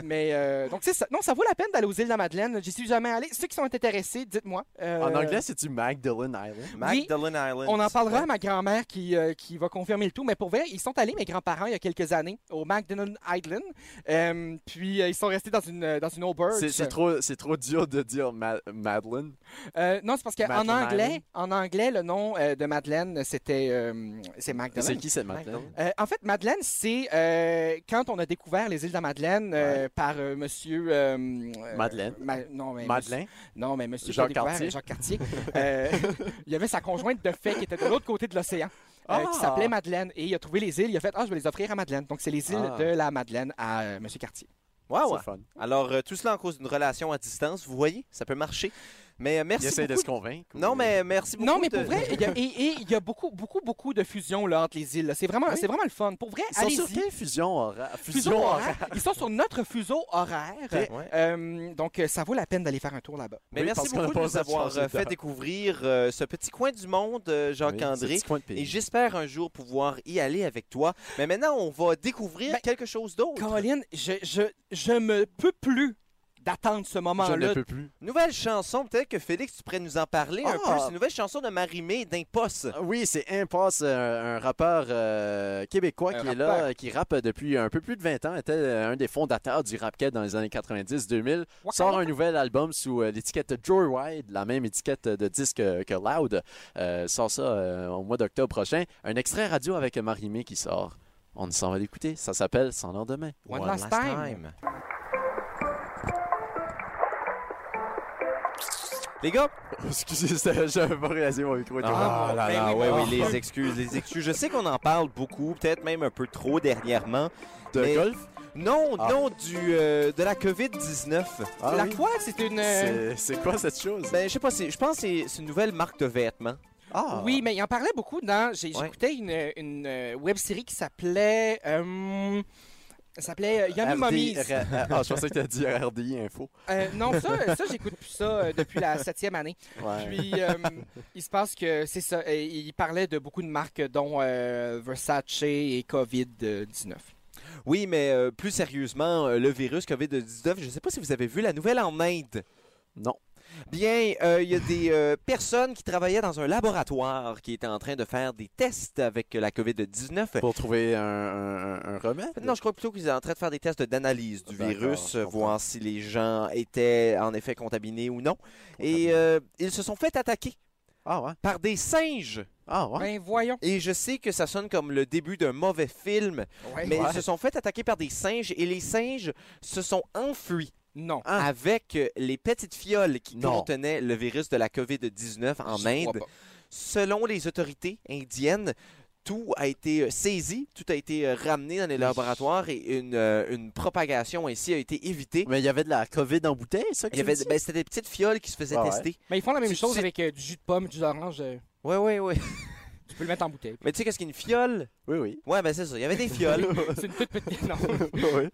[SPEAKER 3] mais euh, donc c'est ça. Non, ça vaut la peine d'aller aux îles de la Madeleine. J'y suis jamais allé. Ceux qui sont intéressés, dites-moi. Euh,
[SPEAKER 4] En anglais, c'est-tu Magdalen Island?
[SPEAKER 1] Magdalen Island.
[SPEAKER 3] On en parlera
[SPEAKER 1] Ouais.
[SPEAKER 3] à ma grand-mère qui, euh, qui va confirmer le tout. Mais pour vrai, ils sont allés, mes grands-parents, il y a quelques années, au Magdalen Island. Euh, puis euh, ils sont restés dans une, euh, dans une auberge.
[SPEAKER 4] C'est c'est trop, c'est trop dur de dire Ma- Madeleine.
[SPEAKER 3] Euh, non, c'est parce qu'en
[SPEAKER 4] Madeleine
[SPEAKER 3] anglais,
[SPEAKER 4] Island.
[SPEAKER 3] en anglais, le nom euh, de Madeleine, c'était euh, c'est
[SPEAKER 4] C'est
[SPEAKER 3] Magdalen.
[SPEAKER 4] qui cette Madeleine?
[SPEAKER 3] Euh, en fait, Madeleine, c'est euh, quand on a découvert les îles de la Madeleine euh, par euh, Monsieur euh, euh,
[SPEAKER 4] Madeleine.
[SPEAKER 3] Ma- non, mais
[SPEAKER 4] Ben, Madeleine?
[SPEAKER 3] Non, mais monsieur
[SPEAKER 4] Jean
[SPEAKER 3] Jean Cartier.
[SPEAKER 4] Cartier.
[SPEAKER 3] Jean Cartier euh, il y avait sa conjointe de fait qui était de l'autre côté de l'océan, euh,
[SPEAKER 4] Ah!
[SPEAKER 3] qui s'appelait Madeleine. Et il a trouvé les îles. Il a fait Ah, je vais les offrir à Madeleine. Donc, c'est les îles
[SPEAKER 4] Ah.
[SPEAKER 3] de la Madeleine à euh, monsieur Cartier.
[SPEAKER 1] Ouais,
[SPEAKER 4] C'est
[SPEAKER 1] ouais.
[SPEAKER 4] fun.
[SPEAKER 1] Alors, euh, tout cela en cause d'une relation à distance, vous voyez, ça peut marcher. Mais euh,
[SPEAKER 4] Il
[SPEAKER 1] merci
[SPEAKER 4] essaie de
[SPEAKER 1] beaucoup
[SPEAKER 4] se convaincre.
[SPEAKER 1] Non,
[SPEAKER 4] ou-
[SPEAKER 1] mais euh, merci beaucoup.
[SPEAKER 3] Non, mais
[SPEAKER 1] de-
[SPEAKER 3] pour vrai, il y a, et- et il y a beaucoup, beaucoup, beaucoup de fusions là, entre les îles. là. C'est vraiment,
[SPEAKER 4] Oui.
[SPEAKER 3] c'est vraiment le fun. Pour vrai,
[SPEAKER 4] Ils sont
[SPEAKER 3] allez-y.
[SPEAKER 4] sur quelle fusion horaire?
[SPEAKER 3] Fuseau horaire. Ils sont sur notre fuseau horaire.
[SPEAKER 1] Ouais. Ouais.
[SPEAKER 3] Euh, donc, euh, ça vaut la peine d'aller faire un tour là-bas.
[SPEAKER 1] Mais
[SPEAKER 4] Oui,
[SPEAKER 1] merci
[SPEAKER 4] parce qu'on a
[SPEAKER 1] beaucoup de
[SPEAKER 4] pas le
[SPEAKER 1] nous
[SPEAKER 4] droit de
[SPEAKER 1] avoir
[SPEAKER 4] changer
[SPEAKER 1] euh, fait
[SPEAKER 4] d'heure.
[SPEAKER 1] découvrir euh, ce petit coin du monde, euh, Jacques-André. et j'espère un jour pouvoir y aller avec toi. Mais maintenant, on va découvrir
[SPEAKER 3] Ben,
[SPEAKER 1] quelque chose d'autre.
[SPEAKER 3] Caroline, je, je, je me peux plus d'attendre ce
[SPEAKER 4] Je ne
[SPEAKER 3] moment-là.
[SPEAKER 4] peux plus.
[SPEAKER 1] Nouvelle chanson, peut-être que Félix, tu pourrais nous en parler un
[SPEAKER 4] Ah!
[SPEAKER 1] peu. C'est une nouvelle chanson de Marimé d'Imposse.
[SPEAKER 4] Ah Oui, c'est Impasse, euh, un rappeur euh, québécois
[SPEAKER 3] Un
[SPEAKER 4] qui est là,
[SPEAKER 3] rappeur.
[SPEAKER 4] euh, qui rappe depuis un peu plus de 20 ans, était euh, un des fondateurs du rap dans les années 90-2000.
[SPEAKER 3] Waka
[SPEAKER 4] Sort
[SPEAKER 3] waka.
[SPEAKER 4] un nouvel album sous euh, l'étiquette Joyride, la même étiquette de disque euh, que Loud. Euh, sort ça euh, au mois d'octobre prochain. Un extrait radio avec Marimé qui sort. On s'en va l'écouter. Ça s'appelle Sans lendemain.
[SPEAKER 3] One last time.
[SPEAKER 1] Les gars,
[SPEAKER 4] Excusez, c'était- j'avais pas réalisé mon micro. était ouvert.
[SPEAKER 1] Ah,
[SPEAKER 3] mon
[SPEAKER 1] là,
[SPEAKER 3] ben
[SPEAKER 1] là,
[SPEAKER 3] oui,
[SPEAKER 1] oui,
[SPEAKER 3] ben
[SPEAKER 1] oui,
[SPEAKER 3] oui.
[SPEAKER 1] les excuses, les excuses. Je sais qu'on en parle beaucoup, peut-être même un peu trop dernièrement.
[SPEAKER 4] De
[SPEAKER 1] mais-
[SPEAKER 4] golf?
[SPEAKER 1] Non,
[SPEAKER 4] Ah.
[SPEAKER 1] non, du, euh, de la COVID-19.
[SPEAKER 4] Ah
[SPEAKER 3] la
[SPEAKER 4] oui.
[SPEAKER 3] quoi? C'est une... euh,
[SPEAKER 4] C'est- C'est quoi cette chose?
[SPEAKER 1] Ben, je sais pas, c'est- je pense que c'est- c'est une nouvelle marque de vêtements.
[SPEAKER 4] Ah!
[SPEAKER 3] Oui, mais il en parlait beaucoup dans. j'ai-
[SPEAKER 1] Ouais.
[SPEAKER 3] J'écoutais une, une web série qui s'appelait. euh, ça s'appelait euh, Yummy
[SPEAKER 4] RD,
[SPEAKER 3] Mummies.
[SPEAKER 4] ra- Ah, je pensais que t'as dit RDI Info.
[SPEAKER 3] Euh, non, ça, ça j'écoute plus ça euh, depuis la septième année.
[SPEAKER 4] Ouais.
[SPEAKER 3] Puis, euh, il se passe que c'est ça. euh, il parlait de beaucoup de marques, dont euh, Versace et COVID-19.
[SPEAKER 1] Oui, mais euh, plus sérieusement, euh, le virus COVID-19, je ne sais pas si vous avez vu la nouvelle en Inde.
[SPEAKER 4] Non.
[SPEAKER 1] Bien, euh, il y a des euh, personnes qui travaillaient dans un laboratoire qui étaient en train de faire des tests avec euh, la COVID-19.
[SPEAKER 4] Pour trouver un, un- un remède?
[SPEAKER 1] Non, je crois plutôt qu'ils étaient en train de faire des tests d'analyse du
[SPEAKER 4] D'accord,
[SPEAKER 1] virus,
[SPEAKER 4] je
[SPEAKER 1] euh,
[SPEAKER 4] comprends.
[SPEAKER 1] voir si les gens étaient en effet contaminés ou non. Et euh, ils se sont fait attaquer
[SPEAKER 4] Ah ouais?
[SPEAKER 1] par des singes.
[SPEAKER 4] Ah ouais?
[SPEAKER 3] Ben, voyons.
[SPEAKER 1] Et je sais que ça sonne comme le début d'un mauvais film,
[SPEAKER 3] Ouais.
[SPEAKER 1] mais
[SPEAKER 4] Ouais.
[SPEAKER 1] ils se sont fait attaquer par des singes et les singes se sont enfuis.
[SPEAKER 3] Non.
[SPEAKER 1] avec euh, les petites fioles qui
[SPEAKER 4] Ah. Non.
[SPEAKER 1] contenaient le virus de la COVID-19 en
[SPEAKER 3] j'y crois
[SPEAKER 1] Inde.
[SPEAKER 3] pas.
[SPEAKER 1] Selon les autorités indiennes, tout a été euh, saisi, tout a été euh, ramené dans les laboratoires et une, euh, une propagation ainsi a été évitée.
[SPEAKER 4] Mais il y avait de la COVID en bouteille, ça? que
[SPEAKER 1] Il y avait,
[SPEAKER 4] tu dis?
[SPEAKER 1] ben, c'était des petites fioles qui se faisaient
[SPEAKER 4] Ah ouais.
[SPEAKER 1] tester.
[SPEAKER 3] Mais ils font la même
[SPEAKER 1] C'est-
[SPEAKER 3] chose
[SPEAKER 1] c'est-
[SPEAKER 3] avec euh, du jus de pomme, du jus d'orange. euh,
[SPEAKER 1] Oui, oui, oui.
[SPEAKER 3] tu peux le mettre en bouteille.
[SPEAKER 1] Mais tu sais, qu'est-ce qu'une fiole?
[SPEAKER 4] Oui, oui.
[SPEAKER 1] Ouais, ben c'est ça. Il y avait des fioles.
[SPEAKER 3] C'est une toute petite. Non.
[SPEAKER 4] oui.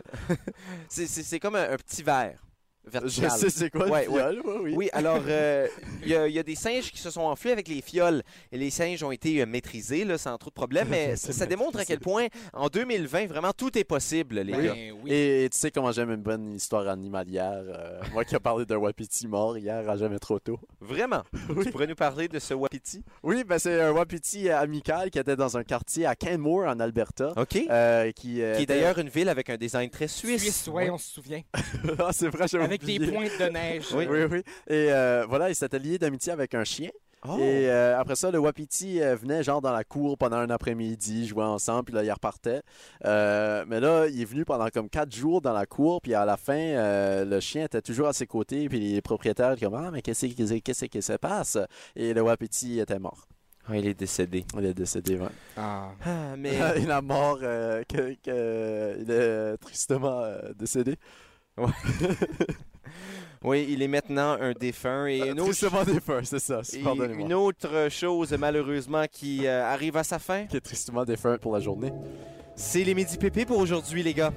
[SPEAKER 1] c'est, c'est- c'est comme un, un petit verre
[SPEAKER 4] Je
[SPEAKER 1] vertical.
[SPEAKER 4] sais c'est quoi
[SPEAKER 1] Ouais,
[SPEAKER 4] le fiole, oui, oui.
[SPEAKER 1] Oui, alors, euh, il y, a- il y a des singes qui se sont enflés avec les fioles. Et les singes ont été euh, maîtrisés, là, sans trop de problème. Mais ça ça démontre à quel point, en 2020, vraiment, tout est possible, les gars.
[SPEAKER 3] Ben, oui.
[SPEAKER 4] Et tu sais comment j'aime une bonne histoire animalière. euh, moi qui ai parlé d'un wapiti mort hier à jamais trop tôt.
[SPEAKER 1] Vraiment. Tu pourrais nous parler de ce wapiti?
[SPEAKER 4] Oui, ben c'est un wapiti amical qui était dans un quartier à Kenmore en Alberta.
[SPEAKER 1] OK.
[SPEAKER 4] euh, qui, euh,
[SPEAKER 1] qui est d'ailleurs une ville avec un design très suisse.
[SPEAKER 3] Suisse, ouais, on se souvient.
[SPEAKER 4] Ah, c'est vrai, j'avais
[SPEAKER 3] Avec des
[SPEAKER 4] oublié.
[SPEAKER 3] pointes de neige.
[SPEAKER 4] Oui, oui, oui. Et euh, voilà, il s'était lié d'amitié avec un chien.
[SPEAKER 1] Oh.
[SPEAKER 4] Et euh, après ça, le Wapiti euh, venait genre dans la cour pendant un après-midi, jouait ensemble, puis là, il repartait. Euh, mais là, il est venu pendant comme quatre jours dans la cour, puis à la fin, euh, le chien était toujours à ses côtés, puis les propriétaires comme Ah, mais qu'est-ce qui qu'est-ce qui se passe Et le Wapiti était mort.
[SPEAKER 1] Ah, il est décédé.
[SPEAKER 4] Il est décédé, ouais.
[SPEAKER 3] Ah.
[SPEAKER 1] Ah, mais...
[SPEAKER 4] Il a mort, euh, que, que- il est tristement euh, décédé.
[SPEAKER 1] oui, il est maintenant un défunt. Et une autre,
[SPEAKER 4] tristement défunt, c'est ça.
[SPEAKER 1] et
[SPEAKER 4] Pardonnez-moi.
[SPEAKER 1] une autre chose, malheureusement, qui euh, arrive à sa fin,
[SPEAKER 4] Qui est tristement défunt pour la journée.
[SPEAKER 1] c'est les midi pépés pour aujourd'hui, les gars.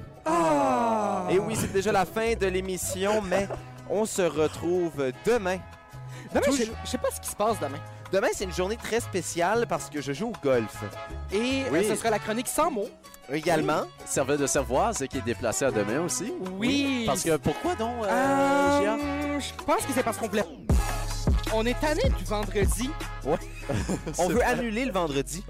[SPEAKER 1] Et oui, c'est déjà la fin de l'émission, mais on se retrouve demain.
[SPEAKER 3] Demain,
[SPEAKER 1] Touche.
[SPEAKER 3] je je sais pas ce qui se passe demain.
[SPEAKER 1] Demain, c'est une journée très spéciale parce que je joue au golf.
[SPEAKER 3] Et euh,
[SPEAKER 4] Oui.
[SPEAKER 3] ce sera la chronique sans mots.
[SPEAKER 1] Également,
[SPEAKER 4] servait de servoir, c'est qui est déplacé à demain aussi.
[SPEAKER 3] Oui.
[SPEAKER 4] Parce que pourquoi donc, euh,
[SPEAKER 3] Euh,
[SPEAKER 4] Gia?
[SPEAKER 3] je pense que c'est parce qu'on voulait- On est tanné du vendredi.
[SPEAKER 1] on veut annuler le vendredi.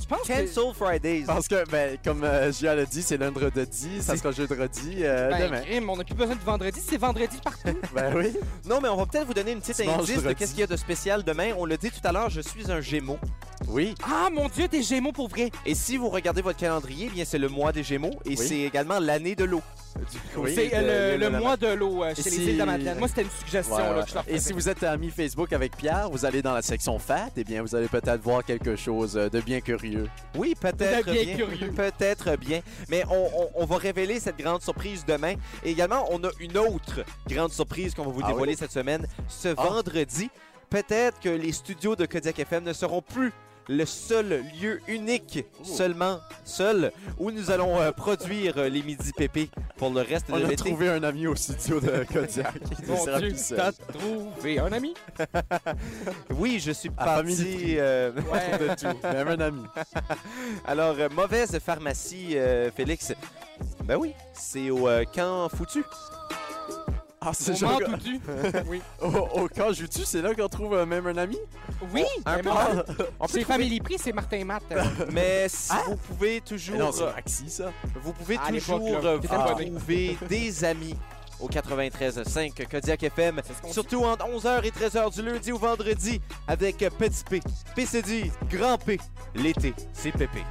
[SPEAKER 3] Je pense que
[SPEAKER 1] Cancel Fridays.
[SPEAKER 4] Parce que, ben, comme euh, Gia l'a dit, c'est lundi, ça sera jeudi, euh,
[SPEAKER 3] ben,
[SPEAKER 4] demain.
[SPEAKER 3] crime, on n'a plus besoin de vendredi, c'est vendredi partout.
[SPEAKER 4] Ben oui.
[SPEAKER 1] Non, mais on va peut-être vous donner une petite
[SPEAKER 4] Dimanche,
[SPEAKER 1] indice de
[SPEAKER 4] vendredi.
[SPEAKER 1] qu'est-ce qu'il y a de spécial demain. On l'a dit tout à l'heure, je suis un Gémeaux.
[SPEAKER 4] Oui.
[SPEAKER 3] Ah, mon Dieu, des Gémeaux pour vrai.
[SPEAKER 1] Et si vous regardez votre calendrier, eh bien c'est le mois des Gémeaux et
[SPEAKER 4] Oui.
[SPEAKER 1] c'est également l'année de l'eau.
[SPEAKER 4] Oui,
[SPEAKER 3] c'est
[SPEAKER 4] de-
[SPEAKER 3] euh, le,
[SPEAKER 4] de-
[SPEAKER 3] le
[SPEAKER 4] de-
[SPEAKER 3] mois de l'eau euh, chez
[SPEAKER 4] Et
[SPEAKER 3] les
[SPEAKER 4] si-
[SPEAKER 3] îles de la Madeleine. Moi, c'était une suggestion
[SPEAKER 4] Ouais,
[SPEAKER 3] là,
[SPEAKER 4] ouais.
[SPEAKER 3] que je leur
[SPEAKER 4] Et si vous êtes ami Facebook avec Pierre, vous allez dans la section fat, et bien vous allez peut-être voir quelque chose euh, de bien curieux.
[SPEAKER 1] Oui, peut-être
[SPEAKER 3] Bien
[SPEAKER 1] bien.
[SPEAKER 3] curieux.
[SPEAKER 1] Peut-être bien. Mais on, on- on va révéler cette grande surprise demain. Et également, on a une autre grande surprise qu'on va vous
[SPEAKER 4] Ah
[SPEAKER 1] dévoiler cette semaine. Ce
[SPEAKER 4] Ah.
[SPEAKER 1] vendredi, peut-être que les studios de Kodiak FM ne seront plus le seul lieu unique, seulement seul, où nous allons euh, produire euh, les midis pépés pour le reste
[SPEAKER 4] On
[SPEAKER 1] de
[SPEAKER 4] a
[SPEAKER 1] l'été.
[SPEAKER 4] trouvé un ami au studio de Kodiak. Il
[SPEAKER 3] Mon
[SPEAKER 4] sera
[SPEAKER 3] Dieu,
[SPEAKER 4] tout seul.
[SPEAKER 3] t'as trouvé un ami?
[SPEAKER 1] Oui, je suis
[SPEAKER 4] À famille
[SPEAKER 1] parti. euh,
[SPEAKER 3] Ouais.
[SPEAKER 4] De tout. Même un ami.
[SPEAKER 1] Alors, euh, mauvaise pharmacie, euh, Félix. Ben oui, c'est au euh, camp foutu.
[SPEAKER 4] Ah, c'est
[SPEAKER 3] Au moment
[SPEAKER 4] genre...
[SPEAKER 3] tout tu. Oui.
[SPEAKER 4] Au, au camp Jutu, c'est là qu'on trouve euh, même un ami?
[SPEAKER 3] Oui,
[SPEAKER 1] un
[SPEAKER 3] mais
[SPEAKER 1] peu.
[SPEAKER 3] moi,
[SPEAKER 1] On
[SPEAKER 3] Chez Family Prix, c'est Martin et Matt. euh,
[SPEAKER 1] Mais si vous pouvez toujours, euh,
[SPEAKER 4] Mais Eh Non, c'est Maxi, ça.
[SPEAKER 1] vous pouvez
[SPEAKER 3] À l'époque,
[SPEAKER 1] toujours
[SPEAKER 3] là,
[SPEAKER 1] euh,
[SPEAKER 3] t'étais
[SPEAKER 1] vous
[SPEAKER 3] pas né.
[SPEAKER 1] trouver des amis au 93.5 Kodiak FM,
[SPEAKER 3] c'est ce qu'on dit.
[SPEAKER 1] surtout entre 11h et 13h du lundi au vendredi avec Petit P, PCD, Grand P, l'été, c'est Pépé.